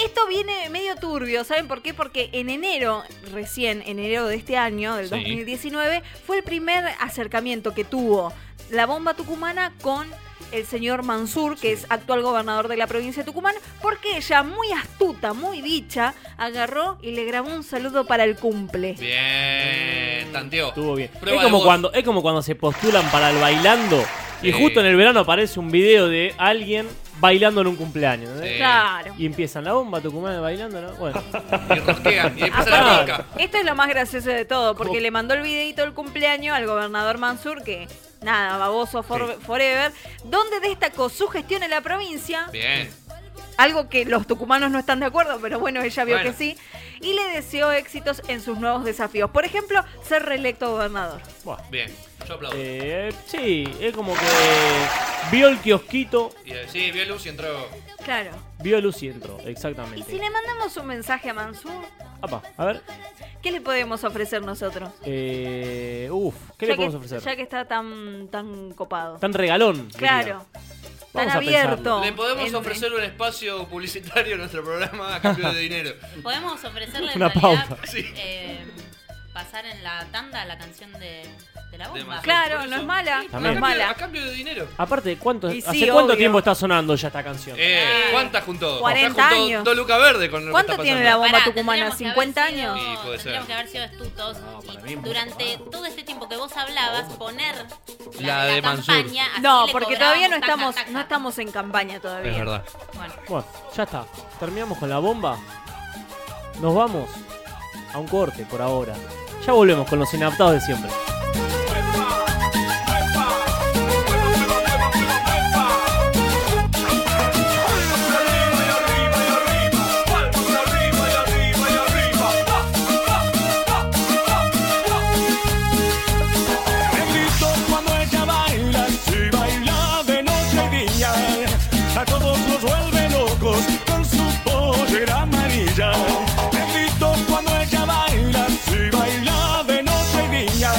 Speaker 6: Esto viene medio turbio, ¿saben por qué? Porque en enero, recién en enero de este año, del
Speaker 23: Sí.
Speaker 6: 2019, fue el primer acercamiento que tuvo la bomba tucumana con el señor Mansur, que es actual gobernador de la provincia de Tucumán, porque ella, muy astuta, muy bicha, agarró y le grabó un saludo para el cumple.
Speaker 2: Bien, Eh, tanteó.
Speaker 5: Estuvo bien.
Speaker 2: Prueba
Speaker 5: es,
Speaker 2: de
Speaker 5: como
Speaker 2: voz.
Speaker 5: cuando, es como cuando se postulan para el bailando y
Speaker 2: Sí.
Speaker 5: justo en el verano aparece un video de alguien bailando en un cumpleaños. ¿no?
Speaker 6: Sí. Claro.
Speaker 5: Y empiezan la bomba Tucumán bailando, ¿no? Bueno.
Speaker 2: y empiezan a tocar.
Speaker 6: Esto es lo más gracioso de todo, porque le mandó el videito del cumpleaños al gobernador Mansur, que nada, baboso for- forever, donde destacó su gestión en la provincia,
Speaker 2: Bien.
Speaker 6: algo que los tucumanos no están de acuerdo, pero bueno, ella vio
Speaker 2: Bueno.
Speaker 6: que sí, y le deseó éxitos en sus nuevos desafíos. Por ejemplo, ser reelecto gobernador.
Speaker 2: Bien. Yo aplaudo.
Speaker 5: Eh, sí, es como que vio el kiosquito,
Speaker 2: Y, eh, sí, vio luz y entró.
Speaker 6: Claro.
Speaker 5: vio a Lucy y entró,
Speaker 6: Y si
Speaker 5: exactamente.
Speaker 6: le mandamos un mensaje a Mansur,
Speaker 5: Apa, a ver,
Speaker 6: ¿qué le podemos ofrecer nosotros?
Speaker 5: eh, uf, ¿qué
Speaker 6: Ya
Speaker 5: le podemos
Speaker 6: que-
Speaker 5: ofrecer?
Speaker 6: Ya que está tan, tan copado.
Speaker 5: Tan regalón. diría.
Speaker 6: Claro. Tan
Speaker 5: Vamos a
Speaker 6: abierto.
Speaker 5: pensarlo.
Speaker 2: Le podemos
Speaker 6: en-
Speaker 2: ofrecer un espacio publicitario a nuestro programa a cambio de dinero.
Speaker 9: Podemos ofrecerle
Speaker 5: Una
Speaker 9: en realidad,
Speaker 5: pausa.
Speaker 9: eh, pasar en la tanda la canción de, de la bomba.
Speaker 2: Mansur.
Speaker 6: Claro, no es mala.
Speaker 5: También.
Speaker 2: A
Speaker 5: no es
Speaker 2: cambio-
Speaker 5: mala.
Speaker 2: A cambio de dinero.
Speaker 5: Aparte, ¿cuánto,
Speaker 6: Y sí,
Speaker 5: ¿hace cuánto
Speaker 6: obvio.
Speaker 5: tiempo está sonando ya esta canción?
Speaker 2: Eh, ¿cuántas juntó?
Speaker 6: 40
Speaker 2: Ya juntó
Speaker 6: años.
Speaker 2: Dos lucas verdes con lo que
Speaker 6: ¿Cuánto
Speaker 2: está
Speaker 6: tiene la
Speaker 2: pasando.
Speaker 6: bomba
Speaker 9: Pará,
Speaker 6: tucumana? ¿50 años?
Speaker 2: Sí, puede ser.
Speaker 9: Tendríamos que haber sido astutos y durante todo este tiempo que vos hablabas, poner
Speaker 2: La de Mansur.
Speaker 9: campaña, así
Speaker 6: No,
Speaker 9: le
Speaker 6: porque
Speaker 9: cobramos
Speaker 6: todavía no
Speaker 9: taca,
Speaker 6: estamos,
Speaker 9: taca.
Speaker 6: no estamos en campaña todavía.
Speaker 5: Es verdad.
Speaker 9: Bueno,
Speaker 5: Bueno, ya está. Terminamos con la bomba. Nos vamos a un corte por ahora. Ya volvemos con los inadaptados de siempre.
Speaker 24: Negrito cuando ella baila, si baila de noche y día, a todos los vuelve locos con su pollera amarilla. Negrito cuando ella baila, si baila de noche y día,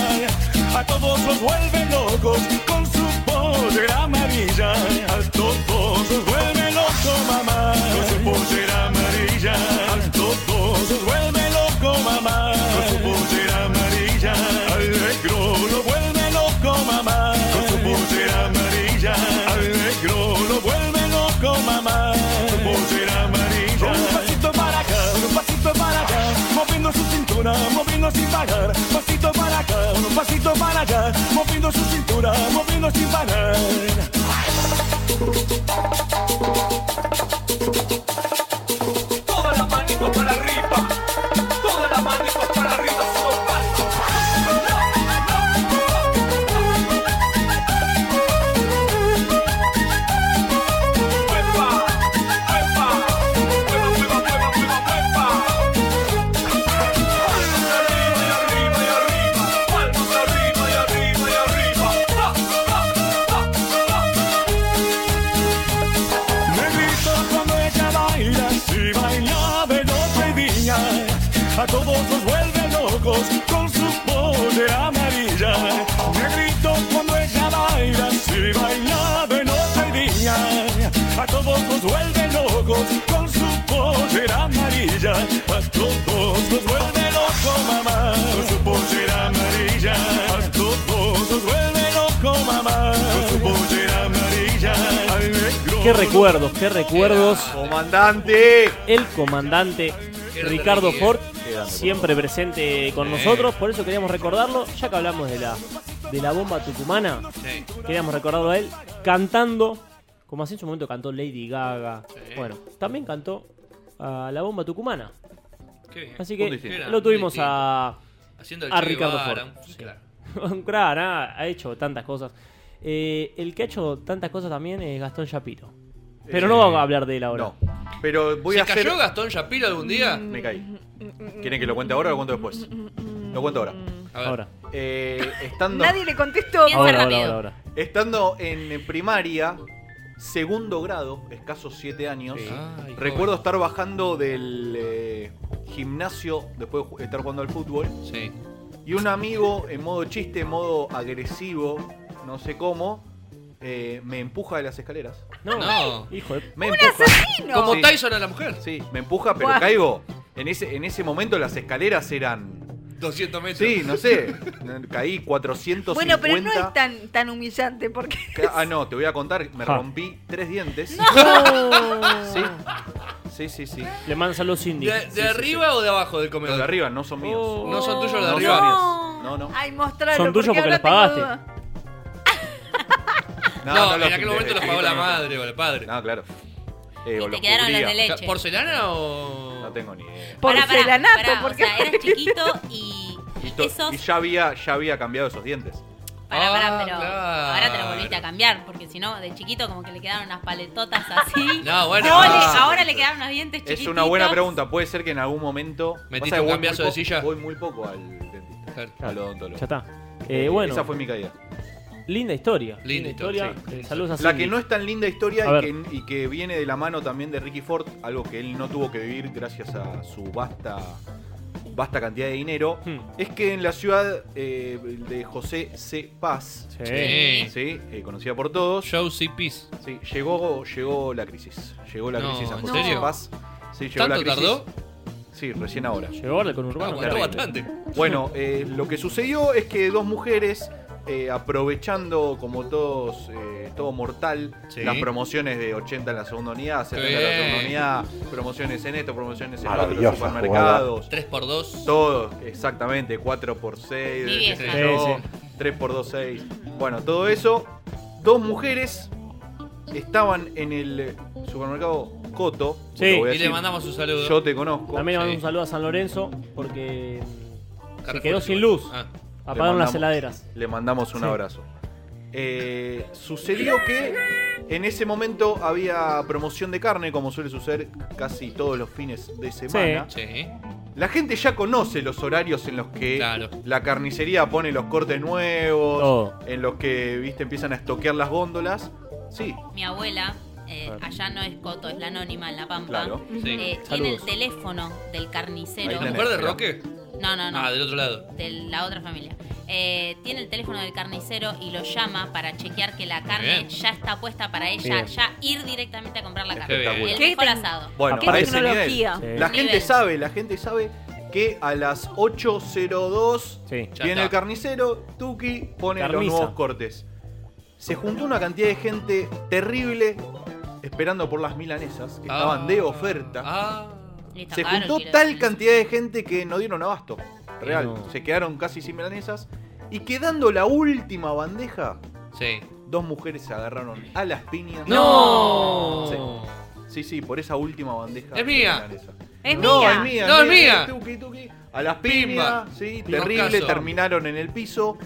Speaker 24: a todos los vuelve locos con su pollera amarilla. A todos los vuelve loco, mamá, con su pollera amarilla. A todos los vuelve loco, mamá, con su pollera amarilla. Al negro lo vuelve loco, mamá, con su pollera amarilla. Al negro lo vuelve loco, mamá, con su pollera amarilla. Un pasito para acá, un pasito para acá, moviendo su cintura, moviendo sin parar. Pasito para acá, un pasito para allá, moviendo su cintura, moviendo sin parar.
Speaker 25: Todas las manitos para arriba, todas las manitos para arriba, arriba y arriba y arriba.
Speaker 24: A todos nos vuelve locos con su pollera amarilla. Negrito cuando ella baila, si baila de noche y día. A todos nos vuelve locos con su pollera amarilla. A todos nos vuelve loco, mamá, con su pollera amarilla. A todos nos vuelve loco, mamá, con su pollera amarilla. Al negro
Speaker 5: Qué recuerdos, qué recuerdos.
Speaker 7: Comandante.
Speaker 5: El comandante Ricardo
Speaker 7: Ricky, eh.
Speaker 5: Ford,
Speaker 7: Qué grande,
Speaker 5: siempre presente con
Speaker 7: Eh.
Speaker 5: nosotros. Por eso queríamos recordarlo, ya que hablamos de la, de la bomba tucumana,
Speaker 2: Sí.
Speaker 5: queríamos recordarlo a él cantando, como así en su momento cantó Lady Gaga. Bueno, también cantó a la bomba tucumana.
Speaker 2: Qué bien.
Speaker 5: Así
Speaker 2: Un
Speaker 5: que
Speaker 2: distinto.
Speaker 5: lo tuvimos
Speaker 2: Un
Speaker 5: a,
Speaker 2: Haciendo el
Speaker 5: a
Speaker 2: Che
Speaker 5: Ricardo
Speaker 2: Guevara,
Speaker 5: Ford.
Speaker 2: un
Speaker 5: Sí.
Speaker 2: crack.
Speaker 5: [laughs] Un crack, ah, ha hecho tantas cosas. Eh, el que ha hecho tantas cosas también es Gastón Shapiro. Pero
Speaker 7: Eh,
Speaker 5: no vamos a hablar de él ahora.
Speaker 7: Pero voy
Speaker 2: ¿Se
Speaker 7: a hacer.
Speaker 2: cayó Gastón Shapiro algún día?
Speaker 7: Me caí. ¿Quieren que lo cuente ahora o lo cuento después? Lo cuento ahora.
Speaker 5: Ahora.
Speaker 7: Eh, estando.
Speaker 6: Nadie le contestó.
Speaker 7: Estando en primaria, segundo grado, escasos 7 años,
Speaker 2: Sí. Ay,
Speaker 7: recuerdo
Speaker 2: joven.
Speaker 7: estar bajando del eh, gimnasio después de ju- estar jugando al fútbol. Y un amigo, en modo chiste, en modo agresivo, no sé cómo, eh, me empuja de las escaleras.
Speaker 5: No.
Speaker 2: No.
Speaker 5: Hijo de...
Speaker 7: Me empuja.
Speaker 2: asesino! Como
Speaker 7: Sí.
Speaker 2: Tyson a la mujer.
Speaker 7: Sí, me empuja, pero
Speaker 2: Guau.
Speaker 7: caigo. En ese, en ese momento las escaleras eran...
Speaker 2: 200 metros.
Speaker 7: Sí, no sé. Caí 450.
Speaker 6: Bueno, pero no es tan, tan humillante [laughs] porque.
Speaker 7: Ah, no, te voy a contar. Me rompí tres dientes. Sí. Sí, sí, sí.
Speaker 5: Le mandas a los
Speaker 2: ¿De,
Speaker 5: indios.
Speaker 2: de arriba o de abajo del comedor?
Speaker 7: Los de arriba no son míos.
Speaker 9: Oh.
Speaker 2: No son tuyos los de
Speaker 7: No
Speaker 2: arriba.
Speaker 7: son míos.
Speaker 6: No, Ay, mostralo.
Speaker 5: Son tuyos porque
Speaker 6: ahora
Speaker 5: los pagaste.
Speaker 6: tengo duda.
Speaker 2: No, en aquel momento los pagó la madre o el padre.
Speaker 7: No, claro. Eh, o los
Speaker 9: quedaron las de
Speaker 7: cubría.
Speaker 9: leche.
Speaker 2: ¿Porcelana o.? No
Speaker 7: tengo ni idea.
Speaker 9: Pará, pará,
Speaker 6: Porcelanato,
Speaker 9: pará, o
Speaker 6: porque-
Speaker 9: sea, eras chiquito y,
Speaker 7: Y,
Speaker 9: y
Speaker 7: to-
Speaker 9: esos.
Speaker 7: y ya, había, ya había cambiado esos dientes.
Speaker 9: Pará, pará, pero
Speaker 2: Ah, claro.
Speaker 9: ahora te lo volviste a cambiar, porque si no, de chiquito como que le quedaron unas paletotas así.
Speaker 2: No, bueno.
Speaker 9: Ahora, le-
Speaker 7: Ah.
Speaker 9: [laughs] ahora le quedaron unos dientes chiquititos.
Speaker 7: Es una buena pregunta. Puede ser que en algún momento.
Speaker 2: ¿Metiste
Speaker 7: Pasa que
Speaker 2: un
Speaker 7: voy
Speaker 2: cambiazo
Speaker 7: muy
Speaker 2: de
Speaker 7: poco-
Speaker 2: silla?
Speaker 7: Voy muy poco al dentista. Al odontólogo.
Speaker 5: Ya está. Eh, bueno.
Speaker 7: Esa fue mi caída.
Speaker 5: Linda historia. Linda, historia.
Speaker 7: sí.
Speaker 5: Eh, saludos a
Speaker 7: La
Speaker 5: Cindy.
Speaker 7: que no es tan linda historia
Speaker 5: A
Speaker 7: y que, y que viene de la mano también de Ricky Ford, algo que él no tuvo que vivir gracias a su vasta, vasta cantidad de dinero,
Speaker 5: Hmm.
Speaker 7: es que en la ciudad eh, de José C. Paz,
Speaker 5: Sí.
Speaker 2: Sí.
Speaker 7: sí, eh, conocida por todos,
Speaker 2: Joe C. Paz,
Speaker 7: sí, llegó, llegó la crisis, llegó la
Speaker 2: No,
Speaker 7: crisis a
Speaker 2: ¿en
Speaker 7: José
Speaker 2: serio?
Speaker 7: C. Paz, sí, llegó la
Speaker 2: ¿Tanto
Speaker 7: crisis.
Speaker 2: tardó?
Speaker 7: Sí, recién ahora.
Speaker 5: Llegó ahora con Urbano.
Speaker 2: Aguantó
Speaker 7: Terrible.
Speaker 2: bastante.
Speaker 7: Bueno, eh, lo que sucedió es que dos mujeres, eh, aprovechando como todos, eh, todo mortal,
Speaker 2: Sí.
Speaker 7: las promociones de 80 en la segunda unidad, 70 en
Speaker 2: Qué
Speaker 7: la segunda
Speaker 2: bien.
Speaker 7: unidad, promociones en esto, promociones en otro,
Speaker 2: Maravillosa
Speaker 7: supermercados.
Speaker 2: 3x2.
Speaker 7: Todo, exactamente, 4x6,
Speaker 2: Mi
Speaker 7: qué sé
Speaker 2: vieja.
Speaker 7: yo,
Speaker 2: Sí,
Speaker 7: 3x2, 6. Bueno, todo eso. Dos mujeres estaban en el supermercado Coto.
Speaker 5: Sí.
Speaker 7: lo voy a
Speaker 5: Y le
Speaker 7: decir,
Speaker 5: mandamos un saludo.
Speaker 7: Yo te conozco.
Speaker 5: También le mando
Speaker 7: Sí.
Speaker 5: un saludo a San Lorenzo porque mm, se
Speaker 7: Carrefour,
Speaker 5: quedó sin
Speaker 7: sí.
Speaker 5: luz.
Speaker 7: Ah.
Speaker 5: Apagaron
Speaker 7: Le
Speaker 5: las
Speaker 7: mandamos-
Speaker 5: heladeras.
Speaker 7: Le mandamos un
Speaker 5: Sí.
Speaker 7: abrazo. Eh, sucedió que en ese momento había promoción de carne, como suele suceder casi todos los fines de semana.
Speaker 2: Sí.
Speaker 7: La gente ya conoce los horarios en los que la carnicería pone los cortes nuevos,
Speaker 5: Todo.
Speaker 7: en los que viste empiezan a estoquear las góndolas. Sí,
Speaker 9: Mi abuela, eh,
Speaker 7: Claro.
Speaker 9: allá no es Coto, es la anónima en La Pampa.
Speaker 7: Claro. Sí.
Speaker 9: Eh, tiene el
Speaker 7: Saludos.
Speaker 9: teléfono del carnicero.
Speaker 2: ¿La mujer de Roque?
Speaker 9: No, no, no.
Speaker 2: Ah, del otro lado.
Speaker 9: de la otra familia. Eh, tiene el teléfono del carnicero y lo llama para chequear que la carne
Speaker 2: bien.
Speaker 9: ya está puesta para ella,
Speaker 7: Bien.
Speaker 9: ya ir directamente a comprar la carne.
Speaker 7: Espectacular.
Speaker 9: El
Speaker 7: Qué
Speaker 9: mejor asado.
Speaker 7: Bueno,
Speaker 9: ¿Qué
Speaker 7: para ese
Speaker 9: tecnología?
Speaker 7: nivel.
Speaker 9: Sí.
Speaker 7: La
Speaker 9: Nivel.
Speaker 7: gente sabe, la gente sabe que a las 8.02
Speaker 2: Ya
Speaker 7: viene
Speaker 2: está.
Speaker 7: el carnicero, Tuki pone los
Speaker 5: Carniza.
Speaker 7: nuevos cortes. Se juntó una cantidad de gente terrible esperando por las milanesas, que estaban de oferta. Se juntó tal cantidad de gente que no dieron abasto. Real.
Speaker 5: No.
Speaker 7: Se quedaron casi sin milanesas. Y quedando la última bandeja,
Speaker 2: Sí.
Speaker 7: dos mujeres se agarraron a las piñas.
Speaker 2: ¡No!
Speaker 7: Sí, sí, sí, por esa última bandeja.
Speaker 2: Es mía.
Speaker 7: de milanesa.
Speaker 2: Es
Speaker 7: no,
Speaker 2: mía.
Speaker 7: Es mía.
Speaker 2: No, es mía.
Speaker 7: Tuki, tuki. A las
Speaker 2: Pimba.
Speaker 7: piñas, sí,
Speaker 2: Pimba.
Speaker 7: terrible,
Speaker 2: Caso.
Speaker 7: terminaron en el piso.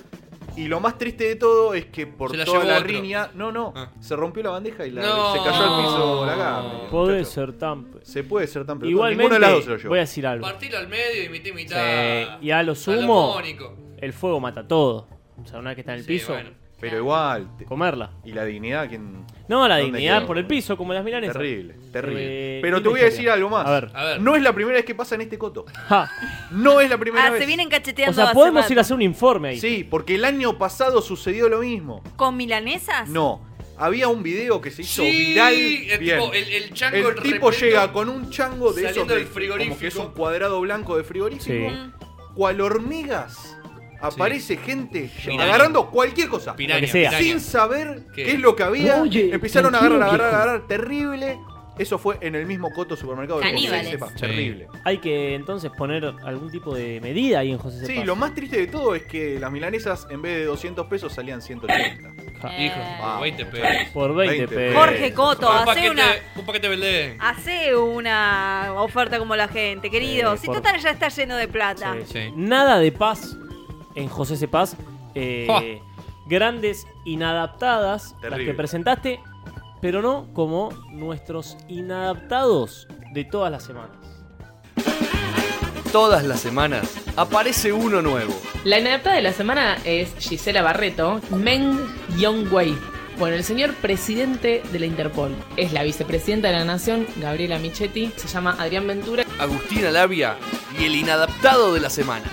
Speaker 7: Y lo más triste de todo es que por
Speaker 2: Se la
Speaker 7: toda
Speaker 2: llevó
Speaker 7: la
Speaker 2: otro. Ah.
Speaker 7: riña, no, no, se rompió la bandeja y la-
Speaker 2: No.
Speaker 7: se cayó al piso la carne.
Speaker 5: Puede ser tan.
Speaker 7: Se puede ser tan pelotudo.
Speaker 5: Igualmente,
Speaker 7: Ninguno de las dos se lo llevó.
Speaker 5: voy a decir algo.
Speaker 2: Partirlo al medio y mitad y mitad.
Speaker 5: Sí, Y a lo sumo,
Speaker 2: Salomónico.
Speaker 5: el fuego mata todo. O sea, una vez que está en el
Speaker 2: Sí,
Speaker 5: piso,
Speaker 2: bueno.
Speaker 7: Pero igual. te-
Speaker 5: Comerla.
Speaker 7: ¿Y la dignidad? ¿Quién,
Speaker 5: No, la
Speaker 7: dónde
Speaker 5: dignidad
Speaker 7: quedó?
Speaker 5: por el piso, como las milanesas.
Speaker 7: Terrible, terrible.
Speaker 5: Eh,
Speaker 7: Pero te
Speaker 5: linda
Speaker 7: voy a decir
Speaker 5: historia.
Speaker 7: algo más.
Speaker 5: A ver.
Speaker 7: No es la primera vez que pasa en este coto.
Speaker 5: [laughs] Ja.
Speaker 7: No es la primera
Speaker 6: Ah,
Speaker 7: vez.
Speaker 6: se vienen cacheteando
Speaker 5: O sea,
Speaker 6: hace
Speaker 5: podemos
Speaker 6: rato.
Speaker 5: ir a hacer un informe ahí.
Speaker 7: Sí, porque el año pasado sucedió lo mismo.
Speaker 6: ¿Con milanesas?
Speaker 7: No. Había un video que se hizo
Speaker 6: Sí,
Speaker 7: viral.
Speaker 2: es
Speaker 7: bien.
Speaker 2: tipo, el- el chango
Speaker 7: El tipo
Speaker 2: repleto-
Speaker 7: llega con un chango de
Speaker 2: saliendo
Speaker 7: esos de-
Speaker 2: del frigorífico.
Speaker 7: Como que es un cuadrado blanco de frigorífico.
Speaker 5: Sí.
Speaker 7: Cual hormigas. Aparece gente
Speaker 2: Piraña.
Speaker 7: agarrando cualquier cosa.
Speaker 2: Piraña,
Speaker 5: Lo que sea.
Speaker 7: Sin
Speaker 2: piraña.
Speaker 7: saber
Speaker 2: ¿Qué?
Speaker 7: qué, es lo que había.
Speaker 2: Oye,
Speaker 7: Empezaron a agarrar, a
Speaker 2: tranquilo,
Speaker 7: agarrar, a
Speaker 2: viejo.
Speaker 7: agarrar. Terrible. Eso fue en el mismo coto supermercado de José
Speaker 5: Caníbales.
Speaker 7: Sepa.
Speaker 5: Sí.
Speaker 7: Terrible.
Speaker 5: Hay que entonces poner algún tipo de medida ahí en José
Speaker 7: Sí,
Speaker 5: Cepaz.
Speaker 7: lo más triste de todo es que las milanesas en vez de 200 pesos salían 180.
Speaker 2: Hijo,
Speaker 7: Vamos,
Speaker 2: 20 pesos.
Speaker 5: Por 20, pesos.
Speaker 6: Eh. Jorge Coto,
Speaker 2: un
Speaker 6: hace
Speaker 2: paquete,
Speaker 6: una,
Speaker 2: un paquete Belén.
Speaker 6: hace una oferta como la gente, querido.
Speaker 5: Eh,
Speaker 6: si
Speaker 5: por-
Speaker 6: total ya está lleno de plata.
Speaker 5: Nada de paz en José Cepaz. Eh,
Speaker 6: Ja.
Speaker 5: Grandes inadaptadas las
Speaker 7: Terrible.
Speaker 5: que presentaste, pero no como nuestros inadaptados de todas las semanas.
Speaker 15: Todas las semanas aparece uno nuevo.
Speaker 23: La inadaptada de la semana es Gisela Barreto, Meng Yongwei. Bueno, el señor presidente de la Interpol es la vicepresidenta de la Nación, Gabriela Michetti, se llama Adrián Ventura.
Speaker 15: Agustina Labia y el inadaptado de la semana.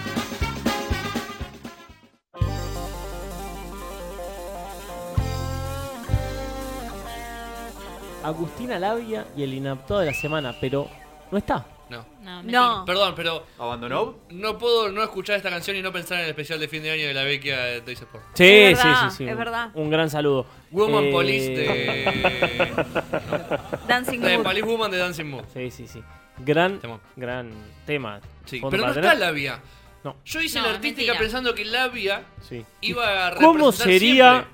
Speaker 5: Agustina Labia y el inadaptado de la semana, pero no está.
Speaker 2: No.
Speaker 9: No,
Speaker 6: No.
Speaker 2: Perdón, pero.
Speaker 7: ¿Abandonó?
Speaker 2: No puedo no escuchar esta canción y no pensar en el especial de fin de año de la Vecchia de Toys Sport.
Speaker 5: Sí,
Speaker 6: Es
Speaker 5: sí,
Speaker 6: verdad,
Speaker 5: sí, sí.
Speaker 6: es
Speaker 5: un-
Speaker 6: verdad.
Speaker 5: Un gran saludo.
Speaker 2: Woman
Speaker 5: Eh,
Speaker 2: Police de.
Speaker 6: Dancing
Speaker 2: de
Speaker 6: Mood.
Speaker 2: Police Woman de Dancing Mood.
Speaker 5: Sí, sí, sí. Gran, gran tema.
Speaker 2: Sí,
Speaker 5: Fondo
Speaker 2: pero no
Speaker 5: para
Speaker 2: está
Speaker 5: tener.
Speaker 2: Labia.
Speaker 5: No.
Speaker 2: Yo hice
Speaker 9: No,
Speaker 2: la
Speaker 9: es
Speaker 2: artística
Speaker 9: mentira.
Speaker 2: pensando que Labia
Speaker 5: Sí.
Speaker 2: iba a representar
Speaker 5: ¿Cómo sería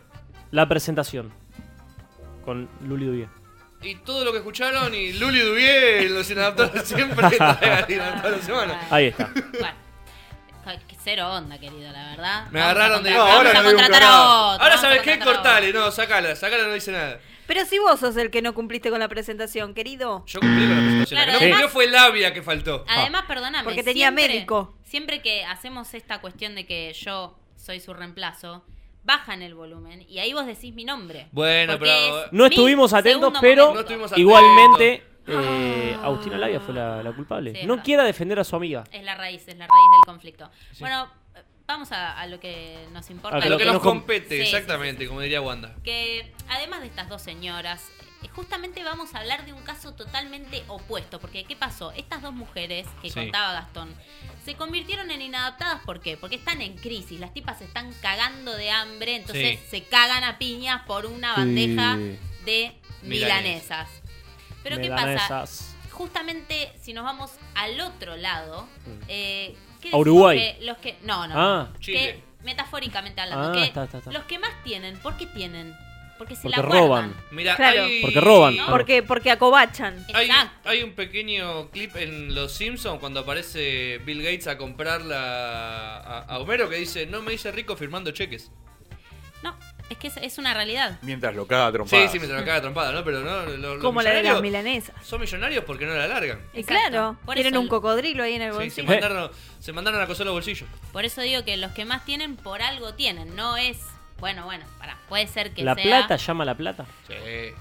Speaker 5: la presentación? Con Luli Dubié.
Speaker 2: siempre. Y todo lo que escucharon y Luli Dubié, los inadaptados
Speaker 9: [laughs]
Speaker 2: [laughs] siempre, trae al inadaptado de la semana.
Speaker 5: Ahí
Speaker 2: [laughs]
Speaker 5: está.
Speaker 9: Bueno, ca- cero onda, querido, la verdad. Vamos
Speaker 2: Me
Speaker 9: a
Speaker 2: agarraron de.
Speaker 9: contratar- vamos a contratar a otro.
Speaker 2: Ahora
Speaker 9: vamos a
Speaker 2: sabes qué,
Speaker 9: contratar a otro.
Speaker 2: cortale. No, sacala, sacala, no dice nada.
Speaker 6: Pero si vos sos el que no cumpliste con la presentación, querido.
Speaker 2: Yo cumplí con la presentación.
Speaker 9: Claro,
Speaker 2: Lo que
Speaker 9: además- Ah.
Speaker 2: no cumplió fue labia que faltó. Ah,
Speaker 9: Además, perdóname.
Speaker 6: Porque tenía
Speaker 9: siempre-
Speaker 6: médico.
Speaker 9: Siempre que hacemos esta cuestión de que yo soy su reemplazo, bajan el volumen y ahí vos decís mi nombre.
Speaker 2: Bueno,
Speaker 9: Porque
Speaker 2: pero-
Speaker 9: es
Speaker 5: No
Speaker 9: mi
Speaker 5: estuvimos atentos,
Speaker 9: segundo
Speaker 5: pero
Speaker 9: momento.
Speaker 5: igualmente eh, Agustina Labia fue la, la culpable.
Speaker 9: Sí, es
Speaker 5: no
Speaker 9: verdad.
Speaker 5: quiera defender a su amiga.
Speaker 9: Es la raíz, es la raíz del conflicto. Bueno, eh, vamos a, a lo Ah, que nos importa.
Speaker 2: A lo que nos compete,
Speaker 9: Sí, sí,
Speaker 2: exactamente, como diría Wanda.
Speaker 9: que además de estas dos señoras, eh, justamente vamos a hablar de un caso totalmente opuesto, porque ¿qué pasó? Estas dos mujeres que
Speaker 2: Sí.
Speaker 9: contaba Gastón se convirtieron en inadaptadas, ¿por qué? Porque están en crisis, las tipas se están cagando de hambre, entonces
Speaker 2: Sí.
Speaker 9: se cagan a piñas por una bandeja de milanesas.
Speaker 2: Milanesas.
Speaker 9: Pero ¿qué pasa?
Speaker 5: Milanesas.
Speaker 9: Justamente si nos vamos al otro lado, eh, ¿qué
Speaker 5: Mm. A
Speaker 9: decimos
Speaker 5: Uruguay.
Speaker 9: que los que, no, no,
Speaker 5: Ah.
Speaker 9: que
Speaker 5: Chile.
Speaker 9: metafóricamente hablando,
Speaker 5: Ah,
Speaker 9: que
Speaker 5: está, está, está.
Speaker 9: los que más tienen, ¿por qué tienen? Porque se
Speaker 5: Porque
Speaker 9: la guardan.
Speaker 5: roban.
Speaker 2: Mira,
Speaker 6: Claro.
Speaker 2: hay,
Speaker 5: Porque roban.
Speaker 9: ¿No?
Speaker 5: pero-
Speaker 6: Porque, porque acobachan.
Speaker 2: hay, hay un pequeño clip en Los Simpsons cuando aparece Bill Gates a comprarla a, a Homero que dice, no me hice rico firmando cheques.
Speaker 9: No, es que es, es una realidad.
Speaker 7: Mientras lo caga a trompadas.
Speaker 2: Sí, sí, me lo caga trompada, ¿no? Pero no, lo- los
Speaker 6: Como la de las
Speaker 2: millonarios
Speaker 6: milanesas.
Speaker 2: Son millonarios porque no la largan.
Speaker 6: Y claro,
Speaker 9: por
Speaker 6: tienen
Speaker 9: eso
Speaker 6: un
Speaker 9: el-
Speaker 6: cocodrilo ahí en el
Speaker 2: Sí, se,
Speaker 6: bolsillo.
Speaker 2: mandaron, se mandaron a coser los bolsillos.
Speaker 9: Por eso digo que los que más tienen, por algo tienen. No es. Bueno, bueno, pará. Puede ser que
Speaker 5: La
Speaker 9: sea.
Speaker 5: plata llama a la plata.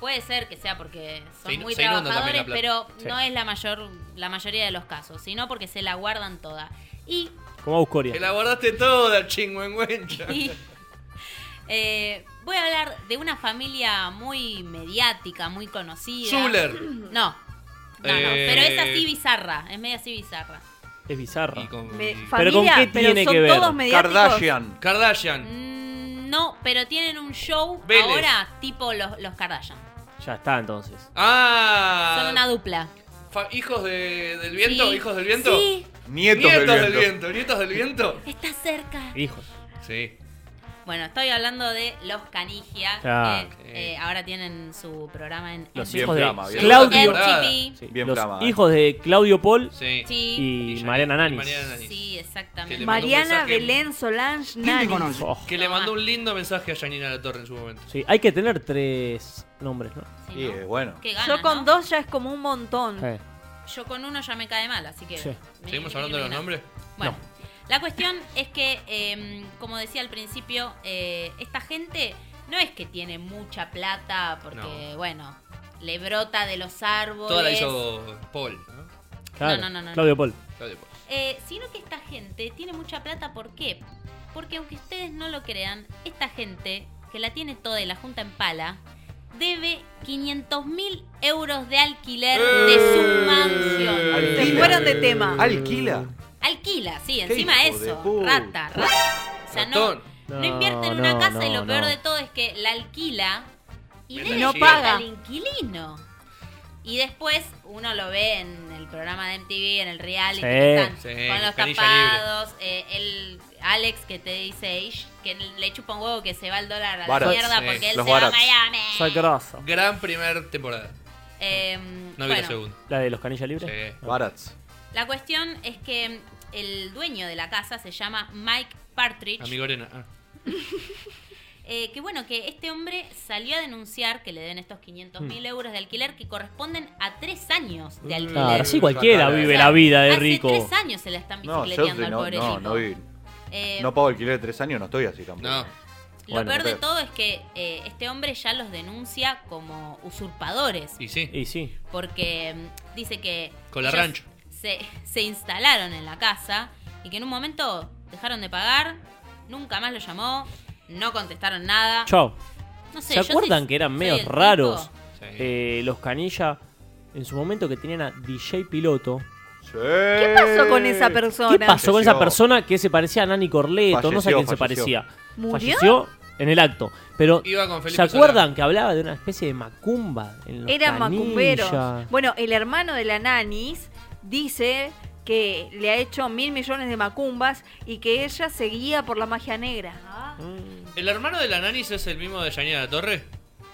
Speaker 9: Puede ser que sea porque son
Speaker 5: Se inu-
Speaker 9: muy
Speaker 5: se inunda
Speaker 9: trabajadores,
Speaker 5: también la
Speaker 9: pero
Speaker 5: plata.
Speaker 9: no
Speaker 5: Sí.
Speaker 9: es la mayor la mayoría de los casos, sino porque se la guardan toda. Y
Speaker 5: Como Auscoria.
Speaker 2: Te la guardaste toda, chingüengüencha.
Speaker 9: Y- Eh, voy a hablar de una familia muy mediática, muy conocida.
Speaker 2: Zuller.
Speaker 9: No. No, no,
Speaker 5: Eh.
Speaker 9: pero es así bizarra, es medio así bizarra.
Speaker 5: Es bizarro.
Speaker 6: Me-
Speaker 5: pero ¿con
Speaker 6: familia,
Speaker 5: qué
Speaker 6: pero
Speaker 5: tiene
Speaker 6: son
Speaker 5: que ver?
Speaker 6: todos mediáticos. Mm. Kardashian.
Speaker 2: Kardashian.
Speaker 9: No, pero tienen un show
Speaker 2: Vélez.
Speaker 9: ahora tipo los, los Kardashian.
Speaker 5: Ya está entonces.
Speaker 2: Ah.
Speaker 9: Son una dupla.
Speaker 2: Fa- ¿Hijos de- del viento?
Speaker 9: Sí.
Speaker 2: ¿Hijos del viento?
Speaker 9: Sí.
Speaker 7: Nietos del
Speaker 2: del
Speaker 7: viento.
Speaker 2: viento. ¿Nietos del viento?
Speaker 9: Está cerca.
Speaker 5: Hijos.
Speaker 2: Sí.
Speaker 9: Bueno, estoy hablando de los Canigia,
Speaker 5: Ah.
Speaker 9: que eh, ahora tienen su programa en
Speaker 5: Los
Speaker 9: en-
Speaker 5: hijos de
Speaker 9: flama, bien.
Speaker 5: Claudio.
Speaker 9: MTV.
Speaker 5: Sí,
Speaker 7: Bien
Speaker 5: los
Speaker 7: flama, eh.
Speaker 5: hijos de Claudio Paul
Speaker 2: Ah, Sí.
Speaker 9: Sí.
Speaker 5: y, Mariana Nanis.
Speaker 9: Sí, exactamente.
Speaker 6: Mariana Belén Solange Nani.
Speaker 5: Oh,
Speaker 2: Que le mandó un lindo mensaje a Janina La Torre en su momento.
Speaker 5: sí, hay que tener tres nombres, ¿no?
Speaker 9: Sí, ¿no?
Speaker 7: bueno.
Speaker 9: Que gana,
Speaker 6: Yo con dos ya es como un montón.
Speaker 5: Sí.
Speaker 9: Yo con uno ya me cae mal, así que.
Speaker 5: Sí.
Speaker 9: me-
Speaker 2: ¿Seguimos
Speaker 9: me
Speaker 2: hablando de los
Speaker 9: elimina.
Speaker 2: nombres?
Speaker 9: Bueno, La cuestión es que, eh, como decía al principio, eh, esta gente no es que tiene mucha plata porque,
Speaker 2: No.
Speaker 9: bueno, le brota de los árboles.
Speaker 2: Toda la hizo Paul, ¿no?
Speaker 9: Claro, No, no, no, no.
Speaker 5: Claudio Paul.
Speaker 2: Claudio Paul.
Speaker 9: Eh, sino que esta gente tiene mucha plata, ¿por qué? Porque aunque ustedes no lo crean, esta gente que la tiene toda y la junta en pala, debe 500 mil euros de alquiler Eh.
Speaker 7: Eh.
Speaker 9: de su mansión.
Speaker 6: Se fueron de tema.
Speaker 7: Alquila.
Speaker 9: Alquila, sí, encima
Speaker 7: hijo de
Speaker 9: eso.
Speaker 7: puta.
Speaker 9: Rata, rata. O sea, no,
Speaker 7: Ratón.
Speaker 9: no invierte en una
Speaker 7: No,
Speaker 9: casa y
Speaker 7: no,
Speaker 9: lo peor
Speaker 7: no.
Speaker 9: de todo es que la alquila y
Speaker 6: Pero
Speaker 9: debe
Speaker 6: no
Speaker 9: pagar
Speaker 6: paga.
Speaker 9: al inquilino. Y después uno lo ve en el programa de MTV, en el reality,
Speaker 5: Sí.
Speaker 9: que están
Speaker 5: Sí,
Speaker 9: con los
Speaker 5: canilla
Speaker 9: tapados, eh, el Alex que te dice "Ish", que le chupa un huevo que se va el dólar a
Speaker 2: Barats,
Speaker 9: la mierda
Speaker 2: sí.
Speaker 9: porque él
Speaker 2: Los
Speaker 9: se
Speaker 2: Barats.
Speaker 9: va a Miami.
Speaker 2: Gran primer temporada.
Speaker 9: Eh,
Speaker 2: Mm. No vi
Speaker 9: bueno,
Speaker 2: la segunda.
Speaker 5: ¿La de los canillas libres?
Speaker 2: Sí.
Speaker 7: Barats.
Speaker 9: la cuestión es que el dueño de la casa se llama Mike Partridge.
Speaker 2: Amigo Arena. Ah.
Speaker 9: Eh, que bueno, que este hombre salió a denunciar que le den estos 500 mil
Speaker 7: Hmm.
Speaker 9: euros de alquiler que corresponden a tres años de alquiler.
Speaker 5: Claro, así cualquiera vive la vida de
Speaker 9: Hace
Speaker 5: rico.
Speaker 9: tres años se la están
Speaker 7: No, yo
Speaker 9: bicicleteando al
Speaker 7: no,
Speaker 9: pobre
Speaker 7: no,
Speaker 9: tipo.
Speaker 7: no, vi-
Speaker 9: Eh,
Speaker 7: no pago alquiler de tres años, no estoy así tampoco.
Speaker 2: No.
Speaker 9: Lo peor de todo es que eh, este hombre ya los denuncia como usurpadores.
Speaker 2: Y sí.
Speaker 5: Y sí.
Speaker 9: Porque mm, dice que.
Speaker 2: Con la
Speaker 9: ellos
Speaker 2: rancho.
Speaker 9: Se, se instalaron en la casa y que en un momento dejaron de pagar, nunca más lo llamó, no contestaron nada.
Speaker 5: Chau.
Speaker 9: Ah. No sé,
Speaker 5: ¿Se
Speaker 9: yo
Speaker 5: acuerdan
Speaker 9: soy-
Speaker 5: que eran
Speaker 9: soy
Speaker 5: medios
Speaker 9: el
Speaker 5: raros?
Speaker 9: tipo-
Speaker 5: Eh, los canilla, en su momento que tenían a DJ Piloto.
Speaker 6: ¿Qué pasó con esa persona?
Speaker 5: ¿Qué pasó con esa persona que se parecía a Nani Corleto? no sé a
Speaker 7: Falleció,
Speaker 5: quién se
Speaker 7: falleció.
Speaker 5: parecía.
Speaker 6: ¿Murió?
Speaker 5: Falleció en el acto. Pero,
Speaker 6: Iba con Felipe
Speaker 5: ¿se acuerdan que hablaba de una especie de macumba? En los
Speaker 6: Eran
Speaker 5: Canilla?
Speaker 6: macumberos. Bueno, el hermano de la Nanis dice que le ha hecho mil millones de macumbas y que ella se guía por la magia negra.
Speaker 2: ¿El hermano de la Nanis es el mismo de Yanina La Torre?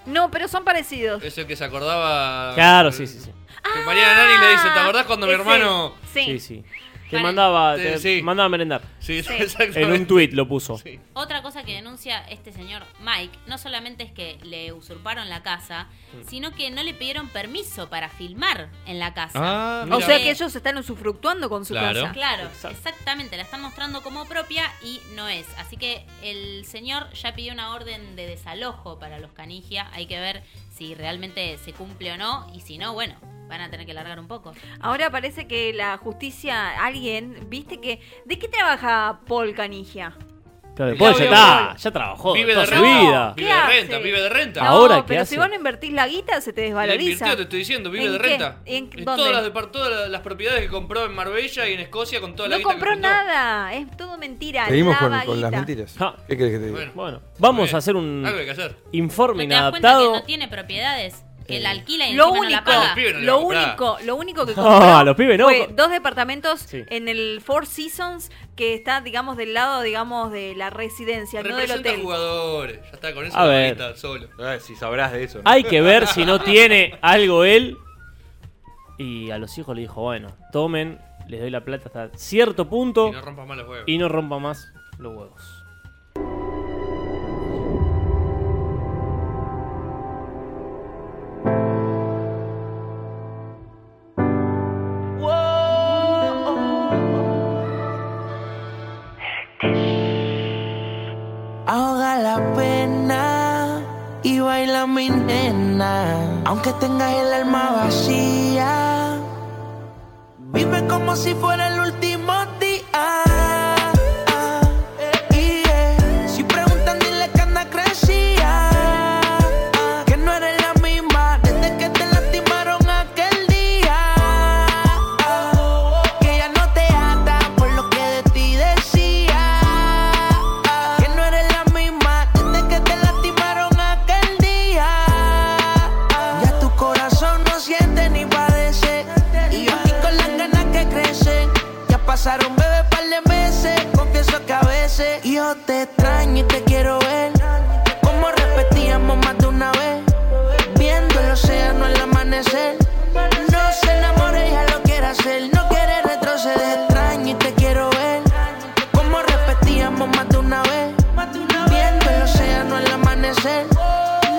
Speaker 6: No, pero son parecidos.
Speaker 2: Es el que se acordaba.
Speaker 5: Claro, sí, sí, sí.
Speaker 2: Que Mariana Nani le dice: ¿Te acordás cuando mi
Speaker 6: Ah. ese.
Speaker 2: hermano.?
Speaker 6: Sí.
Speaker 5: Sí, sí. Te mandaba,
Speaker 2: Sí,
Speaker 5: te
Speaker 2: sí.
Speaker 5: mandaba a merendar.
Speaker 2: Sí,
Speaker 9: Sí.
Speaker 2: [laughs] exactamente.
Speaker 5: En un tuit lo puso.
Speaker 9: Otra cosa que denuncia este señor Mike, no solamente es que le usurparon la casa,
Speaker 5: Mm.
Speaker 9: sino que no le pidieron permiso para filmar en la casa.
Speaker 6: Ah,
Speaker 9: Porque-
Speaker 6: o sea que ellos están usufructuando con su
Speaker 9: Claro,
Speaker 6: casa.
Speaker 9: exactamente, la están mostrando como propia y no es. Así que el señor ya pidió una orden de desalojo para los canigia, hay que ver si realmente se cumple o no y si no, bueno, van a tener que largar un poco.
Speaker 6: Ahora parece que la justicia, alguien, viste que. ¿De qué trabaja Paul Canigia?
Speaker 5: Claro, después ya
Speaker 2: Claudio
Speaker 5: está, ya trabajó
Speaker 2: Vive
Speaker 5: toda
Speaker 2: de
Speaker 5: su
Speaker 2: renta.
Speaker 5: vida.
Speaker 2: Vive de renta, vive de renta.
Speaker 6: No,
Speaker 5: Ahora, ¿qué
Speaker 6: Oh, pero
Speaker 5: hace?
Speaker 6: si vos no invertís la guita, se te
Speaker 2: Le
Speaker 6: desvaloriza.
Speaker 2: invirtió, te estoy diciendo, vive
Speaker 6: ¿En
Speaker 2: de
Speaker 6: qué?
Speaker 2: renta.
Speaker 6: ¿En
Speaker 2: En
Speaker 6: dónde?
Speaker 2: todas, las, depar- todas las propiedades que compró en Marbella y en Escocia con toda la
Speaker 6: No
Speaker 2: guita que
Speaker 6: compró
Speaker 2: juntó.
Speaker 6: nada, es todo mentira.
Speaker 5: Seguimos
Speaker 6: lava
Speaker 5: con- con las
Speaker 6: guita.
Speaker 5: mentiras.
Speaker 15: ¿Qué querés que te diga?
Speaker 5: Bueno, vamos a hacer un
Speaker 2: Algo hay que hacer.
Speaker 5: informe
Speaker 9: ¿No te das cuenta que
Speaker 5: inadaptado.
Speaker 9: no tiene propiedades? Que la alquila y
Speaker 6: Eh, Lo
Speaker 9: encima no la
Speaker 6: único,
Speaker 9: paga.
Speaker 6: lo único, lo único
Speaker 5: [laughs]
Speaker 6: que
Speaker 5: No,
Speaker 6: compró
Speaker 5: los pibes no.
Speaker 6: fue dos departamentos
Speaker 5: Sí.
Speaker 6: en el Four Seasons que está, digamos, del lado, digamos, de la residencia, no del
Speaker 2: Representa
Speaker 6: hotel.
Speaker 2: jugadores. Ya está, con eso
Speaker 5: A
Speaker 2: la
Speaker 5: ver.
Speaker 2: guita solo.
Speaker 7: si sabrás de eso.
Speaker 5: Hay que ver
Speaker 2: [laughs]
Speaker 5: si no tiene algo él. Y a los hijos le dijo, bueno, tomen, les doy la plata hasta cierto punto.
Speaker 2: Y no rompa más los huevos.
Speaker 5: Y no rompa más los huevos.
Speaker 21: Ahoga la pena y baila mi nena. Aunque tengas el alma vacía, vive como si fuera el último día. Y, eh, Si preguntan, dile que anda crecía. Que no eres la misma desde que te lastimaron aquel día. Que ya no te ata por lo que de ti decía. Que no eres la misma desde que te lastimaron aquel día. Ya tu corazón no siente ni padece. Y yo aquí con las ganas que crecen. Ya pasaron bebé par de meses. Confieso que a veces yo te extraño y te quiero ver. Como repetíamos más de una vez. Viendo el océano al amanecer. No se enamore, ella lo quiere hacer. No quiere retroceder. Extraño y te quiero ver. Como repetíamos más de una vez. Viendo el océano al amanecer.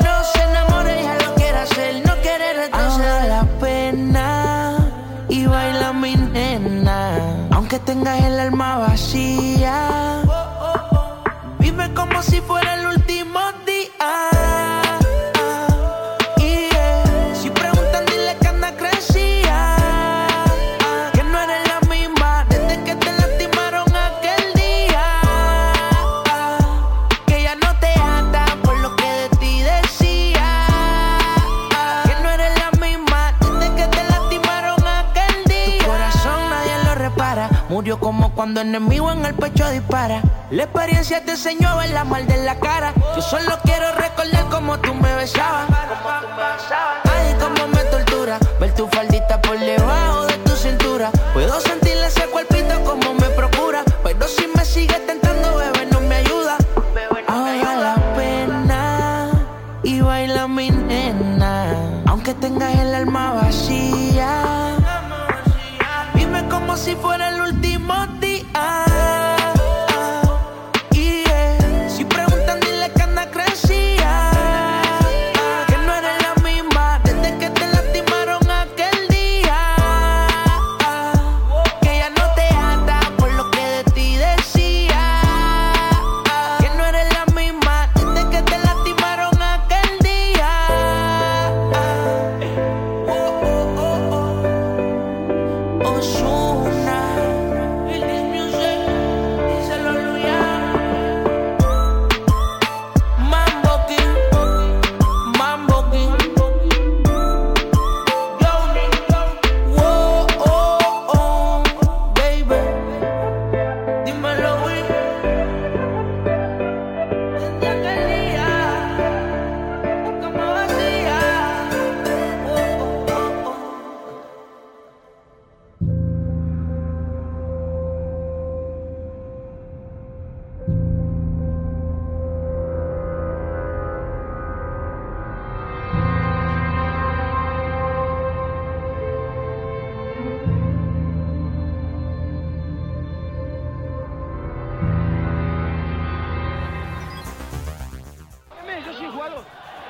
Speaker 21: No se enamore, ella lo quiere hacer. No quiere retroceder. Ahora la pena y baila baila mi nena, aunque tengas el alma vacía. Vive como si fuera el último día. Y, eh, Si preguntan, dile que anda crecía. Que no eres la misma desde que te lastimaron aquel día. Que ya no te ata por lo que de ti decía. Que no eres la misma desde que te lastimaron aquel día. Tu corazón nadie lo repara. Murió como cuando enemigo en el pecho dispara. La experiencia te enseñó a ver la mal de la cara. Yo solo quiero recordar cómo tú me besabas. Ay, cómo me tortura. Ver tu faldita por debajo de tu cintura. Puedo sentir ese cuerpito como me procura. Pero si me sigues tentando, bebé, no me ayuda. Ahora la pena y baila mi nena. Aunque tengas el alma vacía, vive como si fuera el último día. Y eh, si preguntan, dile que anda crecía. Que no eres la misma desde que te lastimaron aquel día. Que ya no te ata por lo que de ti decía. Que no eres la misma desde que te lastimaron aquel día. Oh, oh, oh, oh. Ozuna. Feel this music. Díselo, Luya. Mambo King. Mambo King. Whoa, oh, oh, baby. Dímelo, Will. Desde aquel día, nunca me vacía. Oh, oh, oh, oh.
Speaker 12: Yo soy jugador.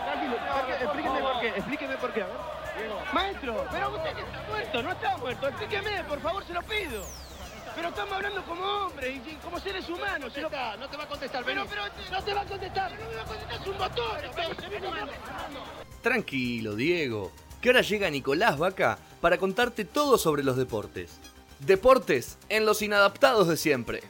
Speaker 12: Tranquilo, explíqueme por qué, explíqueme por qué. a ver. Maestro, pero usted que está muerto, no está muerto. Explíqueme, por favor, se lo pido. Pero estamos hablando como hombres y y como seres humanos. se lo- no te va a contestar, pero, pero no te va a contestar. No me va a contestar, es un botón.
Speaker 2: Tranquilo, Diego, que ahora llega Nicolás Vaca para contarte todo sobre los deportes. Deportes en los inadaptados de siempre.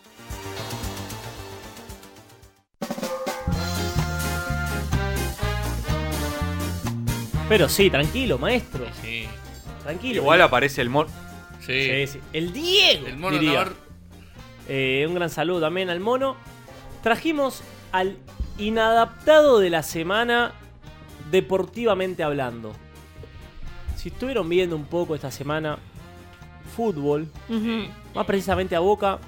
Speaker 5: Pero sí, tranquilo, maestro.
Speaker 2: Sí.
Speaker 5: Tranquilo.
Speaker 7: Igual aparece el mono.
Speaker 5: Sí, sí. El Diego.
Speaker 7: El mono
Speaker 5: diría.
Speaker 7: Navarro.
Speaker 5: Eh, un gran saludo también al mono. Trajimos al inadaptado de la semana, deportivamente hablando. Si estuvieron viendo un poco esta semana fútbol, más precisamente a Boca,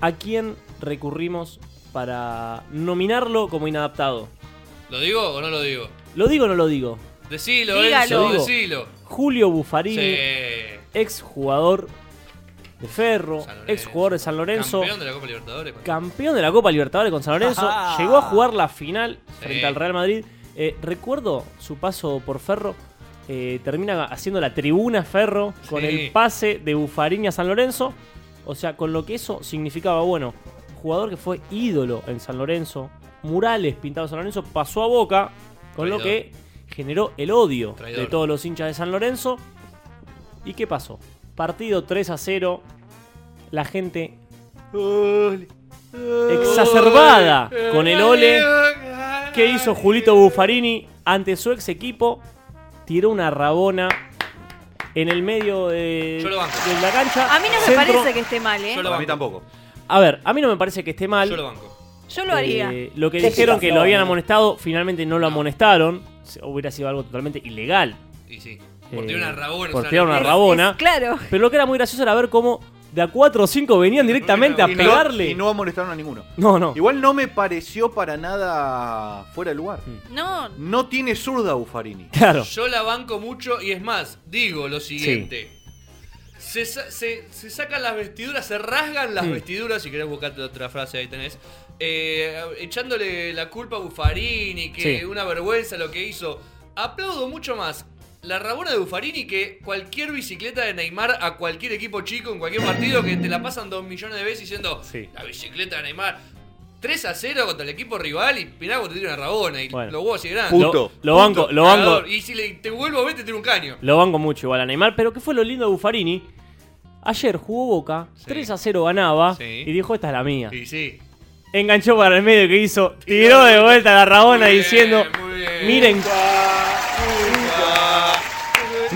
Speaker 5: ¿a quién recurrimos para nominarlo como inadaptado?
Speaker 2: ¿Lo digo o no lo digo?
Speaker 5: ¿Lo digo o no lo digo?
Speaker 2: Decilo,
Speaker 5: Lo
Speaker 2: Enzo,
Speaker 5: digo.
Speaker 2: decilo.
Speaker 5: Julio Buffarini,
Speaker 2: Sí.
Speaker 5: ex jugador de Ferro, ex jugador de San Lorenzo,
Speaker 2: Campeón de la Copa Libertadores.
Speaker 5: campeón de la Copa Libertadores con San Lorenzo,
Speaker 2: Ajá.
Speaker 5: llegó a jugar la final frente
Speaker 2: Sí.
Speaker 5: al Real Madrid. Eh, recuerdo su paso por Ferro, eh, termina haciendo la tribuna Ferro con
Speaker 2: Sí.
Speaker 5: el pase de Buffarini a San Lorenzo. O sea, con lo que eso significaba, bueno, jugador que fue ídolo en San Lorenzo, murales pintados en San Lorenzo, pasó a Boca, con lo
Speaker 2: Traidor.
Speaker 5: que generó el odio
Speaker 2: Traidor.
Speaker 5: de todos los hinchas de San Lorenzo. ¿Y qué pasó? Partido 3 a 0, la gente exacerbada
Speaker 2: eh,
Speaker 5: con el ole que hizo Julito Buffarini ante su ex equipo. Tiró una rabona en el medio de,
Speaker 2: Yo lo banco.
Speaker 5: de la cancha.
Speaker 6: A mí no me
Speaker 5: Centro.
Speaker 6: parece que esté mal, ¿eh?
Speaker 2: A mí
Speaker 7: tampoco.
Speaker 5: A ver, a mí no me parece que esté mal.
Speaker 2: Yo lo banco.
Speaker 6: Yo lo haría.
Speaker 5: Eh, lo que
Speaker 6: Qué
Speaker 5: dijeron que lo
Speaker 6: situación.
Speaker 5: habían amonestado, finalmente no lo amonestaron. Se- Hubiera sido algo totalmente ilegal.
Speaker 2: Y sí.
Speaker 5: Por
Speaker 2: tirar una rabona,
Speaker 5: Por
Speaker 2: o sea,
Speaker 5: tirar una
Speaker 2: es-
Speaker 5: rabona.
Speaker 6: es- claro.
Speaker 5: Pero lo que era muy gracioso era ver cómo de a 4 o 5 venían directamente a
Speaker 7: Y no-
Speaker 5: pegarle.
Speaker 7: Y no amonestaron a ninguno.
Speaker 5: No, no.
Speaker 7: Igual no me pareció para nada fuera de lugar.
Speaker 9: Mm.
Speaker 6: No.
Speaker 7: No tiene zurda Buffarini.
Speaker 5: Claro.
Speaker 2: Yo la banco mucho y es más, digo lo siguiente. Se, sa- se- se sacan las vestiduras, se rasgan las
Speaker 5: Mm.
Speaker 2: vestiduras, si querés buscarte otra frase ahí tenés, eh, echándole la culpa a Buffarini, que
Speaker 5: Sí.
Speaker 2: una vergüenza lo que hizo. Aplaudo mucho más La rabona de Buffarini que cualquier bicicleta de Neymar a cualquier equipo chico en cualquier partido que te la pasan dos millones de veces diciendo la bicicleta de Neymar 3 a 0 contra el equipo rival y Pinago te tira una rabona y
Speaker 5: Bueno.
Speaker 2: los huevos se grandes.
Speaker 5: Puto. Lo- lo banco, lo banco.
Speaker 2: Cagador. Y si le- te vuelvo a ver te tiro un caño.
Speaker 5: Lo banco mucho igual a Neymar, pero ¿qué fue lo lindo de Buffarini? Ayer jugó Boca, 3 a 0 ganaba y dijo, esta es la mía.
Speaker 2: Y sí.
Speaker 5: Enganchó para el medio que hizo, tiró de vuelta la Rabona diciendo, miren,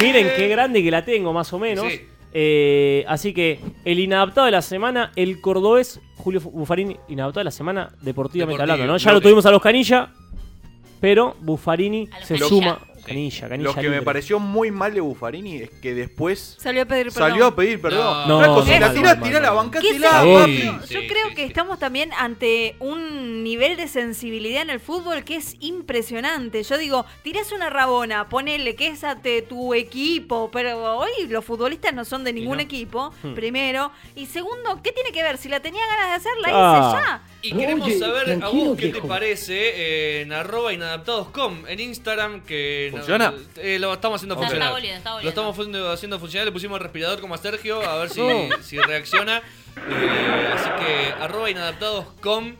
Speaker 5: miren qué grande que la tengo más o menos.
Speaker 2: Sí.
Speaker 5: Eh, así que el inadaptado de la semana, el cordobés Julio Buffarini, inadaptado de la semana deportivamente
Speaker 7: Deportivo,
Speaker 5: hablando, ¿no? Ya lo
Speaker 7: bloque.
Speaker 5: tuvimos a los Canilla, pero Buffarini se
Speaker 7: Canilla.
Speaker 5: suma. Canilla, canilla.
Speaker 7: Lo que me
Speaker 5: libre.
Speaker 7: pareció muy mal de Buffarini es que después
Speaker 6: Salió a pedir perdón.
Speaker 7: salió a pedir perdón.
Speaker 5: No.
Speaker 7: Flaco,
Speaker 5: No,
Speaker 7: si la
Speaker 5: mal,
Speaker 7: tirás,
Speaker 5: mal,
Speaker 7: tirá
Speaker 5: mal,
Speaker 7: la
Speaker 5: mal.
Speaker 7: banca,
Speaker 6: ¿Qué es
Speaker 7: tirá,
Speaker 5: eso?
Speaker 7: papi.
Speaker 6: Yo, yo creo que estamos también ante un nivel de sensibilidad en el fútbol que es impresionante. Yo digo, tirás una rabona, ponele que es ante tu equipo, pero hoy los futbolistas no son de ningún
Speaker 9: no.
Speaker 6: equipo,
Speaker 9: Hmm.
Speaker 6: primero. Y segundo, ¿qué tiene que ver? Si la tenía ganas de hacer, la
Speaker 5: Ah.
Speaker 6: hice
Speaker 2: Y
Speaker 6: ya.
Speaker 2: queremos
Speaker 5: Oye,
Speaker 2: saber a
Speaker 5: tranquilo,
Speaker 2: vos qué te
Speaker 5: viejo.
Speaker 2: parece eh, en arroba inadaptados.com en Instagram que no-
Speaker 7: ¿Funciona?
Speaker 2: eh, lo estamos haciendo
Speaker 9: No, está
Speaker 2: funcionar.
Speaker 9: volviendo, está
Speaker 2: Lo estamos haciendo- haciendo funcionar, le pusimos respirador como a Sergio, a ver si,
Speaker 5: No.
Speaker 2: si reacciona. Eh, así que arroba inadaptados.com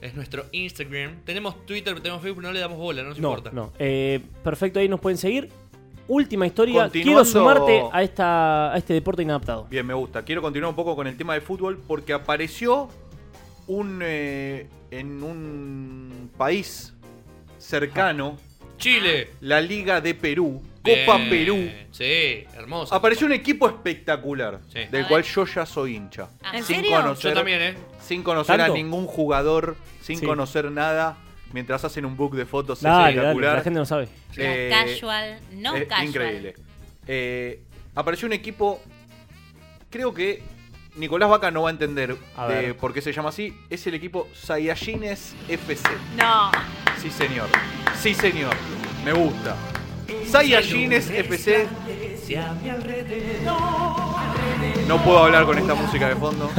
Speaker 2: es nuestro Instagram. Tenemos Twitter, tenemos Facebook, no le damos bola, no nos
Speaker 5: No,
Speaker 2: importa.
Speaker 5: no. Eh, perfecto, ahí nos pueden seguir. Última historia. Quiero
Speaker 7: Continuando-
Speaker 5: sumarte a, esta, a este deporte inadaptado.
Speaker 7: Bien, me gusta. Quiero continuar un poco con el tema de fútbol porque apareció un eh, en un país cercano,
Speaker 2: Chile,
Speaker 7: la Liga de Perú, Copa
Speaker 2: Bien.
Speaker 7: Perú.
Speaker 2: Sí, hermoso.
Speaker 7: Apareció un equipo espectacular,
Speaker 2: A
Speaker 7: del cual yo ya soy hincha.
Speaker 2: Ah. ¿En serio? Yo también, ¿eh?
Speaker 7: Sin conocer
Speaker 5: ¿Tanto?
Speaker 7: a ningún jugador, sin
Speaker 5: Sí.
Speaker 7: conocer nada, mientras hacen un book de fotos
Speaker 5: Dale, dale,
Speaker 7: espectacular. Eh,
Speaker 5: la gente no sabe.
Speaker 9: La casual, no
Speaker 7: es
Speaker 9: casual.
Speaker 7: Increíble. Eh, apareció un equipo, creo que Nicolás Vaca no va a entender
Speaker 5: A
Speaker 7: de
Speaker 5: ver.
Speaker 7: por qué se llama así. Es el equipo Saiyajines FC.
Speaker 6: No.
Speaker 7: Sí, señor. Sí, señor. Me gusta. Saiyajines FC. No puedo hablar con esta música de fondo.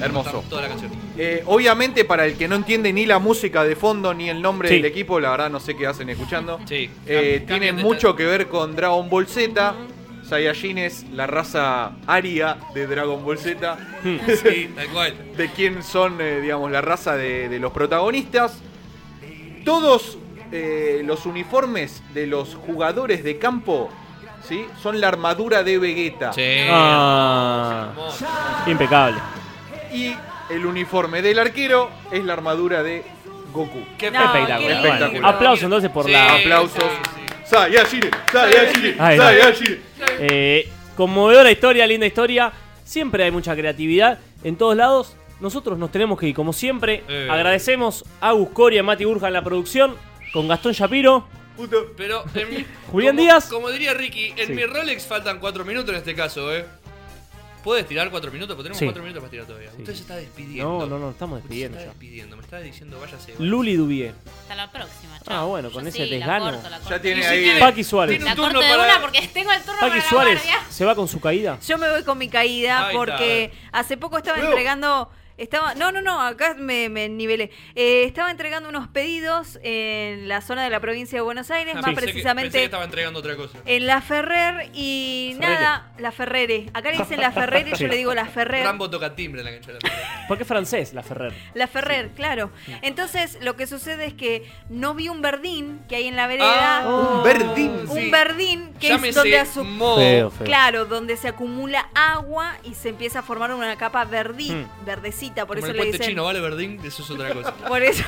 Speaker 7: Hermoso.
Speaker 2: Toda la canción.
Speaker 7: Eh, obviamente, para el que no entiende ni la música de fondo ni el nombre
Speaker 5: Sí.
Speaker 7: del equipo, la verdad no sé qué hacen escuchando.
Speaker 2: Sí.
Speaker 7: Eh, tiene
Speaker 2: Cam- cambian de
Speaker 7: mucho que ver con Dragon Ball Z. Saiyajin es la raza aria de Dragon Ball Z.
Speaker 2: Hmm.
Speaker 7: [laughs]
Speaker 2: Sí, tal cual.
Speaker 7: de quién son, eh, digamos, la raza de, de los protagonistas. Todos eh, los uniformes de los jugadores de campo ¿sí? son la armadura de Vegeta.
Speaker 5: Ah. impecable.
Speaker 7: Y el uniforme del arquero es la armadura de Goku.
Speaker 2: Qué
Speaker 5: No, espectacular. qué lindo. Aplausos, entonces, por la-
Speaker 7: Aplausos. Saiyajin, Saiyajin,
Speaker 5: Ahí va.
Speaker 7: Saiyajin.
Speaker 5: Eh, conmovedora historia, linda historia. Siempre hay mucha creatividad en todos lados. Nosotros nos tenemos que ir, como siempre.
Speaker 2: Eh.
Speaker 5: Agradecemos a Agus Coria, Mati Burja en la producción, con Gastón Shapiro.
Speaker 2: Pero en mi-
Speaker 5: [laughs] Julián
Speaker 2: como-
Speaker 5: Díaz.
Speaker 2: Como diría Ricky, en
Speaker 5: Sí.
Speaker 2: mi Rolex faltan 4 minutos en este caso, ¿eh? ¿Puedes tirar 4 minutos? Porque tenemos
Speaker 5: Sí.
Speaker 2: 4 minutos para tirar todavía. Usted se está despidiendo.
Speaker 5: No, no, no, estamos
Speaker 2: Usted se
Speaker 5: despidiendo
Speaker 2: está
Speaker 5: ya.
Speaker 2: despidiendo. Me está diciendo váyase.
Speaker 5: Luli Dubié.
Speaker 9: Hasta la próxima.
Speaker 5: Ah, bueno, con
Speaker 9: Yo
Speaker 5: ese
Speaker 9: sí, la
Speaker 5: desgano.
Speaker 9: corto, la corto. Ya
Speaker 2: tiene Y si ahí- tiene-
Speaker 5: Paqui Suárez.
Speaker 9: La corto de una porque tengo el turno
Speaker 5: Paqui
Speaker 9: para la
Speaker 5: Suárez
Speaker 9: guardia.
Speaker 5: se va con su caída.
Speaker 6: Yo me voy con mi caída
Speaker 5: Ahí
Speaker 6: porque hace poco estaba entregando. Estaba, no, no, no, acá me, me nivelé. Eh, estaba entregando unos pedidos en la zona de la provincia de Buenos Aires,
Speaker 2: Ah,
Speaker 6: más
Speaker 2: pensé que- pensé que
Speaker 6: precisamente
Speaker 2: estaba entregando otra cosa.
Speaker 6: en La Ferrer y
Speaker 2: Ferrere.
Speaker 6: nada, La Ferrere. Acá le dicen La Ferrere,
Speaker 5: Sí.
Speaker 6: yo le digo La Ferrer.
Speaker 2: Rambo toca timbre en la cancha de la
Speaker 5: Porque es francés, la Ferrer.
Speaker 6: La Ferrer, claro. Entonces, lo que sucede es que no vi un verdín que hay en la vereda.
Speaker 5: Ah,
Speaker 7: Un verdín.
Speaker 6: Un verdín que
Speaker 2: Llámese
Speaker 6: es donde, asu-
Speaker 2: moho.
Speaker 5: Feo, feo.
Speaker 6: Claro, donde se acumula agua y se empieza a formar una capa verdín,
Speaker 5: Hmm.
Speaker 6: verdecita, por
Speaker 2: Como
Speaker 6: eso
Speaker 2: el
Speaker 6: le
Speaker 2: puente
Speaker 6: dicen.
Speaker 2: chino, ¿vale, Verdín? Eso es otra
Speaker 7: [laughs]
Speaker 2: cosa.
Speaker 6: Por
Speaker 5: [laughs]
Speaker 6: eso,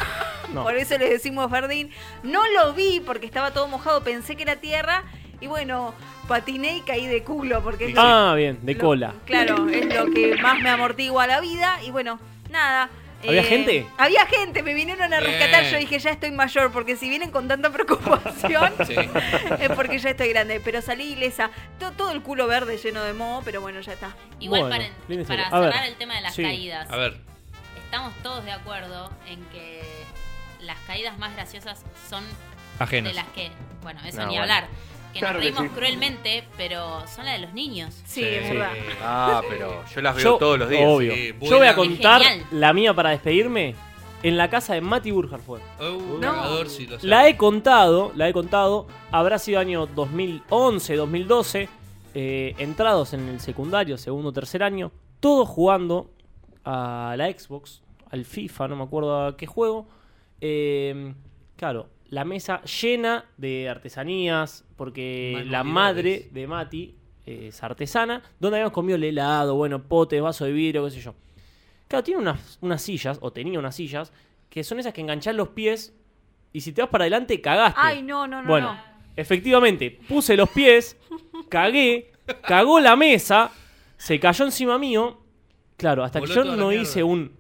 Speaker 2: No.
Speaker 6: por eso les decimos verdín. No lo vi porque estaba todo mojado, pensé que era tierra y bueno, patiné y caí de culo porque es lo-
Speaker 5: Ah, bien, de cola.
Speaker 6: claro, es lo que más me amortigua la vida y bueno, nada. eh,
Speaker 5: ¿Había gente?
Speaker 6: Había gente, me vinieron a rescatar.
Speaker 5: Bien.
Speaker 6: Yo dije, ya estoy mayor, porque si vienen con tanta [laughs] preocupación, [laughs] es porque ya estoy grande. Pero salí ilesa, To- todo el culo verde lleno de moho, pero bueno, ya está.
Speaker 9: Igual
Speaker 5: Bueno,
Speaker 9: para-
Speaker 5: linda
Speaker 9: para,
Speaker 5: historia. A
Speaker 9: cerrar
Speaker 5: ver.
Speaker 9: el tema de las
Speaker 5: Sí.
Speaker 9: caídas.
Speaker 5: A ver.
Speaker 9: Estamos todos de acuerdo en que las caídas más graciosas son
Speaker 2: Ajenas.
Speaker 9: de las que, bueno, eso
Speaker 2: No,
Speaker 9: ni
Speaker 2: bueno.
Speaker 9: hablar. Que
Speaker 2: Claro
Speaker 9: nos
Speaker 2: que
Speaker 9: reímos
Speaker 2: sí.
Speaker 9: cruelmente, pero son las de los niños.
Speaker 6: Sí, es verdad.
Speaker 2: Ah.
Speaker 7: Ah, pero yo las veo todos los días.
Speaker 5: Obvio.
Speaker 7: Sí,
Speaker 5: Yo voy a
Speaker 7: buena.
Speaker 5: contar
Speaker 9: Genial.
Speaker 5: la mía para despedirme. En la casa de Mati Burjar fue.
Speaker 2: Uh, cagador, sí, lo sé.
Speaker 5: La he contado, la he contado. Habrá sido año 2011, 2012. eh, entrados en el secundario, segundo, tercer año. Todos jugando a la Xbox, al FIFA, no me acuerdo a qué juego. Eh, claro, la mesa llena de artesanías, porque la madre de Mati eh, es artesana, donde habíamos comido el helado, bueno, potes, vaso de vidrio, qué sé yo. Claro, tiene unas, unas sillas, o tenía unas sillas, que son esas que enganchás los pies y si te vas para adelante cagaste.
Speaker 6: Ay, no, no, no.
Speaker 5: bueno,
Speaker 6: no.
Speaker 5: efectivamente, puse los pies, cagué, cagó la mesa, se cayó encima mío. Claro, hasta
Speaker 2: Voló
Speaker 5: que yo
Speaker 2: toda la
Speaker 5: no
Speaker 2: mierda.
Speaker 5: hice un...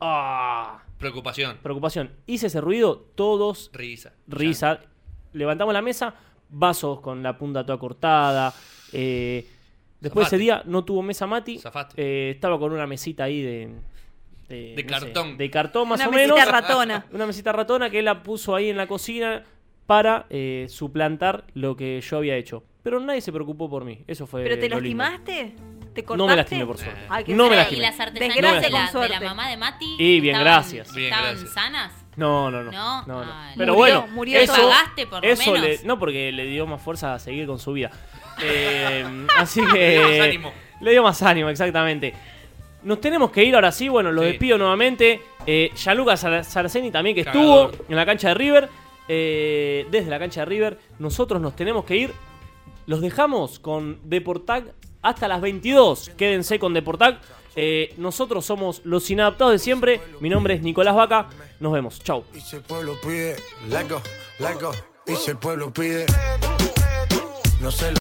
Speaker 5: Ah,
Speaker 2: Preocupación.
Speaker 5: preocupación. Hice ese ruido, todos
Speaker 2: Risa.
Speaker 5: risa. Levantamos la mesa, vasos con la punta toda cortada. eh, después
Speaker 2: Zafate.
Speaker 5: ese día no tuvo mesa Mati. eh, estaba con una mesita ahí de. De, no sé,
Speaker 2: cartón.
Speaker 5: de cartón más
Speaker 6: Una
Speaker 5: o
Speaker 6: mesita
Speaker 5: menos.
Speaker 6: ratona.
Speaker 5: Una mesita ratona que él la puso ahí en la cocina para eh, suplantar lo que yo había hecho. Pero nadie se preocupó por mí. Eso fue.
Speaker 6: ¿Pero te
Speaker 5: eh, lo lindo.
Speaker 6: lastimaste? ¿Te cortaste?
Speaker 5: No me lastimé, por suerte.
Speaker 6: Ay, qué
Speaker 5: No me
Speaker 6: feo.
Speaker 5: lastimé.
Speaker 9: ¿Y las artesanías
Speaker 6: Desgracia
Speaker 9: de,
Speaker 6: con
Speaker 9: la, de la
Speaker 6: suerte.
Speaker 9: mamá de Mati?
Speaker 5: Y bien,
Speaker 9: estaban-
Speaker 5: gracias. Bien,
Speaker 9: ¿Estaban
Speaker 5: gracias.
Speaker 9: sanas?
Speaker 5: No, no, no.
Speaker 9: No,
Speaker 5: no, no.
Speaker 9: ay,
Speaker 5: Pero
Speaker 9: murió-
Speaker 5: bueno,
Speaker 9: murió
Speaker 5: eso,
Speaker 9: pagaste, por lo
Speaker 5: eso
Speaker 9: menos.
Speaker 5: le- no porque le dio más fuerza a seguir con su vida. Eh, así
Speaker 2: Le
Speaker 5: que
Speaker 2: dio más ánimo.
Speaker 5: le dio más ánimo, exactamente. Nos tenemos que ir ahora sí, bueno, lo despido nuevamente. Eh, Gianluca Sar- Saraceni también que
Speaker 2: Cagador.
Speaker 5: estuvo en la cancha de River. Eh, desde la cancha de River, nosotros nos tenemos que ir. Los dejamos con Deportag hasta las 22. Quédense con Deportag. Eh, nosotros somos los inadaptados de siempre. Mi nombre es Nicolás Vaca. Nos vemos. Chau.
Speaker 10: Y si el pueblo pide, largo, largo. Y si el pueblo pide, no se lo.